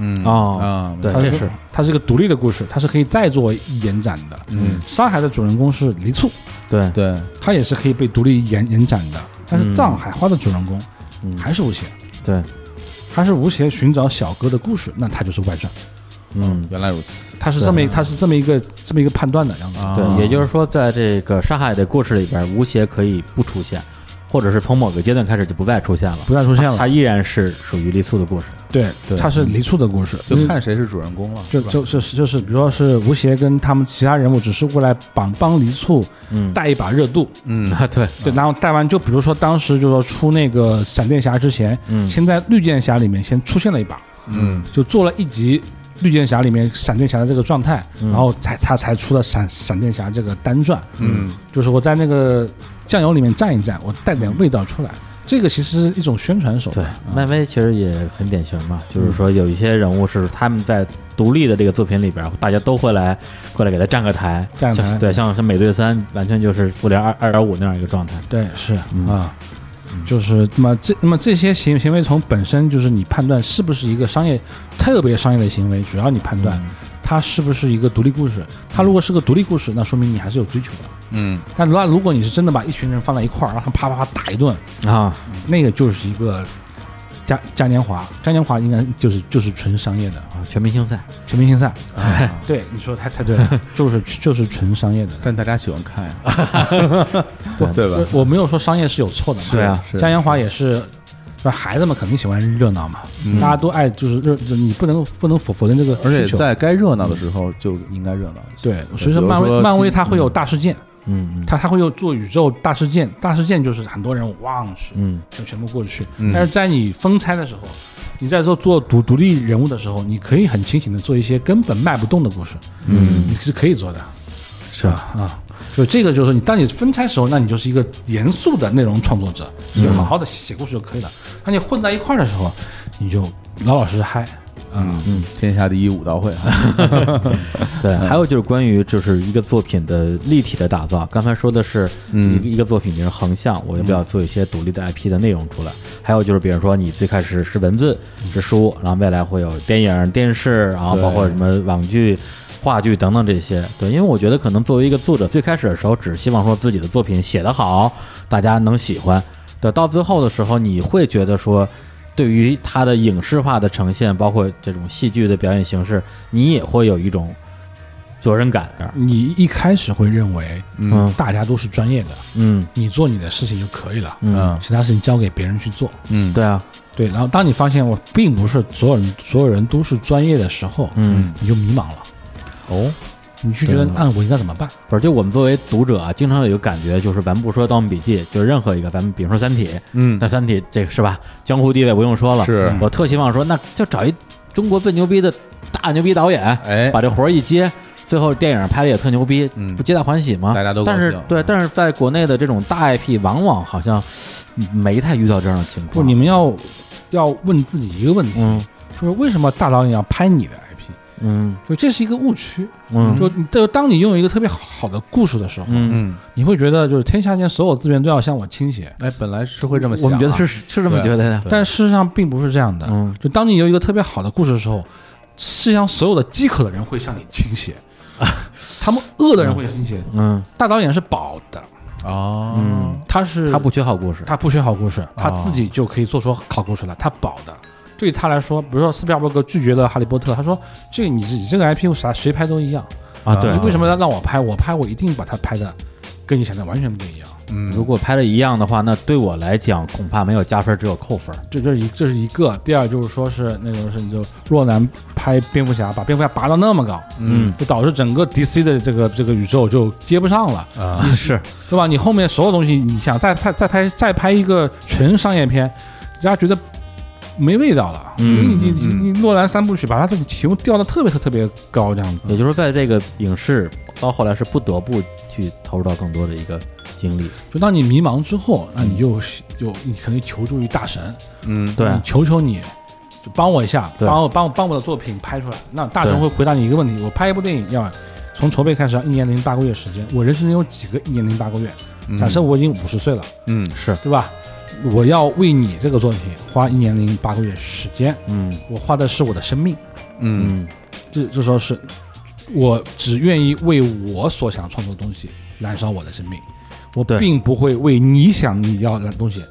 [SPEAKER 2] 嗯啊
[SPEAKER 1] 哦对
[SPEAKER 3] 它
[SPEAKER 1] 这
[SPEAKER 3] 是
[SPEAKER 1] 是
[SPEAKER 3] 它是一个独立的故事，它是可以再做延展的。
[SPEAKER 2] 嗯
[SPEAKER 3] 上海的主人公是黎簇，
[SPEAKER 1] 对，
[SPEAKER 2] 对
[SPEAKER 3] 他也是可以被独立延延展的。但是
[SPEAKER 1] 嗯
[SPEAKER 3] 藏海花的主人公
[SPEAKER 1] 嗯
[SPEAKER 3] 还是吴邪，
[SPEAKER 1] 对，
[SPEAKER 3] 还是吴邪寻找小哥的故事，那他就是外传，
[SPEAKER 1] 嗯，
[SPEAKER 2] 原来如此
[SPEAKER 3] 他是这么一
[SPEAKER 1] 对
[SPEAKER 3] 他是这么一个这么一个判断的样子。
[SPEAKER 2] 啊
[SPEAKER 1] 对，也就是说，在这个沙海的故事里边，吴邪可以不出现，或者是从某个阶段开始就不再出现了，
[SPEAKER 3] 不再出现了
[SPEAKER 1] 它依然是属于黎簇的故事。
[SPEAKER 3] 对，
[SPEAKER 2] 对
[SPEAKER 3] 他是黎簇的故事，嗯
[SPEAKER 2] 就看谁是主人公了
[SPEAKER 3] 就是
[SPEAKER 2] 吧
[SPEAKER 3] 就就是就是，比如说是吴邪跟他们其他人物只是过来帮帮黎簇
[SPEAKER 1] 嗯，
[SPEAKER 3] 带一把热度，
[SPEAKER 2] 嗯
[SPEAKER 1] 啊，对，
[SPEAKER 3] 对，然后带完就比如说当时就说出那个闪电侠之前，
[SPEAKER 1] 嗯
[SPEAKER 3] 先在绿箭侠里面先出现了一把，
[SPEAKER 2] 嗯
[SPEAKER 3] 就做了一集绿箭侠里面闪电侠的这个状态，
[SPEAKER 1] 嗯
[SPEAKER 3] 然后才他才出了闪闪电侠这个单传。
[SPEAKER 2] 嗯
[SPEAKER 3] 就是我在那个酱油里面蘸一蘸，我带点味道出来。这个其实是一种宣传手
[SPEAKER 1] 嗯对
[SPEAKER 3] 段，，啊
[SPEAKER 1] 漫威其实也很典型嘛，
[SPEAKER 3] 嗯
[SPEAKER 1] 就是说有一些人物是他们在独立的这个作品里边，大家都会来过来给他站个台，
[SPEAKER 3] 站个台
[SPEAKER 1] 像对，像像美队三，完全就是复联二二点五那样一个状态。
[SPEAKER 3] 对，是
[SPEAKER 1] 嗯
[SPEAKER 3] 啊，就是那么这那么这些行行为从本身就是你判断是不是一个商业特别商业的行为，主要你判断它是不是一个独立故事。它如果是个独立故事，那说明你还是有追求的。
[SPEAKER 2] 嗯，
[SPEAKER 3] 但如如果你是真的把一群人放在一块儿，让他啪啪啪打一顿，
[SPEAKER 1] 啊，
[SPEAKER 3] 那个就是一个嘉嘉年华，嘉年华应该就是就是纯商业的
[SPEAKER 1] 啊全明星赛，
[SPEAKER 3] 全明星赛。啊对，你说得太太对了，就是 就是纯商业的。
[SPEAKER 2] 但大家喜欢看呀，
[SPEAKER 1] 对
[SPEAKER 2] 对吧？
[SPEAKER 3] 我我没有说商业是有错的嘛，
[SPEAKER 1] 对啊
[SPEAKER 2] 是
[SPEAKER 3] 嘉年华也是，那孩子们肯定喜欢热闹嘛，
[SPEAKER 2] 嗯
[SPEAKER 3] 大家都爱就是热，就是你不能不能否否认这个
[SPEAKER 2] 而且
[SPEAKER 3] 需求
[SPEAKER 2] 在该热闹的时候就应该热闹一些。
[SPEAKER 3] 对，所以说
[SPEAKER 2] 比如
[SPEAKER 3] 漫威
[SPEAKER 2] 说
[SPEAKER 3] 漫威
[SPEAKER 2] 新
[SPEAKER 3] 它会有大事件，
[SPEAKER 1] 嗯
[SPEAKER 3] 它它会有做宇宙大事件，大事件就是很多人哇去
[SPEAKER 1] 嗯
[SPEAKER 3] 全全部过去
[SPEAKER 2] 嗯，
[SPEAKER 3] 但是在你分拆的时候。你在做做独独立人物的时候，你可以很清醒的做一些根本卖不动的故事，
[SPEAKER 1] 嗯
[SPEAKER 3] 你是可以做的，
[SPEAKER 1] 是
[SPEAKER 3] 吧？啊，就这个就是你当你分拆的时候，那你就是一个严肃的内容创作者，你就好好的写故事就可以了。当你混在一块儿的时候，你就老老实实嗨，啊，
[SPEAKER 2] 嗯，天下第一武道会，
[SPEAKER 1] 嗯，对。还有就是关于就是一个作品的立体的打造，刚才说的是
[SPEAKER 2] 嗯
[SPEAKER 1] 一个一个作品你是横向，我要不要做一些独立的 IP 的内容出来？还有就是比如说你最开始是文字是书，然后未来会有电影、电视，然后包括什么网剧。话剧等等这些，对，因为我觉得可能作为一个作者，最开始的时候只希望说自己的作品写得好，大家能喜欢，对，到最后的时候，你会觉得说，对于它的影视化的呈现，包括这种戏剧的表演形式，你也会有一种责任感。
[SPEAKER 3] 你一开始会认为
[SPEAKER 1] 嗯
[SPEAKER 3] 大家都是专业的，
[SPEAKER 1] 嗯
[SPEAKER 3] 你做你的事情就可以了，
[SPEAKER 1] 嗯，
[SPEAKER 3] 其他事情交给别人去做。
[SPEAKER 2] 嗯，
[SPEAKER 1] 对啊，
[SPEAKER 3] 对，然后当你发现我并不是所有人所有人都是专业的时候，
[SPEAKER 1] 嗯
[SPEAKER 3] 你就迷茫了，
[SPEAKER 1] 哦，
[SPEAKER 3] 你就觉得
[SPEAKER 1] 对
[SPEAKER 3] 啊，我应该怎么办？
[SPEAKER 1] 不是，就我们作为读者啊，经常有一个感觉，就是咱不说《盗墓笔记》，就是任何一个，咱们比如说《三体》，
[SPEAKER 2] 嗯
[SPEAKER 1] 那，《三体》这个是吧，江湖地位不用说了。
[SPEAKER 2] 是
[SPEAKER 1] 我特希望说，那就找一中国最牛逼的大牛逼导演，
[SPEAKER 2] 哎，
[SPEAKER 1] 把这活儿一接，最后电影拍的也特牛逼，
[SPEAKER 2] 嗯
[SPEAKER 1] 不皆大欢喜吗？
[SPEAKER 2] 大家都高
[SPEAKER 1] 但
[SPEAKER 2] 兴
[SPEAKER 1] 是对，
[SPEAKER 2] 嗯
[SPEAKER 1] 但是在国内的这种大 IP，往往好像嗯没太遇到这样的情
[SPEAKER 3] 不，
[SPEAKER 1] 况。
[SPEAKER 3] 你们要要问自己一个问题，
[SPEAKER 1] 嗯
[SPEAKER 3] 就是为什么大导演要拍你的 IP？
[SPEAKER 1] 嗯
[SPEAKER 3] 就这是一个误区。
[SPEAKER 1] 嗯，
[SPEAKER 3] 就你就当你拥有一个特别好的故事的时候，
[SPEAKER 1] 嗯，
[SPEAKER 2] 嗯，
[SPEAKER 3] 你会觉得就是天下间所有资源都要向我倾斜，
[SPEAKER 2] 哎，本来是会这么想
[SPEAKER 1] 我们
[SPEAKER 2] 啊，
[SPEAKER 1] 觉得是是这么觉得的。
[SPEAKER 3] 但事实上并不是这样的。
[SPEAKER 1] 嗯
[SPEAKER 3] 就当你有一个特别好的故事的时候，世界上所有的饥渴的人会向你倾斜，他们饿的人会倾斜。
[SPEAKER 1] 嗯
[SPEAKER 3] 大导演是饱的，
[SPEAKER 2] 哦
[SPEAKER 1] 嗯，，
[SPEAKER 3] 他是
[SPEAKER 1] 他不缺好啊故事。
[SPEAKER 3] 他不缺好故事，他自己就可以做出好故事来，他饱的。对于他来说，比如说斯皮尔伯格拒绝了《哈利波特》，他说：“这个你这你这个 IP 啥谁拍都一样，
[SPEAKER 1] 啊，对
[SPEAKER 3] 你，为什
[SPEAKER 1] 么？
[SPEAKER 3] 么要让我拍？我拍我一定把它拍的跟你想的完全不一样。
[SPEAKER 2] 嗯，
[SPEAKER 1] 如果拍的一样的话，那对我来讲恐怕没有加分，只有扣分。
[SPEAKER 3] 这这是一这是一个，第二就是说是那种是你就若男拍蝙蝠侠，把蝙蝠侠拔到那么高，
[SPEAKER 1] 嗯
[SPEAKER 3] 就导致整个 DC 的这个这个宇宙就接不上了，
[SPEAKER 2] 啊，
[SPEAKER 1] 是，
[SPEAKER 3] 对吧？你后面所有东西，你想再拍再拍再拍一个纯商业片，人家觉得没味道了。
[SPEAKER 1] 嗯
[SPEAKER 3] 你你
[SPEAKER 2] 嗯
[SPEAKER 3] 你诺兰三部曲把它这个题目调的特别特别高，这样子。
[SPEAKER 1] 也就是说，在这个影视到后来是不得不去投入到更多的一个精力。
[SPEAKER 3] 就当你迷茫之后，那你就就你可能求助于大神，
[SPEAKER 2] 嗯，
[SPEAKER 1] 嗯对
[SPEAKER 3] 你求求你，就帮我一下，
[SPEAKER 1] 对
[SPEAKER 3] 帮我帮我帮我的作品拍出来。那大神
[SPEAKER 1] 对
[SPEAKER 3] 会回答你一个问题：我拍一部电影要从筹备开始要一年零八个月时间，我人生有几个一年零八个月？
[SPEAKER 2] 嗯
[SPEAKER 3] 假设我已经五十岁了，
[SPEAKER 2] 嗯
[SPEAKER 1] 是，
[SPEAKER 3] 对吧？我要为你这个作品花一年零八个月时间，
[SPEAKER 1] 嗯
[SPEAKER 3] 我花的是我的生命。
[SPEAKER 2] 嗯
[SPEAKER 1] 嗯
[SPEAKER 3] 这这时候是，我只愿意为我所想创作的东西燃烧我的生命，我
[SPEAKER 1] 对
[SPEAKER 3] 并不会为你想你要的东西。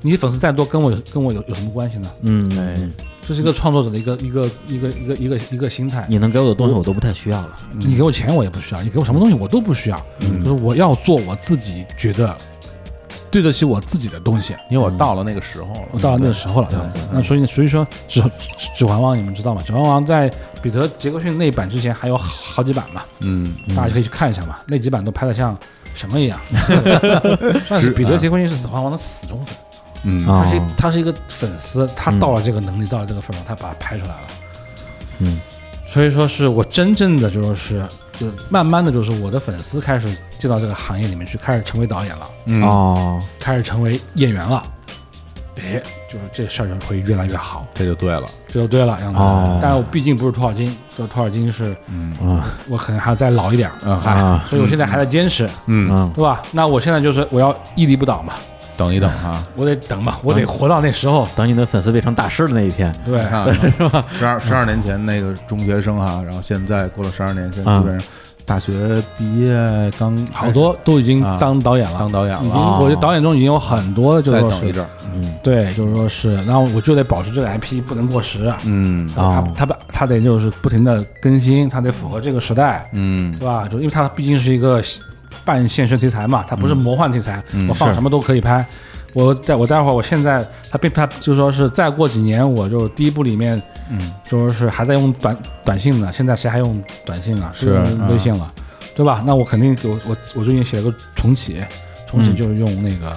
[SPEAKER 3] 你粉丝再多，跟我有跟我有有什么关系呢？
[SPEAKER 1] 嗯，嗯
[SPEAKER 3] 这是一个创作者的一个一个一个一个一个一个心态。
[SPEAKER 1] 你能给我的东西我都不太需要了。
[SPEAKER 3] 你给我钱我也不需要，你给我什么东西我都不需要，就是我要做我自己觉得对得起我自己的东西。
[SPEAKER 2] 因
[SPEAKER 1] 嗯
[SPEAKER 2] 为我到了那个时候了，
[SPEAKER 3] 我哦到了那个时候了，这样子。那所以所以说，指指指环王你们知道吗？指环王在彼得杰克逊那一版之前还有好好几版嘛，
[SPEAKER 2] 嗯，
[SPEAKER 3] 大家可以去看一下嘛。那几版都拍的像什么一样， 但是彼得杰克逊是指环王的死忠粉，
[SPEAKER 2] 嗯
[SPEAKER 1] 啊
[SPEAKER 3] 他是他是一个粉丝，他到了这个能力，到了这个份上，他把它拍出来了。
[SPEAKER 1] 嗯，
[SPEAKER 3] 所以说是我真正的就是就是慢慢的就是我的粉丝开始进到这个行业里面去，开始成为导演了，
[SPEAKER 2] 嗯
[SPEAKER 1] 哦，
[SPEAKER 3] 开始成为演员了。哎，就是这事儿会越来越好，
[SPEAKER 2] 这就对了。
[SPEAKER 3] 这就对了，样子。
[SPEAKER 1] 哦
[SPEAKER 3] 但是我毕竟不是托尔金，这托尔金是
[SPEAKER 2] 嗯
[SPEAKER 1] 啊
[SPEAKER 3] 我可能还要再老一点儿，
[SPEAKER 2] 嗯
[SPEAKER 3] 嗨、
[SPEAKER 1] 啊
[SPEAKER 3] 所以我现在还在坚持，
[SPEAKER 2] 嗯，
[SPEAKER 1] 嗯
[SPEAKER 3] 对吧？那我现在就是我要屹立不倒嘛，
[SPEAKER 2] 等一等 啊，
[SPEAKER 3] 我得等嘛，我得活到那时候，
[SPEAKER 1] 等你的粉丝变成大师的那一天，
[SPEAKER 3] 对
[SPEAKER 2] 你。看啊，十二十二年前那个中学生哈，然后现在过了十二年，现在
[SPEAKER 1] 嗯
[SPEAKER 2] 基本上大学毕业刚
[SPEAKER 3] 好多都已经
[SPEAKER 2] 啊
[SPEAKER 3] 当导演了，
[SPEAKER 2] 当导演了
[SPEAKER 3] 已
[SPEAKER 2] 啊
[SPEAKER 3] 经，
[SPEAKER 1] 哦
[SPEAKER 3] 我觉得导演中已经有很多了，就
[SPEAKER 2] 再
[SPEAKER 3] 是说
[SPEAKER 2] 等一
[SPEAKER 3] 是，
[SPEAKER 2] 阵儿，
[SPEAKER 1] 嗯
[SPEAKER 3] 对，就是说是，然后我就得保持这个 IP 不能过时啊，
[SPEAKER 2] 嗯
[SPEAKER 3] 他
[SPEAKER 1] 哦
[SPEAKER 3] 他把他得就是不停的更新，他得符合这个时代，
[SPEAKER 2] 嗯
[SPEAKER 3] 对吧？就因为它毕竟是一个半现实题材嘛，它不是魔幻题材，
[SPEAKER 2] 嗯
[SPEAKER 3] 我放
[SPEAKER 1] 是
[SPEAKER 3] 什么都可以拍。我待我待会儿，我现在它变它就说是再过几年，我就第一部里面
[SPEAKER 2] 嗯，
[SPEAKER 3] 就是还在用短短信呢，现在谁还用短信啊？
[SPEAKER 2] 是嗯
[SPEAKER 3] 都用微信了，对吧？那我肯定我我我最近写了个重启，重启
[SPEAKER 1] 嗯
[SPEAKER 3] 就是用那个。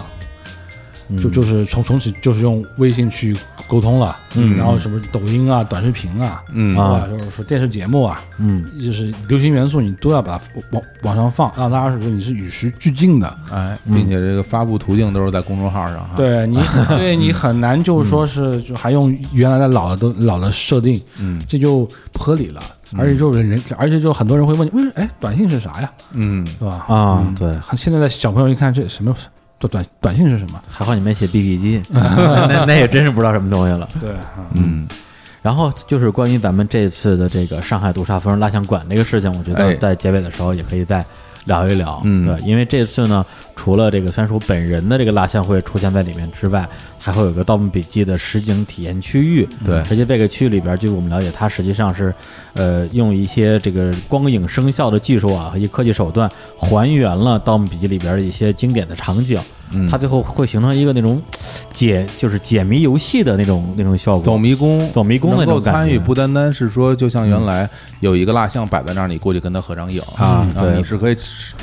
[SPEAKER 1] 嗯
[SPEAKER 3] 就就是重重启，就是用微信去沟通了，
[SPEAKER 1] 嗯
[SPEAKER 3] 然后什么抖音啊、短视频啊，
[SPEAKER 2] 嗯
[SPEAKER 3] 对
[SPEAKER 1] 啊
[SPEAKER 3] 吧？就是说电视节目啊，
[SPEAKER 1] 嗯
[SPEAKER 3] 就是流行元素你都要把它往往上放，让大家是觉得你是与时俱进的。
[SPEAKER 2] 哎，
[SPEAKER 1] 嗯
[SPEAKER 2] 并且这个发布途径都是在公众号上哈，，
[SPEAKER 3] 对你，对你很难就是说是就还用原来的老的都老的设定，
[SPEAKER 2] 嗯
[SPEAKER 3] 这就不合理了。而且就是人，而且就很多人会问你，为什哎，短信是啥呀？
[SPEAKER 2] 嗯，
[SPEAKER 3] 对吧？
[SPEAKER 1] 啊
[SPEAKER 3] 嗯
[SPEAKER 1] 对，
[SPEAKER 3] 很现在的小朋友一看这什么短短短信是什么？
[SPEAKER 1] 还好你没写 BB 机， 那那也真是不知道什么东西了。
[SPEAKER 3] 对，啊
[SPEAKER 2] 嗯，
[SPEAKER 1] 然后就是关于咱们这次的这个上海毒杀夫人蜡像馆这个事情，我觉
[SPEAKER 2] 哎
[SPEAKER 1] 得在结尾的时候也可以再聊一聊。
[SPEAKER 2] 嗯
[SPEAKER 1] 对，因为这次呢，除了这个三叔本人的这个蜡像会出现在里面之外，还会有一个《盗墓笔记》的实景体验区域。
[SPEAKER 2] 对
[SPEAKER 1] 实际这个区域里边，据我们了解，它实际上是呃用一些这个光影声效的技术啊和一些科技手段，还原了《盗墓笔记》里边的一些经典的场景。
[SPEAKER 2] 嗯
[SPEAKER 1] 它最后会形成一个那种解就是解谜游戏的那种那种效果。
[SPEAKER 2] 走迷宫，
[SPEAKER 1] 走迷宫那
[SPEAKER 2] 能
[SPEAKER 1] 种
[SPEAKER 2] 够
[SPEAKER 1] 感
[SPEAKER 2] 参与，
[SPEAKER 1] 觉
[SPEAKER 2] 不单单是说，就像原来有一个蜡像摆在那儿，你过去跟他合张影
[SPEAKER 1] 啊
[SPEAKER 2] 然后
[SPEAKER 1] 对
[SPEAKER 2] 你是可以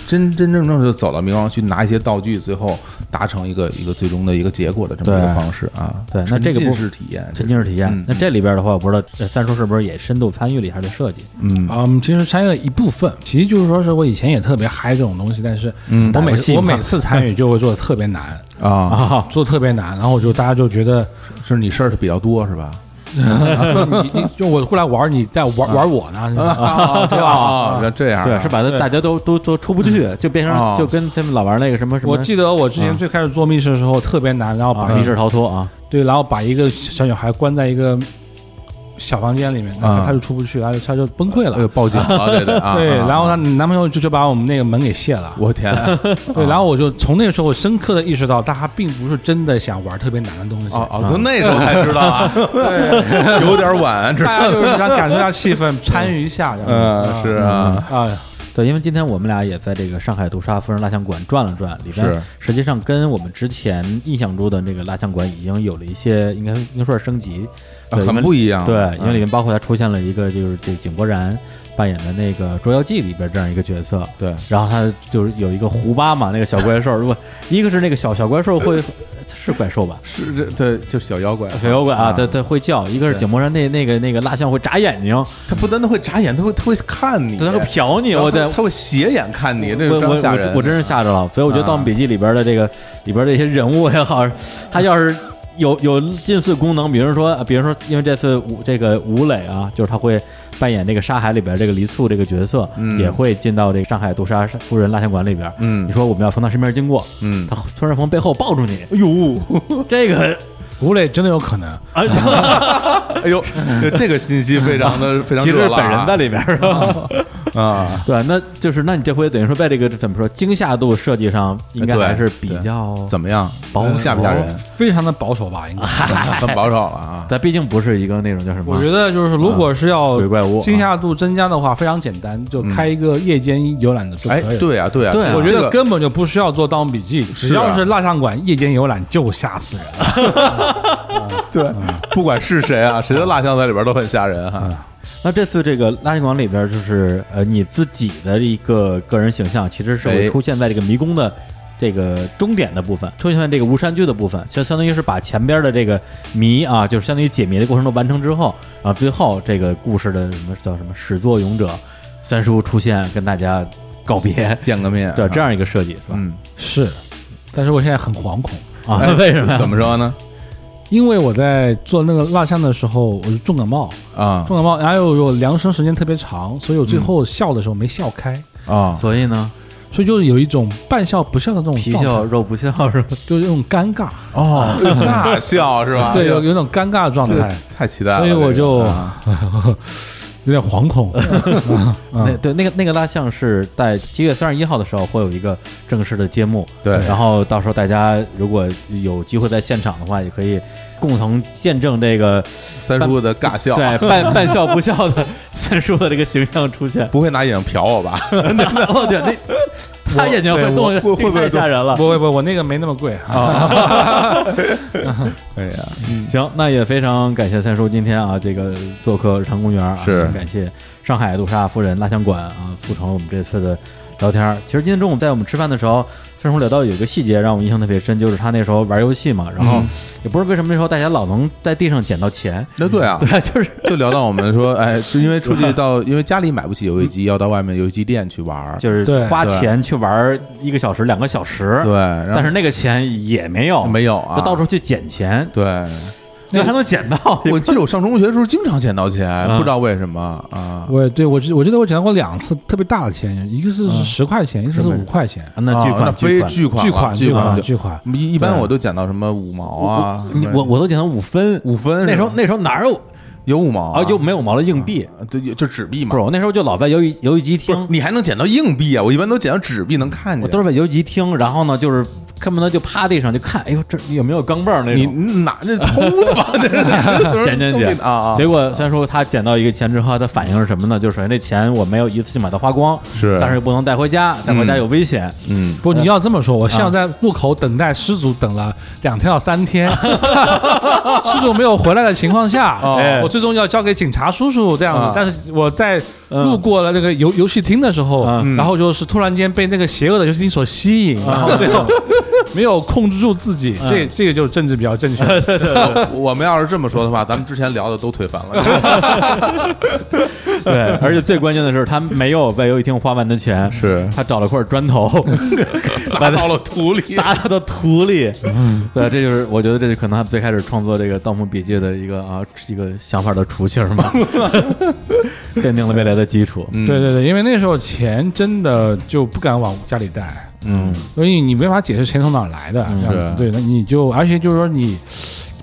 [SPEAKER 2] 真真正正就走到迷宫上去拿一些道具，最后达成一个一个最终的一个结果的这么一
[SPEAKER 1] 对
[SPEAKER 2] 个方式啊。
[SPEAKER 1] 对那这个
[SPEAKER 2] 沉浸
[SPEAKER 1] 部
[SPEAKER 2] 式体验，
[SPEAKER 1] 沉浸式体验
[SPEAKER 2] 嗯。
[SPEAKER 1] 那这里边的话，我不知道呃三叔是不是也深度参与了一下这设计？
[SPEAKER 2] 嗯
[SPEAKER 3] 嗯，其实参与了一部分，其实就是说是我以前也特别嗨这种东西，但是
[SPEAKER 2] 嗯
[SPEAKER 3] 我每
[SPEAKER 1] 打游戏
[SPEAKER 3] 次我
[SPEAKER 1] 嘛
[SPEAKER 3] 每次参与就会做的特别难，
[SPEAKER 2] 啊，
[SPEAKER 1] 啊，
[SPEAKER 3] 做得特别难，然后我就大家就觉得啊
[SPEAKER 2] 是你事儿是比较多是吧？
[SPEAKER 3] 你你就我过来玩儿，你在玩玩我呢，对吧？
[SPEAKER 2] 啊，要这样啊
[SPEAKER 1] 对，是把它
[SPEAKER 3] 对
[SPEAKER 1] 大家都都都出不去，就变
[SPEAKER 2] 哦
[SPEAKER 1] 成就跟他们老玩那个什么什么
[SPEAKER 3] 我记得我之前最开始做密室的时候特别难，然后把
[SPEAKER 1] 啊
[SPEAKER 3] 一
[SPEAKER 1] 密室逃脱啊，
[SPEAKER 3] 对，然后把一个小女孩关在一个小房间里面，然后她就出不去，然后她就崩溃
[SPEAKER 2] 哎呦
[SPEAKER 3] 了。
[SPEAKER 2] 报警 了，对对啊。
[SPEAKER 3] 对，
[SPEAKER 2] 啊
[SPEAKER 3] 然后她男朋友就就把我们那个门给卸了。
[SPEAKER 2] 我 天，
[SPEAKER 3] 对，然后我就从那个时候我深刻的意识到，大家并不是真的想玩特别难的东西，
[SPEAKER 2] 哦哦，从那时候才知道啊， 有点晚，知道
[SPEAKER 3] 大家就是想感受一下气氛，参与一下。 这样子
[SPEAKER 2] 嗯，是啊，
[SPEAKER 3] 啊，
[SPEAKER 1] 对，因为今天我们俩也在这个上海毒杀夫人蜡像馆转了转，里
[SPEAKER 2] 是
[SPEAKER 1] 边实际上跟我们之前印象中的那个蜡像馆已经有了一些，应该应该说是升级，对因为
[SPEAKER 2] 啊很不一样，嗯
[SPEAKER 1] 对，因为里面包括它出现了一个就是这个井柏然扮演的那个《捉妖记》里边这样一个角色，
[SPEAKER 2] 对，
[SPEAKER 1] 然后他就是有一个胡巴嘛，那个小怪兽，如果一个是那个小小怪兽会是怪兽吧，
[SPEAKER 2] 是这对，就是小妖怪，
[SPEAKER 1] 小妖怪啊，
[SPEAKER 2] 啊
[SPEAKER 1] 对对会叫，一个是
[SPEAKER 2] 对
[SPEAKER 1] 井柏然那那个那个蜡像会眨眼睛，
[SPEAKER 2] 他不单单会眨眼，他会他会看你，
[SPEAKER 1] 对，他会瞟你，
[SPEAKER 2] 然后
[SPEAKER 1] 我
[SPEAKER 2] 他
[SPEAKER 1] 对。
[SPEAKER 2] 他会斜眼看你，这
[SPEAKER 1] 我
[SPEAKER 2] 是
[SPEAKER 1] 我
[SPEAKER 2] 非常吓
[SPEAKER 1] 我
[SPEAKER 2] 人。
[SPEAKER 1] 我真是吓着了，所以我觉得《
[SPEAKER 2] 啊
[SPEAKER 1] 盗墓笔记》里边的这个里边的一些人物也好， 他要是有有近似功能，比如说比如说，因为这次吴这个吴磊啊，就是他会扮演这个沙海里边这个黎簇这个角色，
[SPEAKER 2] 嗯
[SPEAKER 1] 也会进到这个上海毒杀夫人蜡像馆里边。
[SPEAKER 2] 嗯
[SPEAKER 1] 你说我们要从他身边经过，
[SPEAKER 2] 嗯
[SPEAKER 1] 他突然从背后抱住你，
[SPEAKER 2] 哎呦，
[SPEAKER 1] 这 个
[SPEAKER 3] 吴磊真的有可能。
[SPEAKER 1] 啊，
[SPEAKER 2] 哎 呦，这个信息非常的非常
[SPEAKER 1] 其实
[SPEAKER 2] 热
[SPEAKER 1] 是
[SPEAKER 2] 辣啊
[SPEAKER 1] 本人在里边是吧？
[SPEAKER 2] 在啊，
[SPEAKER 1] 对，那就是那你这回等于说在这个怎么说惊吓度设计上，应该
[SPEAKER 2] 对
[SPEAKER 1] 还是比较
[SPEAKER 2] 哦怎么样，嗯
[SPEAKER 1] 保守
[SPEAKER 2] 吓不吓人？
[SPEAKER 3] 非常的保守吧，应该。
[SPEAKER 2] 很保守了 啊。
[SPEAKER 1] 咱毕竟不是一个那种叫什么，
[SPEAKER 3] 我觉得就是，如果是要
[SPEAKER 1] 鬼怪屋啊
[SPEAKER 3] 惊吓度增加的话，非常简单，就开一个夜间游览的就可
[SPEAKER 2] 哎
[SPEAKER 3] 以了。，
[SPEAKER 2] 对啊，对啊，
[SPEAKER 1] 对啊
[SPEAKER 3] 我觉
[SPEAKER 2] 这
[SPEAKER 3] 得
[SPEAKER 2] 个
[SPEAKER 3] 根本就不需要做《盗墓笔记》，只要是蜡像馆夜间游览就吓死人。
[SPEAKER 2] 对，不管是谁啊，谁的蜡像在里边都很吓人哈。
[SPEAKER 1] 那这次这个垃圾馆里边，就是呃你自己的一个个人形象，其实是
[SPEAKER 2] 哎
[SPEAKER 1] 会出现在这个迷宫的这个终点的部分，出现在这个无山居的部分，相相当于是把前边的这个谜啊，就是相当于解谜的过程都完成之后啊，最后这个故事的什么叫什么始作俑者三叔出现跟大家告 别，
[SPEAKER 2] 见个面，啊
[SPEAKER 1] 对这样一个设计是吧？
[SPEAKER 2] 嗯，
[SPEAKER 3] 是，但是我现在很惶恐，
[SPEAKER 1] 啊，为什么呀？
[SPEAKER 2] 哎怎么说呢？
[SPEAKER 3] 因为我在做那个蜡像的时候，我是重感冒，
[SPEAKER 2] 啊
[SPEAKER 3] 重感冒，然后我量身时间特别长，所以我最后笑的时候没笑开，
[SPEAKER 2] 啊
[SPEAKER 1] 所以呢，
[SPEAKER 3] 所以就是有一种半笑不笑的这种
[SPEAKER 1] 皮
[SPEAKER 3] 状态
[SPEAKER 1] 笑肉不笑是吧？
[SPEAKER 3] 就是这种尴尬，
[SPEAKER 2] 哦， 大笑是吧？
[SPEAKER 3] 对，啊有
[SPEAKER 2] 这
[SPEAKER 3] 有一种尴尬的状
[SPEAKER 2] 这
[SPEAKER 3] 态，
[SPEAKER 2] 哎太期待了，
[SPEAKER 3] 所以我
[SPEAKER 2] 这个
[SPEAKER 3] 就、
[SPEAKER 2] 啊
[SPEAKER 3] 有点惶恐。嗯
[SPEAKER 1] 那对那个那个蜡像是在七月三十一号的时候会有一个正式的揭幕，
[SPEAKER 2] 对
[SPEAKER 1] 然后到时候大家如果有机会在现场的话，也可以共同见证这个
[SPEAKER 2] 三叔的尬笑，
[SPEAKER 1] 对半半笑不笑的 三叔的这个形象出现。
[SPEAKER 2] 不会拿眼睛瞟我吧？
[SPEAKER 1] 哦，对，那他眼睛会动，
[SPEAKER 2] 对我会会不
[SPEAKER 1] 这
[SPEAKER 2] 会
[SPEAKER 1] 太吓人了？
[SPEAKER 3] 不会不会，我那个没那么贵啊。
[SPEAKER 2] 哎呀，
[SPEAKER 1] 行，那也非常感谢三叔今天啊，这个做客日坛公园啊，
[SPEAKER 2] 是
[SPEAKER 1] 感谢上海杜莎夫人蜡像馆啊，促成了我们这次的聊天儿。其实今天中午在我们吃饭的时候，三叔聊到有一个细节让我印象特别深，就是他那时候玩游戏嘛，然
[SPEAKER 2] 嗯
[SPEAKER 1] 后也不知道为什么那时候大家老能在地上捡到钱，
[SPEAKER 2] 那对啊，
[SPEAKER 1] 对，就是
[SPEAKER 2] 就聊到我们说，哎，是因为出去到，因为家里买不起游戏机，要到外面游戏机店去玩儿。
[SPEAKER 1] 就是
[SPEAKER 3] 对
[SPEAKER 1] 花钱去玩一个小时、两个小时，
[SPEAKER 2] 对，，然后
[SPEAKER 1] 但是那个钱也没有，
[SPEAKER 2] 没有啊，
[SPEAKER 1] 就到处去捡钱，
[SPEAKER 2] 对。
[SPEAKER 1] 那还能捡到，
[SPEAKER 2] 我记得我上中学的时候经常捡到钱，
[SPEAKER 1] 嗯
[SPEAKER 2] 不知道为什么啊。
[SPEAKER 3] 我对我记我记得我捡到过两次特别大的钱，一个是十块钱，一个是五块钱，
[SPEAKER 1] 那巨
[SPEAKER 2] 啊那
[SPEAKER 1] 款巨
[SPEAKER 2] 非
[SPEAKER 1] 款。
[SPEAKER 2] 巨款啊
[SPEAKER 3] 巨
[SPEAKER 2] 巨巨
[SPEAKER 3] 款款
[SPEAKER 2] 就
[SPEAKER 3] 巨款。
[SPEAKER 2] 一一般我都捡到什么五毛啊，
[SPEAKER 1] 你我我都捡到五分，
[SPEAKER 2] 五分是吧
[SPEAKER 1] 那时候那时候哪有
[SPEAKER 2] 有五毛
[SPEAKER 1] 啊？就没有毛的硬币，
[SPEAKER 2] 对就就纸币嘛
[SPEAKER 1] 不是，。我那时候就老在游戏游戏机
[SPEAKER 2] 不是
[SPEAKER 1] 厅，
[SPEAKER 2] 你还能捡到硬币啊？我一般都捡到纸币，能看见。
[SPEAKER 1] 我都是在游戏机厅，然后呢，就是恨不得就趴地上就看，哎呦，这有没有钢镚儿那
[SPEAKER 2] 你
[SPEAKER 1] 种。
[SPEAKER 2] 你拿这偷的 吧？这是
[SPEAKER 1] 捡捡捡
[SPEAKER 2] 啊啊！
[SPEAKER 1] 结果虽然说他捡到一个钱之后，他的反应是什么呢？就是首先这钱我没有一次性把它花光，
[SPEAKER 2] 是
[SPEAKER 1] 但是又不能带回家，带回家有危险。
[SPEAKER 2] 嗯，
[SPEAKER 3] 不，你要这么说，我
[SPEAKER 1] 啊
[SPEAKER 3] 像在路口等待失主，等了两天到三天， 失主没有回来的情况下哎
[SPEAKER 1] 哦，
[SPEAKER 3] 我最终要交给警察叔叔这样
[SPEAKER 2] 啊
[SPEAKER 3] 子。但是我在路过了那个游游戏厅的时候
[SPEAKER 1] 嗯，啊
[SPEAKER 3] 然后就是突然间被那个邪恶的游戏厅所吸引，然后 最后没有控制住自己，这这个就是政治比 较正确。
[SPEAKER 2] 我们要是这么说的话，咱们之前聊的都推翻了。
[SPEAKER 1] 对，而且最关键的是，他没有在游戏厅花完的钱，
[SPEAKER 2] 是
[SPEAKER 1] 他找了块砖头 砸到了土里， 砸到的土里。嗯，对，这就是我觉得这就可能他最开始创作这个《盗墓笔记》的一个啊一个想法的雏形 吧，奠定了未来的基础。
[SPEAKER 2] 嗯
[SPEAKER 3] 对对对，因为那时候钱真的就不敢往家里带，
[SPEAKER 2] 嗯，
[SPEAKER 3] 所以你没法解释钱从哪儿来的这样
[SPEAKER 2] 是
[SPEAKER 3] 子。对，那你就而且就是说你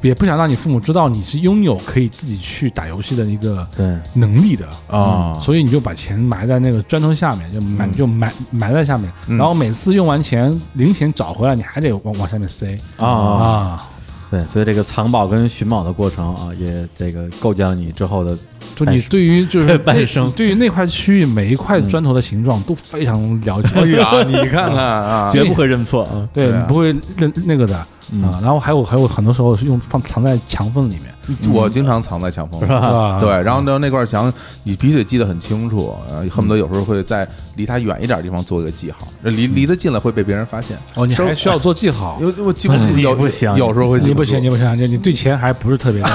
[SPEAKER 3] 也不想让你父母知道你是拥有可以自己去打游戏的一个
[SPEAKER 1] 对，
[SPEAKER 3] 能力的。嗯
[SPEAKER 2] 啊，
[SPEAKER 3] 所以你就把钱埋在那个砖头下面，就埋、就埋埋在下面，然后每次用完钱零钱找回来，你还得往往下面塞
[SPEAKER 1] 啊
[SPEAKER 3] 啊！
[SPEAKER 1] 对，所以这个藏宝跟寻宝的过程啊，也这个构建了你之后的
[SPEAKER 3] 就你对于就是
[SPEAKER 1] 半
[SPEAKER 3] 那
[SPEAKER 1] 生
[SPEAKER 3] 对于那块区域每一块砖头的形状都非常了解，
[SPEAKER 2] 哎呀，你看看啊，
[SPEAKER 1] 绝不会认错啊。
[SPEAKER 3] 对，
[SPEAKER 2] 对啊
[SPEAKER 3] 你不会认那个的啊、然后还有还有很多时候是用放藏在墙缝里面，
[SPEAKER 2] 我经常藏在墙缝里。
[SPEAKER 3] 嗯是吧？啊
[SPEAKER 2] 对，然后呢，那块墙你必须得记得很清楚，呃恨不得有时候会在离它远一点的地方做一个记号，离离得近了会被别人发现。
[SPEAKER 3] 嗯哦，你还
[SPEAKER 2] 收
[SPEAKER 3] 需要做记号
[SPEAKER 2] 因。为我 记不住，
[SPEAKER 1] 你
[SPEAKER 2] 有
[SPEAKER 1] 不行
[SPEAKER 2] 有时候会记
[SPEAKER 3] 你不
[SPEAKER 2] 住
[SPEAKER 3] 行，你不行，你你对钱还不是特别的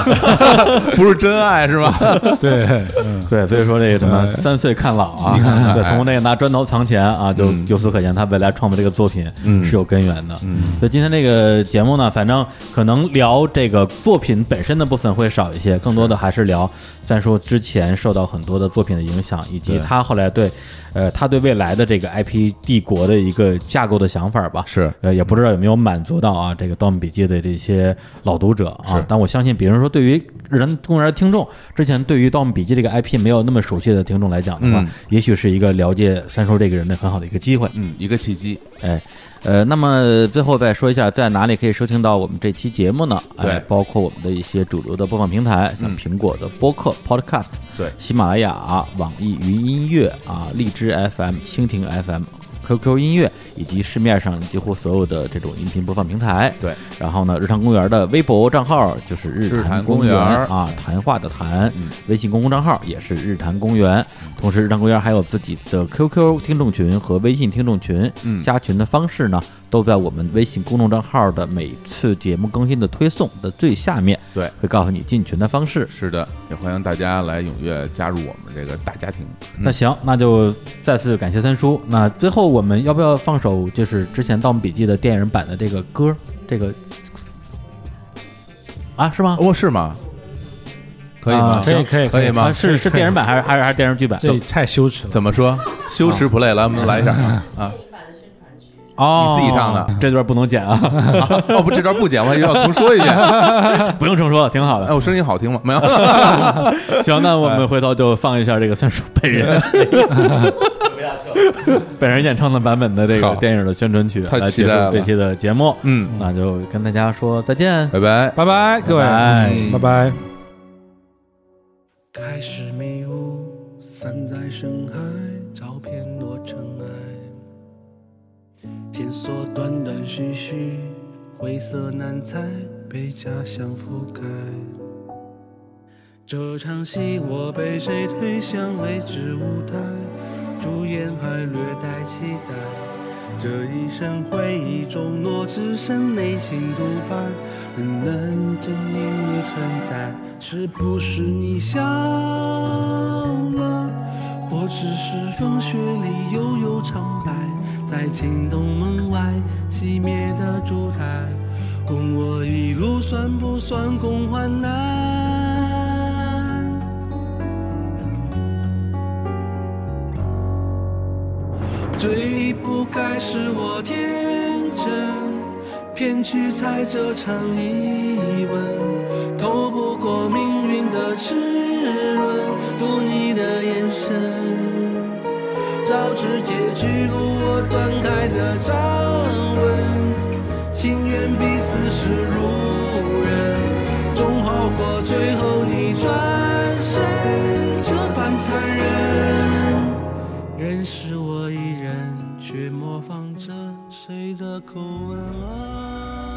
[SPEAKER 2] 不是真爱是吧？
[SPEAKER 3] 对，嗯，
[SPEAKER 1] 对，所以说这个什
[SPEAKER 2] 哎
[SPEAKER 1] 么三岁看老啊， 对，从那个拿砖头藏钱啊，就
[SPEAKER 2] 嗯
[SPEAKER 1] 由此可见，他未来创作这个作品
[SPEAKER 2] 嗯
[SPEAKER 1] 是有根源的。
[SPEAKER 2] 嗯，
[SPEAKER 1] 所以今天这个节目呢，反正可能聊这个作品本身的部分会少一些，更多的还是聊三叔之前受到很多的作品的影响，以及
[SPEAKER 2] 对
[SPEAKER 1] 他后来对，呃，他对未来的这个 IP 帝国的一个架构的想法吧。
[SPEAKER 2] 是
[SPEAKER 1] 呃，也不知道有没有满足到啊这个《盗墓笔记》的这些老读者啊
[SPEAKER 2] 是。
[SPEAKER 1] 但我相信，比如说对于日坛公园的听众，之前对于《盗墓笔记》这个 IP 没有那么熟悉的听众来讲的话，
[SPEAKER 2] 嗯
[SPEAKER 1] 也许是一个了解三叔这个人的很好的一个机会。
[SPEAKER 2] 嗯，一个契机。
[SPEAKER 1] 哎，呃，那么最后再说一下，在哪里可以收听到我们这期节目呢？哎
[SPEAKER 2] 对，
[SPEAKER 1] 包括我们的一些主流的播放平台，像
[SPEAKER 2] 嗯
[SPEAKER 1] 苹果的播客 Podcast，
[SPEAKER 2] 对
[SPEAKER 1] 喜马拉雅、网易云音乐啊、荔枝 FM、蜻蜓 FM。QQ 音乐以及市面上几乎所有的这种音频播放平台，
[SPEAKER 2] 对，
[SPEAKER 1] 然后呢，日坛公园的微博账号就是日
[SPEAKER 2] 日坛
[SPEAKER 1] 公
[SPEAKER 2] 公园
[SPEAKER 1] 啊，谈话的谈，
[SPEAKER 2] 嗯
[SPEAKER 1] 微信公共账号也是日坛公园。同时，日坛公园还有自己的 QQ 听众群和微信听众群，
[SPEAKER 2] 嗯
[SPEAKER 1] 加群的方式呢，都在我们微信公众账号的每次节目更新的推送的最下面，
[SPEAKER 2] 对，
[SPEAKER 1] 会告诉你进群的方式。
[SPEAKER 2] 是的，也欢迎大家来踊跃加入我们这个大家庭。
[SPEAKER 1] 那行，那就再次感谢三叔。那最后我们要不要放首就是之前《盗墓笔记》的电影版的这个歌？这个啊，是吗？
[SPEAKER 2] 哦，是吗？可以
[SPEAKER 1] 啊
[SPEAKER 2] 吗？
[SPEAKER 3] 可以
[SPEAKER 1] 行
[SPEAKER 3] 可以
[SPEAKER 2] 可以吗
[SPEAKER 1] 啊，是是电影版还是还是还是电视剧版？
[SPEAKER 3] 这太羞耻了。
[SPEAKER 2] 怎么说？羞耻 play 来，我们来一下啊！啊
[SPEAKER 1] 哦，
[SPEAKER 2] 你自己上的
[SPEAKER 1] 这段不能剪啊，
[SPEAKER 2] 哦不，这段不剪，我还要重说一遍。
[SPEAKER 1] 不用重说，挺好
[SPEAKER 2] 哎，
[SPEAKER 1] 的。
[SPEAKER 2] 我声音好听吗？没有。呃
[SPEAKER 1] 行，那我
[SPEAKER 2] 哎
[SPEAKER 1] 们回头就放一下这个三叔本 人，本人演唱的版本的这个
[SPEAKER 2] 好
[SPEAKER 1] 电影的宣传曲，
[SPEAKER 2] 太
[SPEAKER 1] 来
[SPEAKER 2] 期
[SPEAKER 1] 结束
[SPEAKER 2] 待了
[SPEAKER 1] 这期的节目，
[SPEAKER 2] 嗯，
[SPEAKER 1] 那就跟大家说再见。
[SPEAKER 2] 拜拜。
[SPEAKER 3] 拜拜，各位，
[SPEAKER 1] 拜拜
[SPEAKER 3] 嗯拜拜。
[SPEAKER 4] 开始迷雾散在深海，照片落尘埃。线索断断续续，灰色难猜，被假象覆盖。这场戏我被谁推向未知舞台，主演还略带期待。这一生回忆中我置身内心独白，仍能证明你存在。是不是你笑了，或只是风雪里悠悠长白，在青铜门外熄灭的烛台，共我一路算不算共患难？最不该是我天真，骗去猜这场疑问，透不过命运的齿轮，读你的眼神，招致结局如我断开的掌纹，情愿彼此是路人，终好过最后你转身这般残忍。仍是我一人，却模仿着谁的口吻啊。